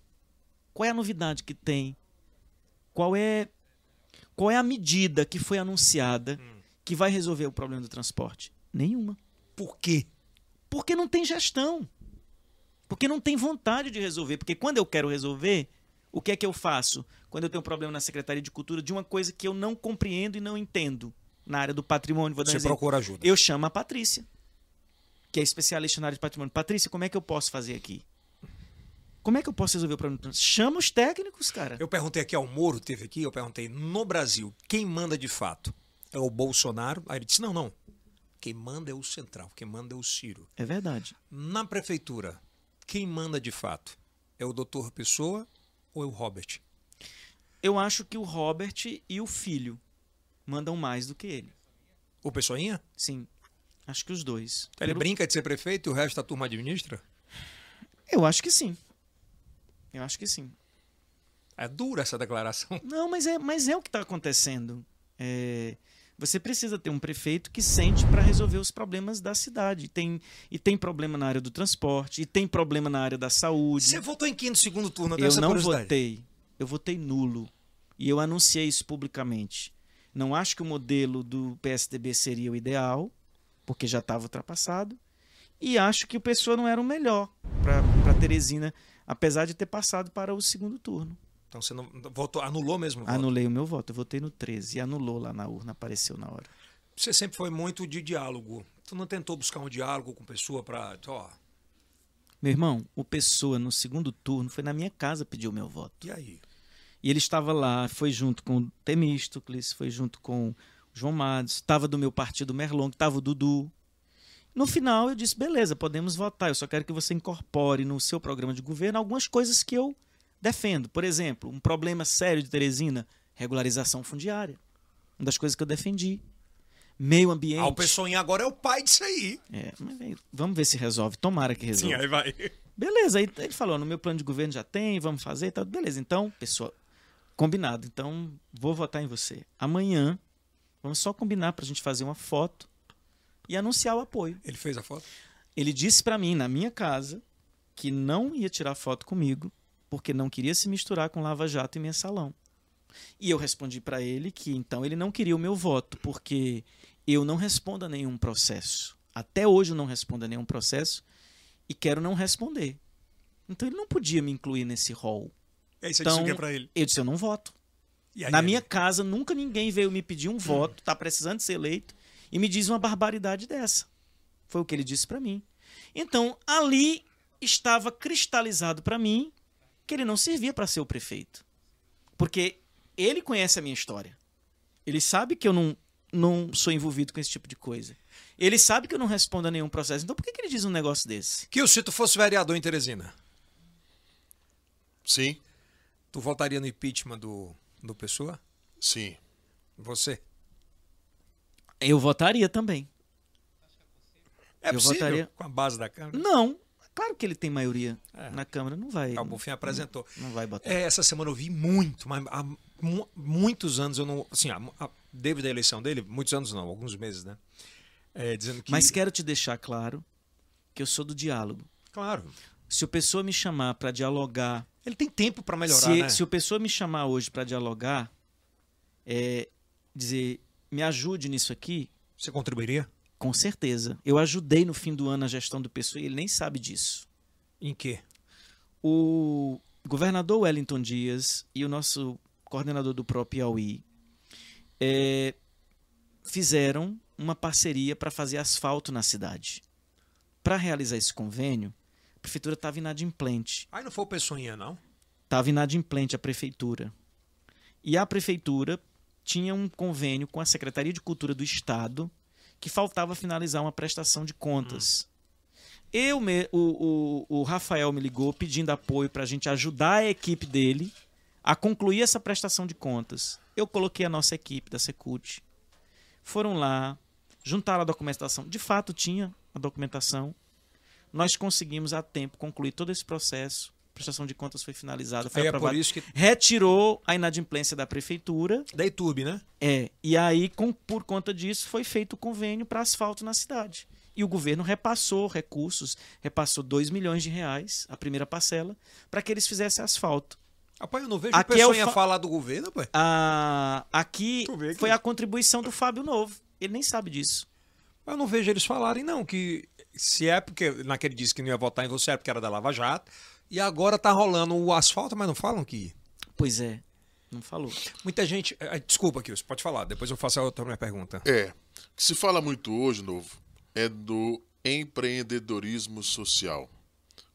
[SPEAKER 3] Qual é a novidade que tem? Qual é qual é a medida que foi anunciada que vai resolver o problema do transporte? Nenhuma.
[SPEAKER 1] Por quê?
[SPEAKER 3] Porque não tem gestão. Porque não tem vontade de resolver. Porque quando eu quero resolver, o que é que eu faço? Quando eu tenho um problema na Secretaria de Cultura de uma coisa que eu não compreendo e não entendo na área do patrimônio, vou dar um
[SPEAKER 1] Você
[SPEAKER 3] exemplo.
[SPEAKER 1] procura ajuda.
[SPEAKER 3] Eu chamo a Patrícia, que é especialista na área de patrimônio. Patrícia, como é que eu posso fazer aqui? Como é que eu posso resolver o problema? do trânsito? Chama os técnicos, cara.
[SPEAKER 1] Eu perguntei aqui ao Moro, teve aqui, eu perguntei, no Brasil, quem manda de fato? É o Bolsonaro? Aí ele disse, não, não. Quem manda é o Central, quem manda é o Ciro.
[SPEAKER 3] É verdade.
[SPEAKER 1] Na prefeitura, quem manda de fato? É o doutor Pessoa ou é o Robert?
[SPEAKER 3] Eu acho que o Robert e o filho mandam mais do que ele.
[SPEAKER 1] O Pessoinha?
[SPEAKER 3] Sim. Acho que os dois.
[SPEAKER 1] Ele
[SPEAKER 3] Pelo-
[SPEAKER 1] brinca de ser prefeito e o resto da turma administra?
[SPEAKER 3] Eu acho que sim. Eu acho que sim.
[SPEAKER 1] É dura essa declaração.
[SPEAKER 3] Não, mas é, mas é o que está acontecendo. É, você precisa ter um prefeito que sente para resolver os problemas da cidade. Tem, e tem problema na área do transporte, e tem problema na área da saúde.
[SPEAKER 1] Você votou em quem no segundo turno? tenho
[SPEAKER 3] eu
[SPEAKER 1] essa é
[SPEAKER 3] não
[SPEAKER 1] curiosidade.
[SPEAKER 3] votei. Eu votei nulo. E eu anunciei isso publicamente. Não acho que o modelo do PSDB seria o ideal, porque já estava ultrapassado. E acho que o pessoal não era o melhor para Teresina, apesar de ter passado para o segundo turno.
[SPEAKER 1] Então você não votou, anulou mesmo o voto.
[SPEAKER 3] Anulei o meu voto. Eu votei no 13 e anulou lá na urna, apareceu na hora.
[SPEAKER 1] Você sempre foi muito de diálogo. Tu não tentou buscar um diálogo com pessoa pra. Ó,
[SPEAKER 3] Meu irmão, o Pessoa, no segundo turno, foi na minha casa pedir o meu voto.
[SPEAKER 1] e aí?
[SPEAKER 3] E ele estava lá, foi junto com o Temístocles, foi junto com o João Mados, estava do meu partido o Merlong, estava o Dudu. No final eu disse, beleza, podemos votar, eu só quero que você incorpore no seu programa de governo algumas coisas que eu defendo. Por exemplo, um problema sério de Teresina, regularização fundiária. Um Uma das coisas que eu defendi. Meio ambiente.
[SPEAKER 1] Ah, o Peçonha agora é o pai disso aí.
[SPEAKER 3] É, mas aí, vamos ver se resolve. Tomara que resolva.
[SPEAKER 1] aí vai.
[SPEAKER 3] Beleza, aí ele falou: no meu plano de governo já tem, vamos fazer e tal. Beleza, então, pessoa, combinado. Então, vou votar em você. Amanhã, vamos só combinar pra gente fazer uma foto e anunciar o apoio.
[SPEAKER 1] Ele fez a foto?
[SPEAKER 3] Ele disse pra mim, na minha casa, que não ia tirar foto comigo, porque não queria se misturar com Lava Jato e Mensalão. E eu respondi pra ele que então ele não queria o meu voto, porque eu não respondo a nenhum processo. Até hoje eu não respondo a nenhum processo e quero não responder. Então ele não podia me incluir nesse rol.
[SPEAKER 1] É isso
[SPEAKER 3] Então,
[SPEAKER 1] que é pra ele.
[SPEAKER 3] Eu disse, eu não voto.
[SPEAKER 1] E aí
[SPEAKER 3] Na
[SPEAKER 1] ele-
[SPEAKER 3] minha casa, nunca ninguém veio me pedir um voto, tá precisando ser eleito, e me diz uma barbaridade dessa. Foi o que ele disse para mim. Então, ali estava cristalizado para mim que ele não servia para ser o prefeito. Porque ele conhece a minha história. Ele sabe que eu não, não sou envolvido com esse tipo de coisa. Ele sabe que eu não respondo a nenhum processo. Então, por que, que ele diz um negócio desse?
[SPEAKER 1] Que se tu fosse vereador em Teresina,
[SPEAKER 2] Sim,
[SPEAKER 1] tu votaria no impeachment do, do Pessoa?
[SPEAKER 2] sim.
[SPEAKER 1] Você?
[SPEAKER 3] Eu votaria também.
[SPEAKER 1] É
[SPEAKER 3] Eu
[SPEAKER 1] possível?
[SPEAKER 3] votaria- Hum.
[SPEAKER 1] Com a base da Câmara?
[SPEAKER 3] Não. Claro que ele tem maioria
[SPEAKER 1] É.
[SPEAKER 3] na Câmara. Não vai.
[SPEAKER 1] Ah, O Bonfim apresentou.
[SPEAKER 3] Não vai botar.
[SPEAKER 1] É, essa semana eu vi muito, mas há mu- muitos anos eu não. Assim, há mu- há- desde a eleição dele, muitos anos não, alguns meses, né? É, dizendo que.
[SPEAKER 3] Mas quero te deixar claro que eu sou do diálogo.
[SPEAKER 1] Claro.
[SPEAKER 3] Se o pessoa me chamar para dialogar,
[SPEAKER 1] Ele tem tempo pra melhorar,
[SPEAKER 3] se,
[SPEAKER 1] né?
[SPEAKER 3] se o pessoa me chamar hoje para dialogar, é, dizer, me ajude nisso aqui,
[SPEAKER 1] Você contribuiria?
[SPEAKER 3] com certeza. Eu ajudei no fim do ano a gestão do pessoa e ele nem sabe disso.
[SPEAKER 1] Em quê?
[SPEAKER 3] O governador Wellington Dias e o nosso coordenador do próprio Piauí é, fizeram uma parceria para fazer asfalto na cidade. Para realizar esse convênio, a prefeitura estava inadimplente.
[SPEAKER 1] Aí não foi o Pessoinha, não?
[SPEAKER 3] Estava inadimplente a prefeitura. E a prefeitura tinha um convênio com a Secretaria de Cultura do Estado que faltava finalizar uma prestação de contas. Eu me- o, o- o Rafael me ligou pedindo apoio para a gente ajudar a equipe dele a concluir essa prestação de contas. Eu coloquei a nossa equipe da Secult. Foram lá, juntaram a documentação. De fato, tinha a documentação. Nós conseguimos a tempo concluir todo esse processo. A prestação de contas foi finalizada, foi
[SPEAKER 1] Aí é por
[SPEAKER 3] aprovada.
[SPEAKER 1] isso que.
[SPEAKER 3] Retirou a inadimplência da prefeitura.
[SPEAKER 1] Da YouTube, né?
[SPEAKER 3] É, e aí, com- por conta disso, foi feito o convênio para asfalto na cidade. E o governo repassou recursos, repassou 2 milhões de reais, a primeira parcela, para que eles fizessem asfalto.
[SPEAKER 1] Rapaz, eu não vejo o
[SPEAKER 3] Aqui é o
[SPEAKER 1] Pessoinha
[SPEAKER 3] fa-
[SPEAKER 1] falar do governo, pai.
[SPEAKER 3] Ah, aqui
[SPEAKER 1] Tu vê que-
[SPEAKER 3] foi a contribuição do Fábio Novo. Ele nem sabe disso.
[SPEAKER 1] Eu não vejo eles falarem, não, que se é porque naquele disse que não ia votar em você, é porque era da Lava Jato, e agora tá rolando o asfalto, mas não falam que.
[SPEAKER 3] Pois é, não falou.
[SPEAKER 1] Muita gente. eh, eh, Desculpa, Kilson, pode falar, depois eu faço a outra minha pergunta.
[SPEAKER 2] É. O que se fala muito hoje, novo, é do empreendedorismo social.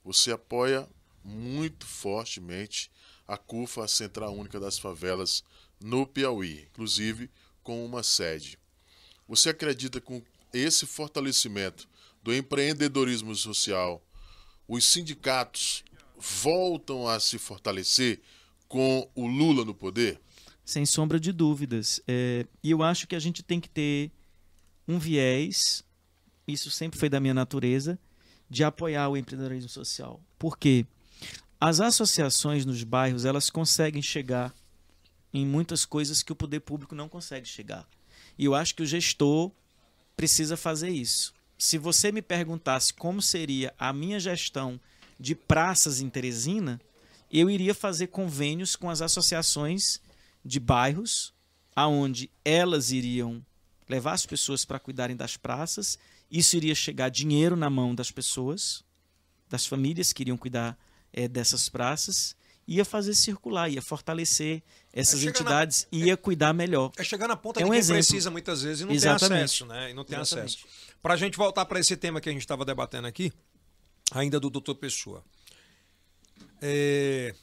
[SPEAKER 2] Você apoia muito fortemente a CUFA, a Central Única das Favelas, no Piauí, inclusive com uma sede. Você acredita com esse fortalecimento do empreendedorismo social, os sindicatos voltam a se fortalecer com o Lula no poder?
[SPEAKER 3] Sem sombra de dúvidas. É, e eu acho que a gente tem que ter um viés, isso sempre foi da minha natureza, de apoiar o empreendedorismo social. Por quê? As associações nos bairros, elas conseguem chegar em muitas coisas que o poder público não consegue chegar. E eu acho que o gestor precisa fazer isso. Se você me perguntasse como seria a minha gestão de praças em Teresina, eu iria fazer convênios com as associações de bairros, aonde elas iriam levar as pessoas para cuidarem das praças. Isso iria chegar dinheiro na mão das pessoas, das famílias que iriam cuidar eh, dessas praças, ia fazer circular, ia fortalecer essas
[SPEAKER 1] chega na-
[SPEAKER 3] entidades, ia cuidar melhor.
[SPEAKER 1] É chegar na ponta
[SPEAKER 3] É
[SPEAKER 1] de
[SPEAKER 3] um
[SPEAKER 1] quem
[SPEAKER 3] exemplo.
[SPEAKER 1] precisa muitas vezes e não tem
[SPEAKER 3] Exatamente.
[SPEAKER 1] acesso, né? E não tem
[SPEAKER 3] Exatamente.
[SPEAKER 1] acesso. Para a gente voltar para esse tema que a gente estava debatendo aqui, ainda do Doutor Pessoa. É,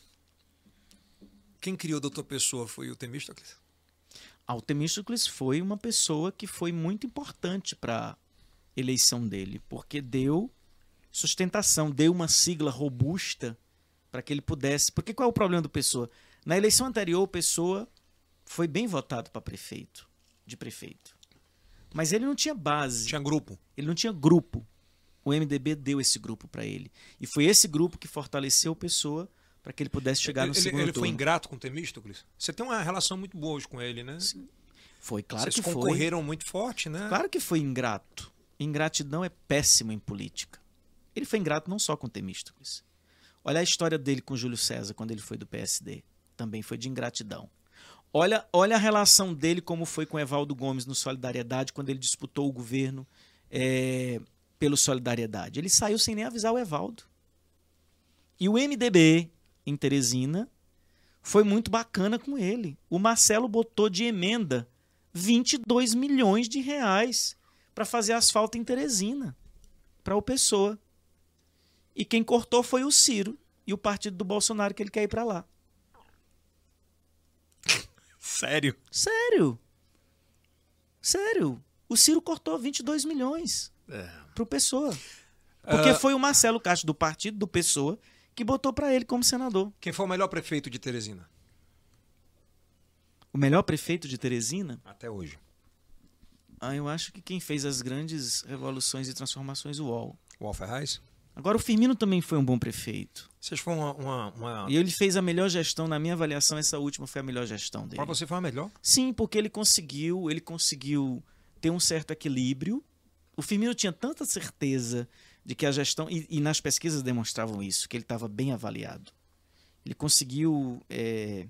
[SPEAKER 1] Quem criou o Doutor Pessoa foi o Temístocles?
[SPEAKER 3] Altemístocles foi uma pessoa que foi muito importante para eleição dele, porque deu sustentação, deu uma sigla robusta para que ele pudesse. Porque qual é o problema do Pessoa? Na eleição anterior, o Pessoa foi bem votado para prefeito. de prefeito. Mas ele não tinha base,
[SPEAKER 1] Tinha grupo.
[SPEAKER 3] ele não tinha grupo. O MDB deu esse grupo para ele. E foi esse grupo que fortaleceu o Pessoa para que ele pudesse chegar no
[SPEAKER 1] É, ele
[SPEAKER 3] segundo
[SPEAKER 1] ele foi
[SPEAKER 3] turno.
[SPEAKER 1] ingrato com Temístocles? Você tem uma relação muito boa hoje com ele, né?
[SPEAKER 3] Foi, claro
[SPEAKER 1] Vocês
[SPEAKER 3] que foi.
[SPEAKER 1] concorreram muito forte, né?
[SPEAKER 3] Claro que foi ingrato. Ingratidão é péssimo em política. Ele foi ingrato não só com Temístocles. Olha a história dele com Júlio César quando ele foi do PSD. Também foi de ingratidão. Olha, olha a relação dele como foi com Evaldo Gomes no Solidariedade quando ele disputou o governo eh, pelo Solidariedade. Ele saiu sem nem avisar o Evaldo. E o MDB em Teresina foi muito bacana com ele. O Marcelo botou de emenda 22 milhões de reais para fazer asfalto em Teresina, para o Pessoa. E quem cortou foi o Ciro e o partido do Bolsonaro que ele quer ir para lá.
[SPEAKER 1] Sério.
[SPEAKER 3] Sério? Sério? O Ciro cortou 22 milhões para o Pessoa. Porque foi o Marcelo Castro do partido do Pessoa que botou para ele como senador.
[SPEAKER 1] Quem foi o melhor prefeito de Teresina?
[SPEAKER 3] O melhor prefeito de Teresina?
[SPEAKER 1] Até hoje.
[SPEAKER 3] Ah, eu acho que quem fez as grandes revoluções e transformações o UOL.
[SPEAKER 1] O Alferraz?
[SPEAKER 3] Agora o Firmino também foi um bom prefeito.
[SPEAKER 1] Vocês foram uma. uma, uma...
[SPEAKER 3] E ele fez a melhor gestão, na minha avaliação, essa última foi a melhor gestão dele.
[SPEAKER 1] Pra você foi a melhor?
[SPEAKER 3] Sim, porque ele conseguiu, ele conseguiu ter um certo equilíbrio. O Firmino tinha tanta certeza de que a gestão, e, e nas pesquisas demonstravam isso, que ele estava bem avaliado. Ele conseguiu eh,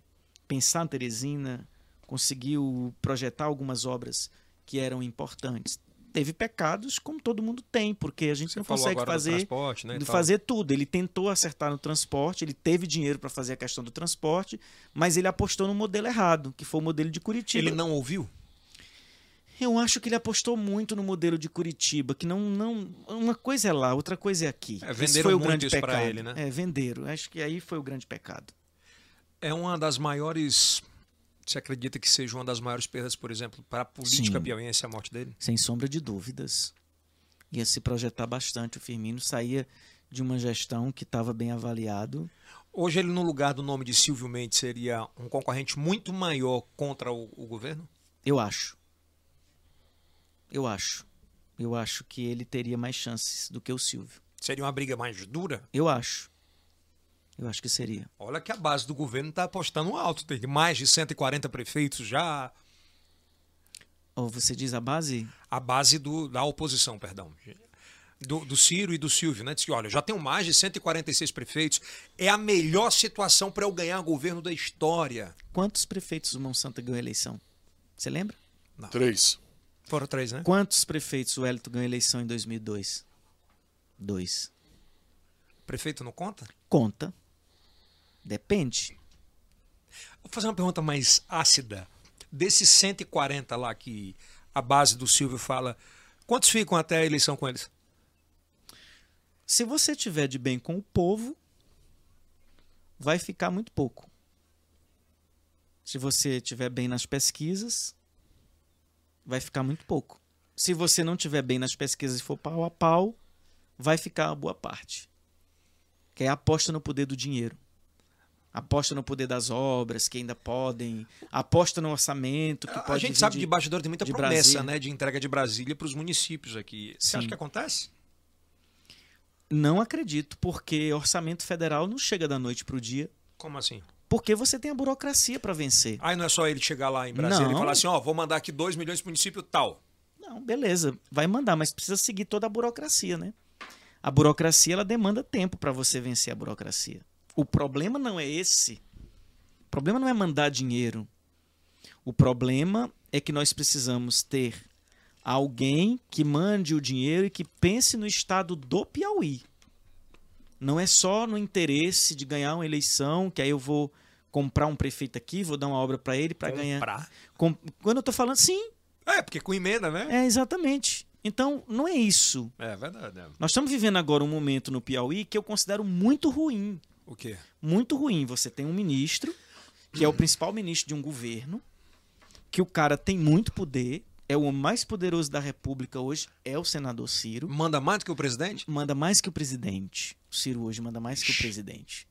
[SPEAKER 3] pensar na Teresina, conseguiu projetar algumas obras que eram importantes. Teve pecados, como todo mundo tem, porque a gente
[SPEAKER 1] Você
[SPEAKER 3] não
[SPEAKER 1] falou
[SPEAKER 3] consegue
[SPEAKER 1] agora do
[SPEAKER 3] fazer
[SPEAKER 1] transporte, né? e
[SPEAKER 3] de
[SPEAKER 1] tal.
[SPEAKER 3] fazer tudo. Ele tentou acertar no transporte, ele teve dinheiro para fazer a questão do transporte, mas ele apostou no modelo errado, que foi o modelo de Curitiba.
[SPEAKER 1] Ele não ouviu?
[SPEAKER 3] Eu acho que ele apostou muito no modelo de Curitiba, que não, não uma coisa é lá, outra coisa é aqui.
[SPEAKER 1] É,
[SPEAKER 3] Esse
[SPEAKER 1] venderam
[SPEAKER 3] foi o
[SPEAKER 1] muito
[SPEAKER 3] grande
[SPEAKER 1] isso pra
[SPEAKER 3] pecado.
[SPEAKER 1] ele, né?
[SPEAKER 3] É, venderam. Acho que aí foi o grande pecado.
[SPEAKER 1] É uma das maiores. Você acredita que seja uma das maiores perdas, por exemplo, para a política
[SPEAKER 3] Sim.
[SPEAKER 1] piauiense a morte dele?
[SPEAKER 3] Sem sombra de dúvidas. Ia se projetar bastante. O Firmino saía de uma gestão que estava bem avaliado.
[SPEAKER 1] Hoje ele, no lugar do nome de Silvio Mendes, seria um concorrente muito maior contra o, o governo?
[SPEAKER 3] Eu acho. Eu acho. Eu acho que ele teria mais chances do que o Silvio.
[SPEAKER 1] Seria uma briga mais dura?
[SPEAKER 3] Eu acho. Eu acho que seria.
[SPEAKER 1] Olha que a base do governo está apostando alto. Tem mais de 140 prefeitos já.
[SPEAKER 3] Ou você diz a base?
[SPEAKER 1] A base do, da oposição, perdão. Do, do Ciro e do Silvio, né? Diz que, olha, já tenho mais de 146 prefeitos. É a melhor situação para eu ganhar governo da história.
[SPEAKER 3] Quantos prefeitos o Mão Santa ganhou a eleição? Você lembra?
[SPEAKER 2] Três.
[SPEAKER 1] Foram três, né?
[SPEAKER 3] Quantos prefeitos o Hélito ganhou a eleição em 2002? Dois.
[SPEAKER 1] Prefeito não conta?
[SPEAKER 3] Conta. Depende.
[SPEAKER 1] Vou fazer uma pergunta mais ácida. Desses 140 lá que a base do Silvio fala, quantos ficam até a eleição com eles?
[SPEAKER 3] Se você tiver de bem com o povo, vai ficar muito pouco. Se você tiver bem nas pesquisas, vai ficar muito pouco. Se você não tiver bem nas pesquisas e for pau a pau, vai ficar a boa parte. Que é a aposta no poder do dinheiro. Aposta no poder das obras que ainda podem, aposta no orçamento que
[SPEAKER 1] A-
[SPEAKER 3] pode
[SPEAKER 1] a gente
[SPEAKER 3] vir
[SPEAKER 1] sabe
[SPEAKER 3] de-
[SPEAKER 1] de bastidor tem muita
[SPEAKER 3] de
[SPEAKER 1] promessa,
[SPEAKER 3] Brasília.
[SPEAKER 1] né, de entrega de Brasília para os municípios aqui. Você
[SPEAKER 3] Sim.
[SPEAKER 1] acha que acontece?
[SPEAKER 3] Não acredito, porque orçamento federal não chega da noite para o dia.
[SPEAKER 1] Como assim?
[SPEAKER 3] Porque você tem a burocracia para vencer.
[SPEAKER 1] Aí não é só ele chegar lá em Brasília e
[SPEAKER 3] Não.
[SPEAKER 1] falar assim, ó, vou mandar aqui 2 milhões para o município tal.
[SPEAKER 3] Não, beleza, vai mandar, mas precisa seguir toda a burocracia, né? A burocracia ela demanda tempo para você vencer a burocracia. O problema não é esse. O problema não é mandar dinheiro. O problema é que nós precisamos ter alguém que mande o dinheiro e que pense no estado do Piauí. Não é só no interesse de ganhar uma eleição, que aí eu vou comprar um prefeito aqui, vou dar uma obra para ele
[SPEAKER 1] Então,
[SPEAKER 3] para ganhar.
[SPEAKER 1] Comprar.
[SPEAKER 3] Com- Quando eu tô falando sim,
[SPEAKER 1] É, porque com emenda, né?
[SPEAKER 3] é, exatamente. Então, não é isso.
[SPEAKER 1] É, verdade. é.
[SPEAKER 3] Nós estamos vivendo agora um momento no Piauí que eu considero muito ruim.
[SPEAKER 1] O quê?
[SPEAKER 3] Muito ruim. Você tem um ministro, que é o principal ministro de um governo, que o cara tem muito poder, é o mais poderoso da República hoje, é o senador Ciro.
[SPEAKER 1] Manda mais do que o presidente?
[SPEAKER 3] Manda mais que o presidente. O Ciro hoje manda mais que o presidente.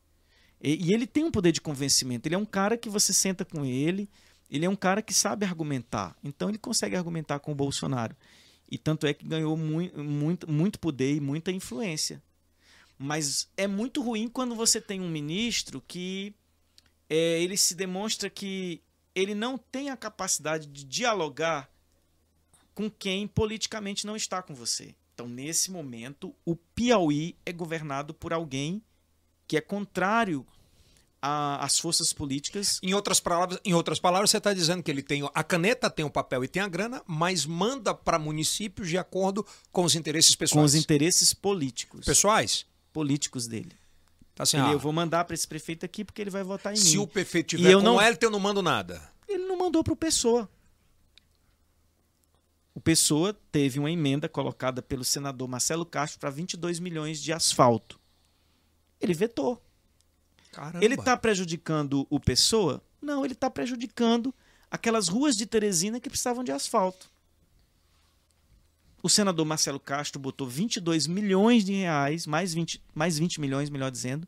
[SPEAKER 3] E, e ele tem um poder de convencimento. Ele é um cara que você senta com ele, ele é um cara que sabe argumentar. Então ele consegue argumentar com o Bolsonaro. E tanto é que ganhou muito, muito, muito poder e muita influência. Mas é muito ruim quando você tem um ministro que é, ele se demonstra que ele não tem a capacidade de dialogar com quem politicamente não está com você. Então, nesse momento, o Piauí é governado por alguém que é contrário a- às forças políticas.
[SPEAKER 1] Em outras palavras, em outras palavras você está dizendo que ele tem a caneta, tem o papel e tem a grana, mas manda para municípios de acordo com os interesses
[SPEAKER 3] Com
[SPEAKER 1] pessoais.
[SPEAKER 3] os interesses políticos,
[SPEAKER 1] pessoais?
[SPEAKER 3] políticos dele.
[SPEAKER 1] Tá assim,
[SPEAKER 3] Ele,
[SPEAKER 1] ah,
[SPEAKER 3] eu vou mandar para esse prefeito aqui porque ele vai votar em
[SPEAKER 1] se
[SPEAKER 3] mim.
[SPEAKER 1] o PF
[SPEAKER 3] E
[SPEAKER 1] tiver
[SPEAKER 3] eu
[SPEAKER 1] com
[SPEAKER 3] não-
[SPEAKER 1] ele, eu não mando nada.
[SPEAKER 3] Ele não mandou para o Pessoa. O Pessoa teve uma emenda colocada pelo senador Marcelo Castro para 22 milhões de asfalto. Ele vetou.
[SPEAKER 1] Caramba.
[SPEAKER 3] Ele está prejudicando o Pessoa? Não, ele está prejudicando aquelas ruas de Teresina que precisavam de asfalto. O senador Marcelo Castro botou 22 milhões de reais, mais 20, mais 20 milhões, melhor dizendo,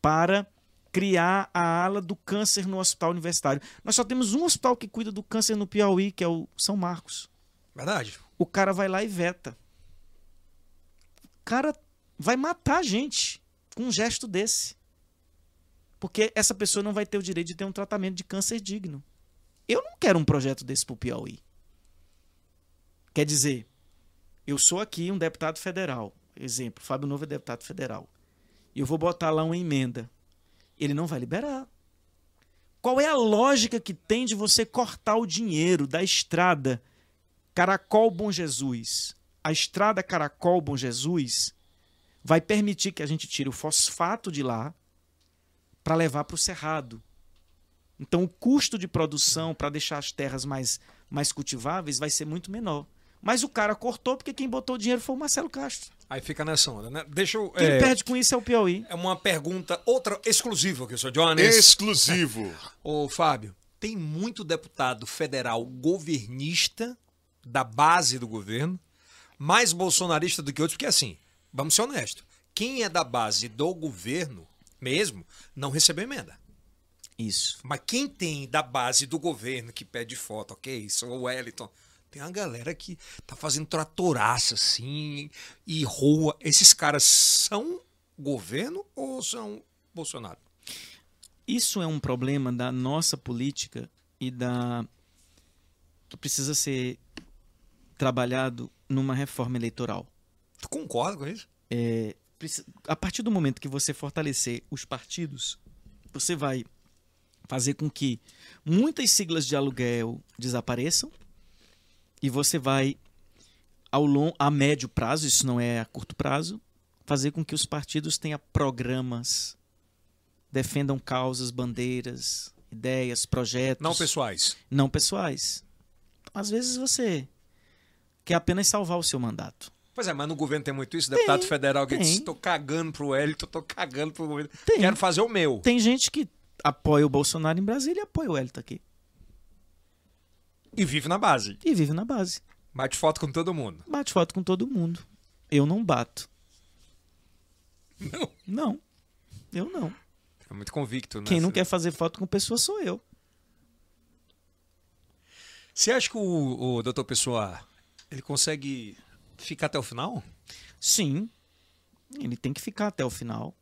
[SPEAKER 3] para criar a ala do câncer no hospital universitário. Nós só temos um hospital que cuida do câncer no Piauí, que é o São Marcos.
[SPEAKER 1] Verdade.
[SPEAKER 3] O cara vai lá e veta. O cara vai matar a gente com um gesto desse. Porque essa pessoa não vai ter o direito de ter um tratamento de câncer digno. Eu não quero um projeto desse pro Piauí. Quer dizer, eu sou aqui um deputado federal. Exemplo, Fábio Novo é deputado federal. E eu vou botar lá uma emenda. Ele não vai liberar. Qual é a lógica que tem de você cortar o dinheiro da estrada Caracol Bom Jesus, a estrada Caracol Bom Jesus vai permitir que a gente tire o fosfato de lá para levar para o cerrado. Então o custo de produção para deixar as terras mais, mais cultiváveis vai ser muito menor. Mas o cara cortou porque quem botou o dinheiro foi o Marcelo Castro.
[SPEAKER 1] Aí fica nessa onda, né? Deixa eu.
[SPEAKER 3] Quem
[SPEAKER 1] é,
[SPEAKER 3] perde com isso é o Piauí.
[SPEAKER 1] É uma pergunta, outra exclusiva que o senhor Jones.
[SPEAKER 2] Exclusivo.
[SPEAKER 1] Ô, Fábio, tem muito deputado federal governista da base do governo, mais bolsonarista do que outros, porque assim, vamos ser honestos, quem é da base do governo mesmo não recebeu emenda.
[SPEAKER 3] Isso.
[SPEAKER 1] Mas quem tem da base do governo que pede foto, ok? Sou o Wellington. Tem uma galera que tá fazendo tratoraça assim e rua. Esses caras são governo ou são Bolsonaro?
[SPEAKER 3] Isso é um problema da nossa política e da que precisa ser trabalhado numa reforma eleitoral.
[SPEAKER 1] Tu concorda com isso?
[SPEAKER 3] Preci- A partir do momento que você fortalecer os partidos, você vai fazer com que muitas siglas de aluguel desapareçam e você vai ao long, a médio prazo, isso não é a curto prazo, fazer com que os partidos tenham programas, defendam causas, bandeiras, ideias, projetos
[SPEAKER 1] Não, pessoais.
[SPEAKER 3] não pessoais. Às vezes você quer apenas salvar o seu mandato.
[SPEAKER 1] Pois é, mas no governo tem muito isso. Deputado federal que
[SPEAKER 3] tem.
[SPEAKER 1] diz: tô cagando pro Wellington, tô cagando pro governo.
[SPEAKER 3] Tem.
[SPEAKER 1] Quero fazer o meu.
[SPEAKER 3] Tem gente que apoia o Bolsonaro em Brasília e apoia o Hélito aqui.
[SPEAKER 1] E vive na base.
[SPEAKER 3] E vive na base.
[SPEAKER 1] Bate foto com todo mundo.
[SPEAKER 3] Bate foto com todo mundo. Eu não bato.
[SPEAKER 1] Não.
[SPEAKER 3] Não. Eu não.
[SPEAKER 1] É muito convicto, né?
[SPEAKER 3] Quem não quer fazer foto com pessoa sou eu.
[SPEAKER 1] Você acha que o, o doutor Pessoa ele consegue ficar até o final?
[SPEAKER 3] Sim. Ele tem que ficar até o final.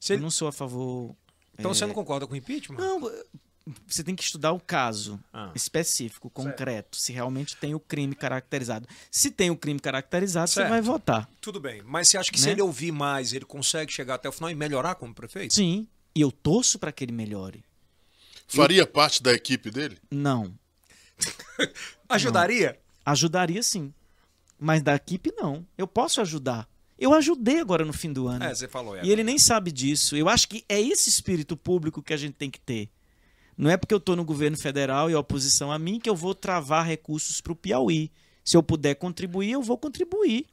[SPEAKER 1] Se
[SPEAKER 3] Eu
[SPEAKER 1] ele-
[SPEAKER 3] não sou a favor. é,
[SPEAKER 1] Então você não concorda com o impeachment?
[SPEAKER 3] Não, você tem que estudar o caso
[SPEAKER 1] Ah.
[SPEAKER 3] específico, concreto, se realmente tem o crime caracterizado. Se tem o crime caracterizado, você
[SPEAKER 1] Certo.
[SPEAKER 3] vai votar.
[SPEAKER 1] Tudo bem, mas você acha que se
[SPEAKER 3] Né?
[SPEAKER 1] ele ouvir mais, ele consegue chegar até o final e melhorar como prefeito?
[SPEAKER 3] Sim. E eu torço para que ele melhore.
[SPEAKER 2] Faria parte da equipe dele?
[SPEAKER 3] Não.
[SPEAKER 1] Ajudaria?
[SPEAKER 3] Ajudaria sim. Mas da equipe, não. Eu posso ajudar. Eu ajudei agora no fim do ano.
[SPEAKER 1] É, você falou. É.
[SPEAKER 3] E ele nem sabe disso. Eu acho que é esse espírito público que a gente tem que ter. Não é porque eu estou no governo federal e a oposição a mim que eu vou travar recursos para o Piauí. Se eu puder contribuir, eu vou contribuir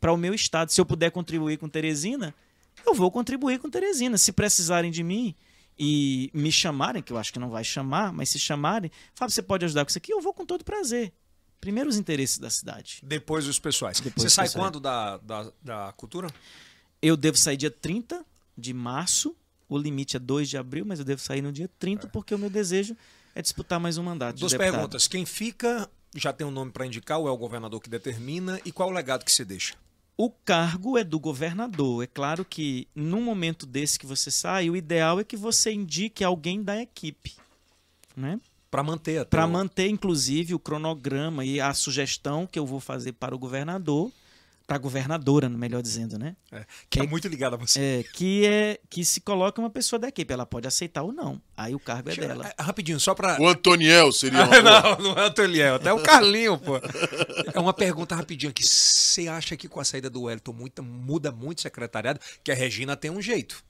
[SPEAKER 3] para o meu estado. Se eu puder contribuir com Teresina, eu vou contribuir com Teresina. Se precisarem de mim e me chamarem, que eu acho que não vai chamar, mas se chamarem, Fábio, você pode ajudar com isso aqui? Eu vou com todo prazer. Primeiro os interesses da cidade.
[SPEAKER 1] Depois os pessoais.
[SPEAKER 3] Depois
[SPEAKER 1] você
[SPEAKER 3] os
[SPEAKER 1] sai
[SPEAKER 3] pessoais.
[SPEAKER 1] quando da, da, da cultura?
[SPEAKER 3] Eu devo sair dia 30 de março. O limite é 2 de abril, mas eu devo sair no dia 30 porque o meu desejo é disputar mais um mandato.
[SPEAKER 1] É. Duas
[SPEAKER 3] de deputado.
[SPEAKER 1] perguntas. Quem fica já tem um nome para indicar, ou é o governador que determina, e qual o legado que se deixa?
[SPEAKER 3] O cargo é do governador. É claro que num momento desse que você sai, o ideal é que você indique alguém da equipe, né?
[SPEAKER 1] Para manter até
[SPEAKER 3] Para
[SPEAKER 1] o-
[SPEAKER 3] manter, inclusive, o cronograma e a sugestão que eu vou fazer para o governador, para a governadora, melhor dizendo, né?
[SPEAKER 1] É, que é muito ligado a você.
[SPEAKER 3] É, que é que se coloca uma pessoa da equipe. Ela pode aceitar ou não. Aí o cargo é
[SPEAKER 1] Deixa eu-
[SPEAKER 3] dela.
[SPEAKER 1] é, Rapidinho, só para
[SPEAKER 2] O Antoniel seria uma boa.
[SPEAKER 1] Não, não é o Antoniel, até o Carlinho, pô. É uma pergunta rapidinha aqui. Você acha que com a saída do Wellington muita- muda muito o secretariado? Que a Regina tem um jeito.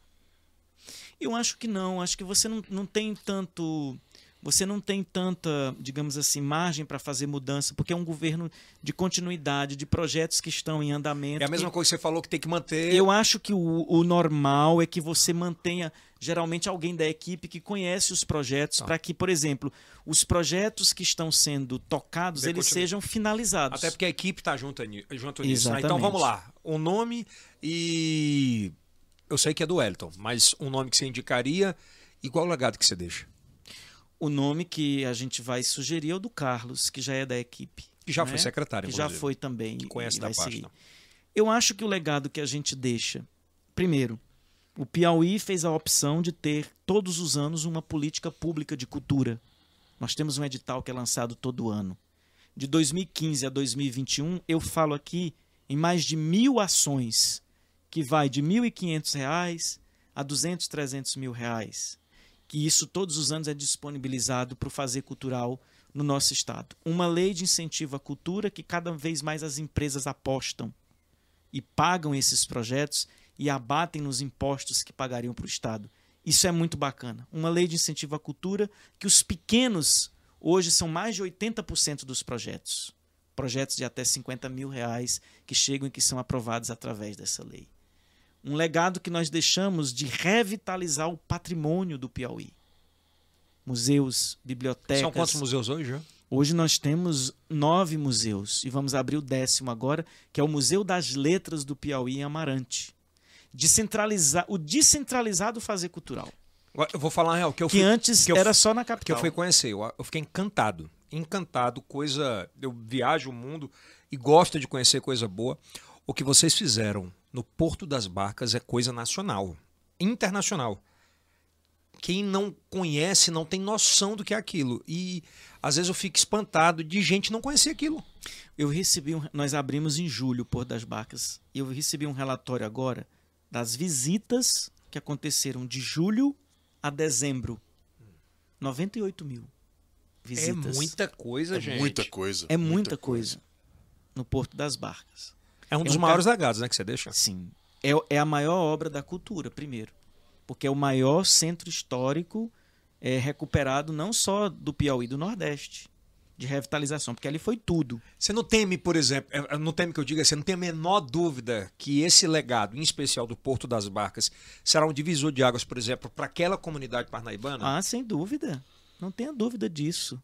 [SPEAKER 3] Eu acho que não. Acho que você não, não tem tanto. Você não tem tanta, digamos assim, margem para fazer mudança, porque é um governo de continuidade, de projetos que estão em andamento.
[SPEAKER 1] É a mesma
[SPEAKER 3] que-
[SPEAKER 1] coisa que você falou que tem que manter.
[SPEAKER 3] Eu acho que o, o normal é que você mantenha geralmente alguém da equipe que conhece os projetos,
[SPEAKER 1] Tá.
[SPEAKER 3] para que, por exemplo, os projetos que estão sendo tocados
[SPEAKER 1] Dê
[SPEAKER 3] eles
[SPEAKER 1] continuidade.
[SPEAKER 3] sejam finalizados.
[SPEAKER 1] Até porque a equipe tá junto, ni- junto nisso. né?
[SPEAKER 3] Exatamente.
[SPEAKER 1] Então vamos lá. O nome e. Eu sei que é do Wellington, mas um nome que você indicaria e qual o legado que você deixa?
[SPEAKER 3] O nome que a gente vai sugerir é o do Carlos, que já é da equipe.
[SPEAKER 1] Que já
[SPEAKER 3] né?
[SPEAKER 1] foi secretário,
[SPEAKER 3] que já
[SPEAKER 1] inclusive.
[SPEAKER 3] foi também. e-
[SPEAKER 1] Conhece
[SPEAKER 3] e
[SPEAKER 1] da
[SPEAKER 3] vai
[SPEAKER 1] pasta.
[SPEAKER 3] seguir. Eu acho que o legado que a gente deixa, primeiro, o Piauí fez a opção de ter todos os anos uma política pública de cultura. Nós temos um edital que é lançado todo ano. De 2015 a 2021, eu falo aqui em mais de mil ações, que vai de R$ 1.500 reais a 200, 300 mil reais. Que isso todos os anos é disponibilizado para o fazer cultural no nosso estado. Uma lei de incentivo à cultura que cada vez mais as empresas apostam e pagam esses projetos e abatem nos impostos que pagariam para o Estado. Isso é muito bacana. Uma lei de incentivo à cultura que os pequenos hoje são mais de 80% dos projetos. Projetos de até 50 mil reais que chegam e que são aprovados através dessa lei. Um legado que nós deixamos de revitalizar o patrimônio do Piauí. Museus, bibliotecas.
[SPEAKER 1] São quantos museus hoje? já?
[SPEAKER 3] Hoje nós temos nove museus e vamos abrir o décimo agora, que é o Museu das Letras do Piauí em Amarante. Descentralizar, o descentralizado fazer cultural,
[SPEAKER 1] Agora, Eu vou falar a real, que eu
[SPEAKER 3] que
[SPEAKER 1] fui-
[SPEAKER 3] antes
[SPEAKER 1] que eu-
[SPEAKER 3] era só na
[SPEAKER 1] que eu
[SPEAKER 3] capital.
[SPEAKER 1] fui conhecer. Eu, eu fiquei encantado. Encantado, coisa. Eu viajo o mundo e gosto de conhecer coisa boa. O que vocês fizeram no Porto das Barcas é coisa nacional, internacional. Quem não conhece não tem noção do que é aquilo. E às vezes eu fico espantado de gente não conhecer aquilo.
[SPEAKER 3] Eu recebi um, nós abrimos em julho o Porto das Barcas e eu recebi um relatório agora das visitas que aconteceram de julho a dezembro. 98 mil visitas.
[SPEAKER 1] É muita coisa,
[SPEAKER 2] É
[SPEAKER 1] gente.
[SPEAKER 2] muita coisa.
[SPEAKER 3] É muita coisa no Porto das Barcas.
[SPEAKER 1] É um dos
[SPEAKER 3] É um
[SPEAKER 1] maiores legados, né, que você deixa.
[SPEAKER 3] Sim. É, é a maior obra da cultura, primeiro. Porque é o maior centro histórico é, recuperado não só do Piauí, do Nordeste, de revitalização, porque ali foi tudo.
[SPEAKER 1] Você não teme, por exemplo, eh, não teme que eu diga, você não tem a menor dúvida que esse legado, em especial do Porto das Barcas, será um divisor de águas, por exemplo, para aquela comunidade parnaibana?
[SPEAKER 3] Ah, sem dúvida. Não tenha dúvida disso.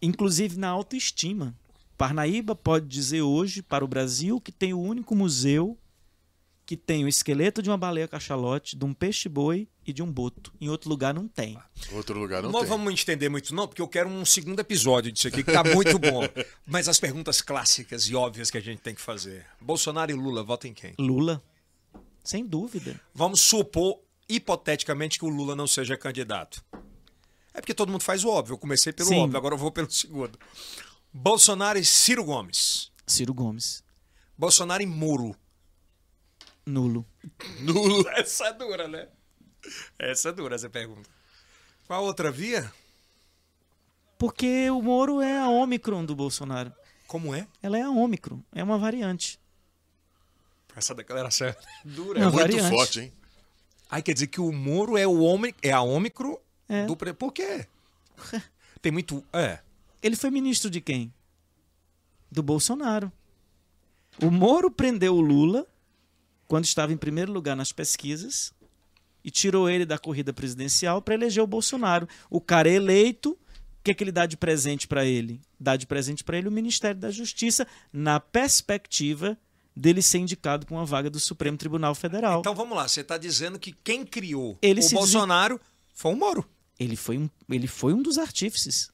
[SPEAKER 3] Inclusive na autoestima. Parnaíba pode dizer hoje para o Brasil que tem o único museu que tem o esqueleto de uma baleia cachalote, de um peixe-boi e de um boto. Em outro lugar não tem.
[SPEAKER 2] Outro lugar não,
[SPEAKER 1] não
[SPEAKER 2] tem.
[SPEAKER 1] vamos estender muito, não, porque eu quero um segundo episódio disso aqui, que tá muito bom. Mas as perguntas clássicas e óbvias que a gente tem que fazer. Bolsonaro e Lula, votem em quem?
[SPEAKER 3] Lula. Sem dúvida.
[SPEAKER 1] Vamos supor, hipoteticamente, que o Lula não seja candidato. É porque todo mundo faz o óbvio. Eu comecei pelo
[SPEAKER 3] Sim.
[SPEAKER 1] óbvio, agora eu vou pelo segundo. Bolsonaro e Ciro Gomes.
[SPEAKER 3] Ciro Gomes.
[SPEAKER 1] Bolsonaro e Muro.
[SPEAKER 3] Nulo.
[SPEAKER 2] Nulo.
[SPEAKER 1] Essa é dura, né? Essa é dura, essa pergunta. Qual a outra via?
[SPEAKER 3] Porque o Moro é a Ômicron do Bolsonaro.
[SPEAKER 1] Como é?
[SPEAKER 3] Ela é a Ômicron, é uma variante.
[SPEAKER 1] Essa declaração é dura.
[SPEAKER 3] Não,
[SPEAKER 2] Muito
[SPEAKER 3] variante.
[SPEAKER 2] forte, hein?
[SPEAKER 1] Aí quer dizer que o Moro é o homem, é a ômicro
[SPEAKER 3] É.
[SPEAKER 1] do pre... Por quê? Tem muito. É.
[SPEAKER 3] Ele foi ministro de quem? Do Bolsonaro. O Moro prendeu o Lula quando estava em primeiro lugar nas pesquisas e tirou ele da corrida presidencial para eleger o Bolsonaro. O cara é eleito, o que, é que ele dá de presente para ele? Dá de presente para ele o Ministério da Justiça na perspectiva dele ser indicado com uma vaga do Supremo Tribunal Federal.
[SPEAKER 1] tá Então vamos lá, você está dizendo que quem criou
[SPEAKER 3] Ele
[SPEAKER 1] o
[SPEAKER 3] se
[SPEAKER 1] Bolsonaro foi o Moro.
[SPEAKER 3] Ele foi um, ele foi um dos artífices.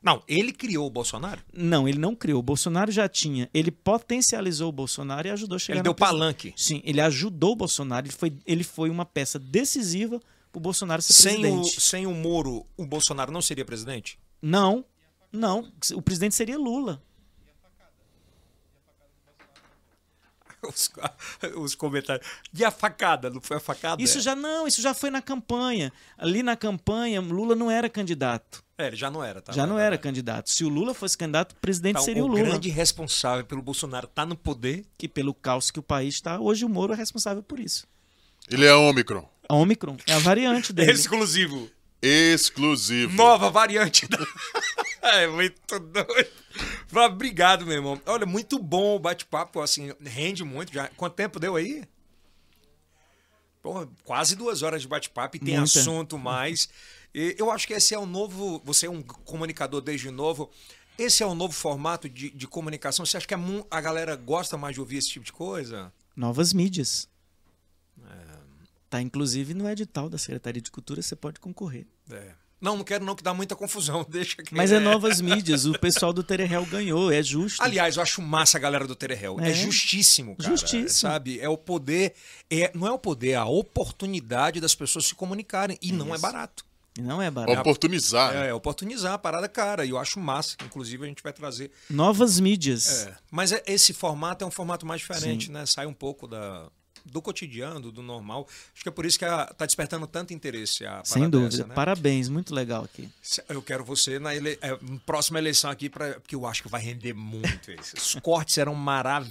[SPEAKER 1] Não, ele criou o Bolsonaro?
[SPEAKER 3] Não, ele não criou. O Bolsonaro já tinha. Ele potencializou o Bolsonaro e ajudou a chegar
[SPEAKER 1] Ele
[SPEAKER 3] na
[SPEAKER 1] deu
[SPEAKER 3] presidência.
[SPEAKER 1] palanque.
[SPEAKER 3] Sim, ele ajudou o Bolsonaro. Ele foi, ele foi uma peça decisiva pro Bolsonaro ser
[SPEAKER 1] Sem o,
[SPEAKER 3] presidente.
[SPEAKER 1] sem o Moro, o Bolsonaro não seria presidente?
[SPEAKER 3] Não, não. O presidente seria Lula.
[SPEAKER 1] Os, os comentários. E a facada? Não foi a facada?
[SPEAKER 3] Isso já não, isso já foi na campanha. Ali na campanha, Lula não era candidato.
[SPEAKER 1] É, ele já não era, tá?
[SPEAKER 3] já não era
[SPEAKER 1] Tá,
[SPEAKER 3] candidato. Se o Lula fosse candidato, o presidente
[SPEAKER 1] tá.
[SPEAKER 3] seria o,
[SPEAKER 1] o
[SPEAKER 3] Lula.
[SPEAKER 1] grande responsável pelo Bolsonaro tá no poder.
[SPEAKER 3] Que pelo caos que o país está, hoje o Moro é responsável por isso.
[SPEAKER 2] Ele é Ômicron.
[SPEAKER 3] A Omicron é a variante dele.
[SPEAKER 1] Exclusivo.
[SPEAKER 2] Exclusivo.
[SPEAKER 1] Nova variante. Da... é muito doido. Mas Obrigado, meu irmão. Olha, muito bom o bate-papo, assim, rende muito. Já. Quanto tempo deu aí? Porra, quase duas horas de bate-papo e tem
[SPEAKER 3] Muita.
[SPEAKER 1] assunto mais. E eu acho que esse é o novo. Você é um comunicador desde novo. Esse é o novo formato de, de comunicação. Você acha que a, mu- a galera gosta mais de ouvir esse tipo de coisa?
[SPEAKER 3] Novas mídias.
[SPEAKER 1] É.
[SPEAKER 3] Tá inclusive no edital da Secretaria de Cultura, você pode concorrer.
[SPEAKER 1] É. Não, não quero não, que dá muita confusão. Deixa que...
[SPEAKER 3] Mas é novas mídias, o pessoal do Terehel ganhou, é justo.
[SPEAKER 1] Aliás, eu acho massa a galera do Terehel. É,
[SPEAKER 3] É.
[SPEAKER 1] justíssimo, cara.
[SPEAKER 3] Justíssimo.
[SPEAKER 1] Sabe? É o poder. É, não é o poder, é a oportunidade das pessoas se comunicarem. E não é
[SPEAKER 3] Isso.
[SPEAKER 1] barato.
[SPEAKER 3] Não é barato.
[SPEAKER 2] Oportunizar. né?
[SPEAKER 1] É, é oportunizar a parada, cara. E eu acho massa. que, Inclusive, a gente vai trazer.
[SPEAKER 3] Novas mídias.
[SPEAKER 1] É. Mas é- esse formato é um formato mais diferente,
[SPEAKER 3] Sim.
[SPEAKER 1] né? Sai um pouco da. Do cotidiano, do- do normal. Acho que é por isso que a, tá despertando tanto interesse a parada
[SPEAKER 3] Sem dúvida.
[SPEAKER 1] dessa, né?
[SPEAKER 3] Parabéns, muito legal aqui.
[SPEAKER 1] Se- Eu quero você na ele... eh, próxima eleição aqui, pra... porque eu acho que vai render muito esse. Os cortes eram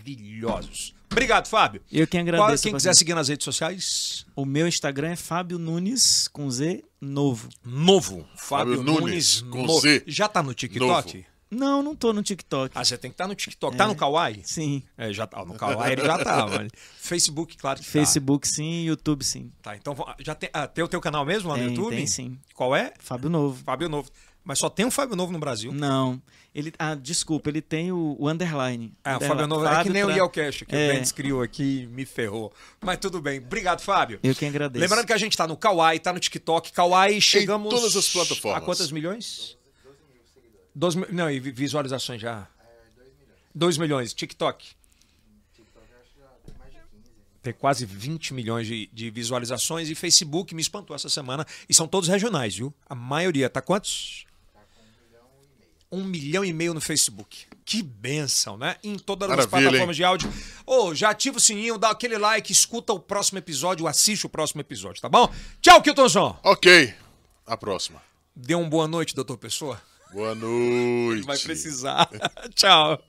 [SPEAKER 1] maravilhosos. Obrigado, Fábio.
[SPEAKER 3] Eu quem
[SPEAKER 1] Qual-
[SPEAKER 3] agradeço.
[SPEAKER 1] quem
[SPEAKER 3] a
[SPEAKER 1] quiser
[SPEAKER 3] paciência.
[SPEAKER 1] seguir nas redes sociais,
[SPEAKER 3] O meu Instagram é Fábio Nunes com Z novo.
[SPEAKER 1] novo. Fábio,
[SPEAKER 2] Fábio
[SPEAKER 1] Nunes,
[SPEAKER 2] Nunes, com
[SPEAKER 1] novo.
[SPEAKER 2] Z.
[SPEAKER 1] Já tá no TikTok?
[SPEAKER 2] Novo.
[SPEAKER 3] Não, não tô no TikTok.
[SPEAKER 1] Ah, você tem que estar no Tiktok. Tá no Kawaii?
[SPEAKER 3] Sim.
[SPEAKER 1] É, já tá. No Kawaii ele já tá, mano. Facebook, claro que tá.
[SPEAKER 3] Facebook sim, YouTube sim.
[SPEAKER 1] Tá, então vó- já tem, ah, tem o teu canal mesmo lá no
[SPEAKER 3] Tem,
[SPEAKER 1] YouTube?
[SPEAKER 3] tem sim.
[SPEAKER 1] Qual é?
[SPEAKER 3] Fábio Novo.
[SPEAKER 1] Fábio Novo. Mas só tem um Fábio Novo no Brasil.
[SPEAKER 3] Não. Ele, ah, desculpa, ele tem o, o underline.
[SPEAKER 1] Ah, o
[SPEAKER 3] Underline.
[SPEAKER 1] Fábio Novo é que nem o
[SPEAKER 3] Tra-
[SPEAKER 1] Yelcast, que o
[SPEAKER 3] É.
[SPEAKER 1] Bentes criou aqui e me ferrou. Mas tudo bem. Obrigado, Fábio.
[SPEAKER 3] Eu quem agradeço.
[SPEAKER 1] Lembrando que a gente tá no Kawaii, tá no TikTok. Kawaii, chegamos.
[SPEAKER 2] todas as plataformas.
[SPEAKER 1] A quantos milhões? 12 mil. Não, e vi- visualizações já? 2 milhões. TikTok. Tem quase 20 milhões de, de visualizações e Facebook me espantou essa semana. E são todos regionais, viu? A maioria. Tá quantos? um milhão e meio no Facebook. Que benção, né? Em todas as
[SPEAKER 2] Maravilha,
[SPEAKER 1] plataformas de áudio. Ô, já ativa o sininho, dá aquele like, escuta o próximo episódio, assiste o próximo episódio, tá bom? Tchau, Kiltonzão.
[SPEAKER 2] Ok. A próxima.
[SPEAKER 1] Dê uma boa noite, doutor Pessoa.
[SPEAKER 2] Boa noite.
[SPEAKER 1] Vai precisar. Tchau.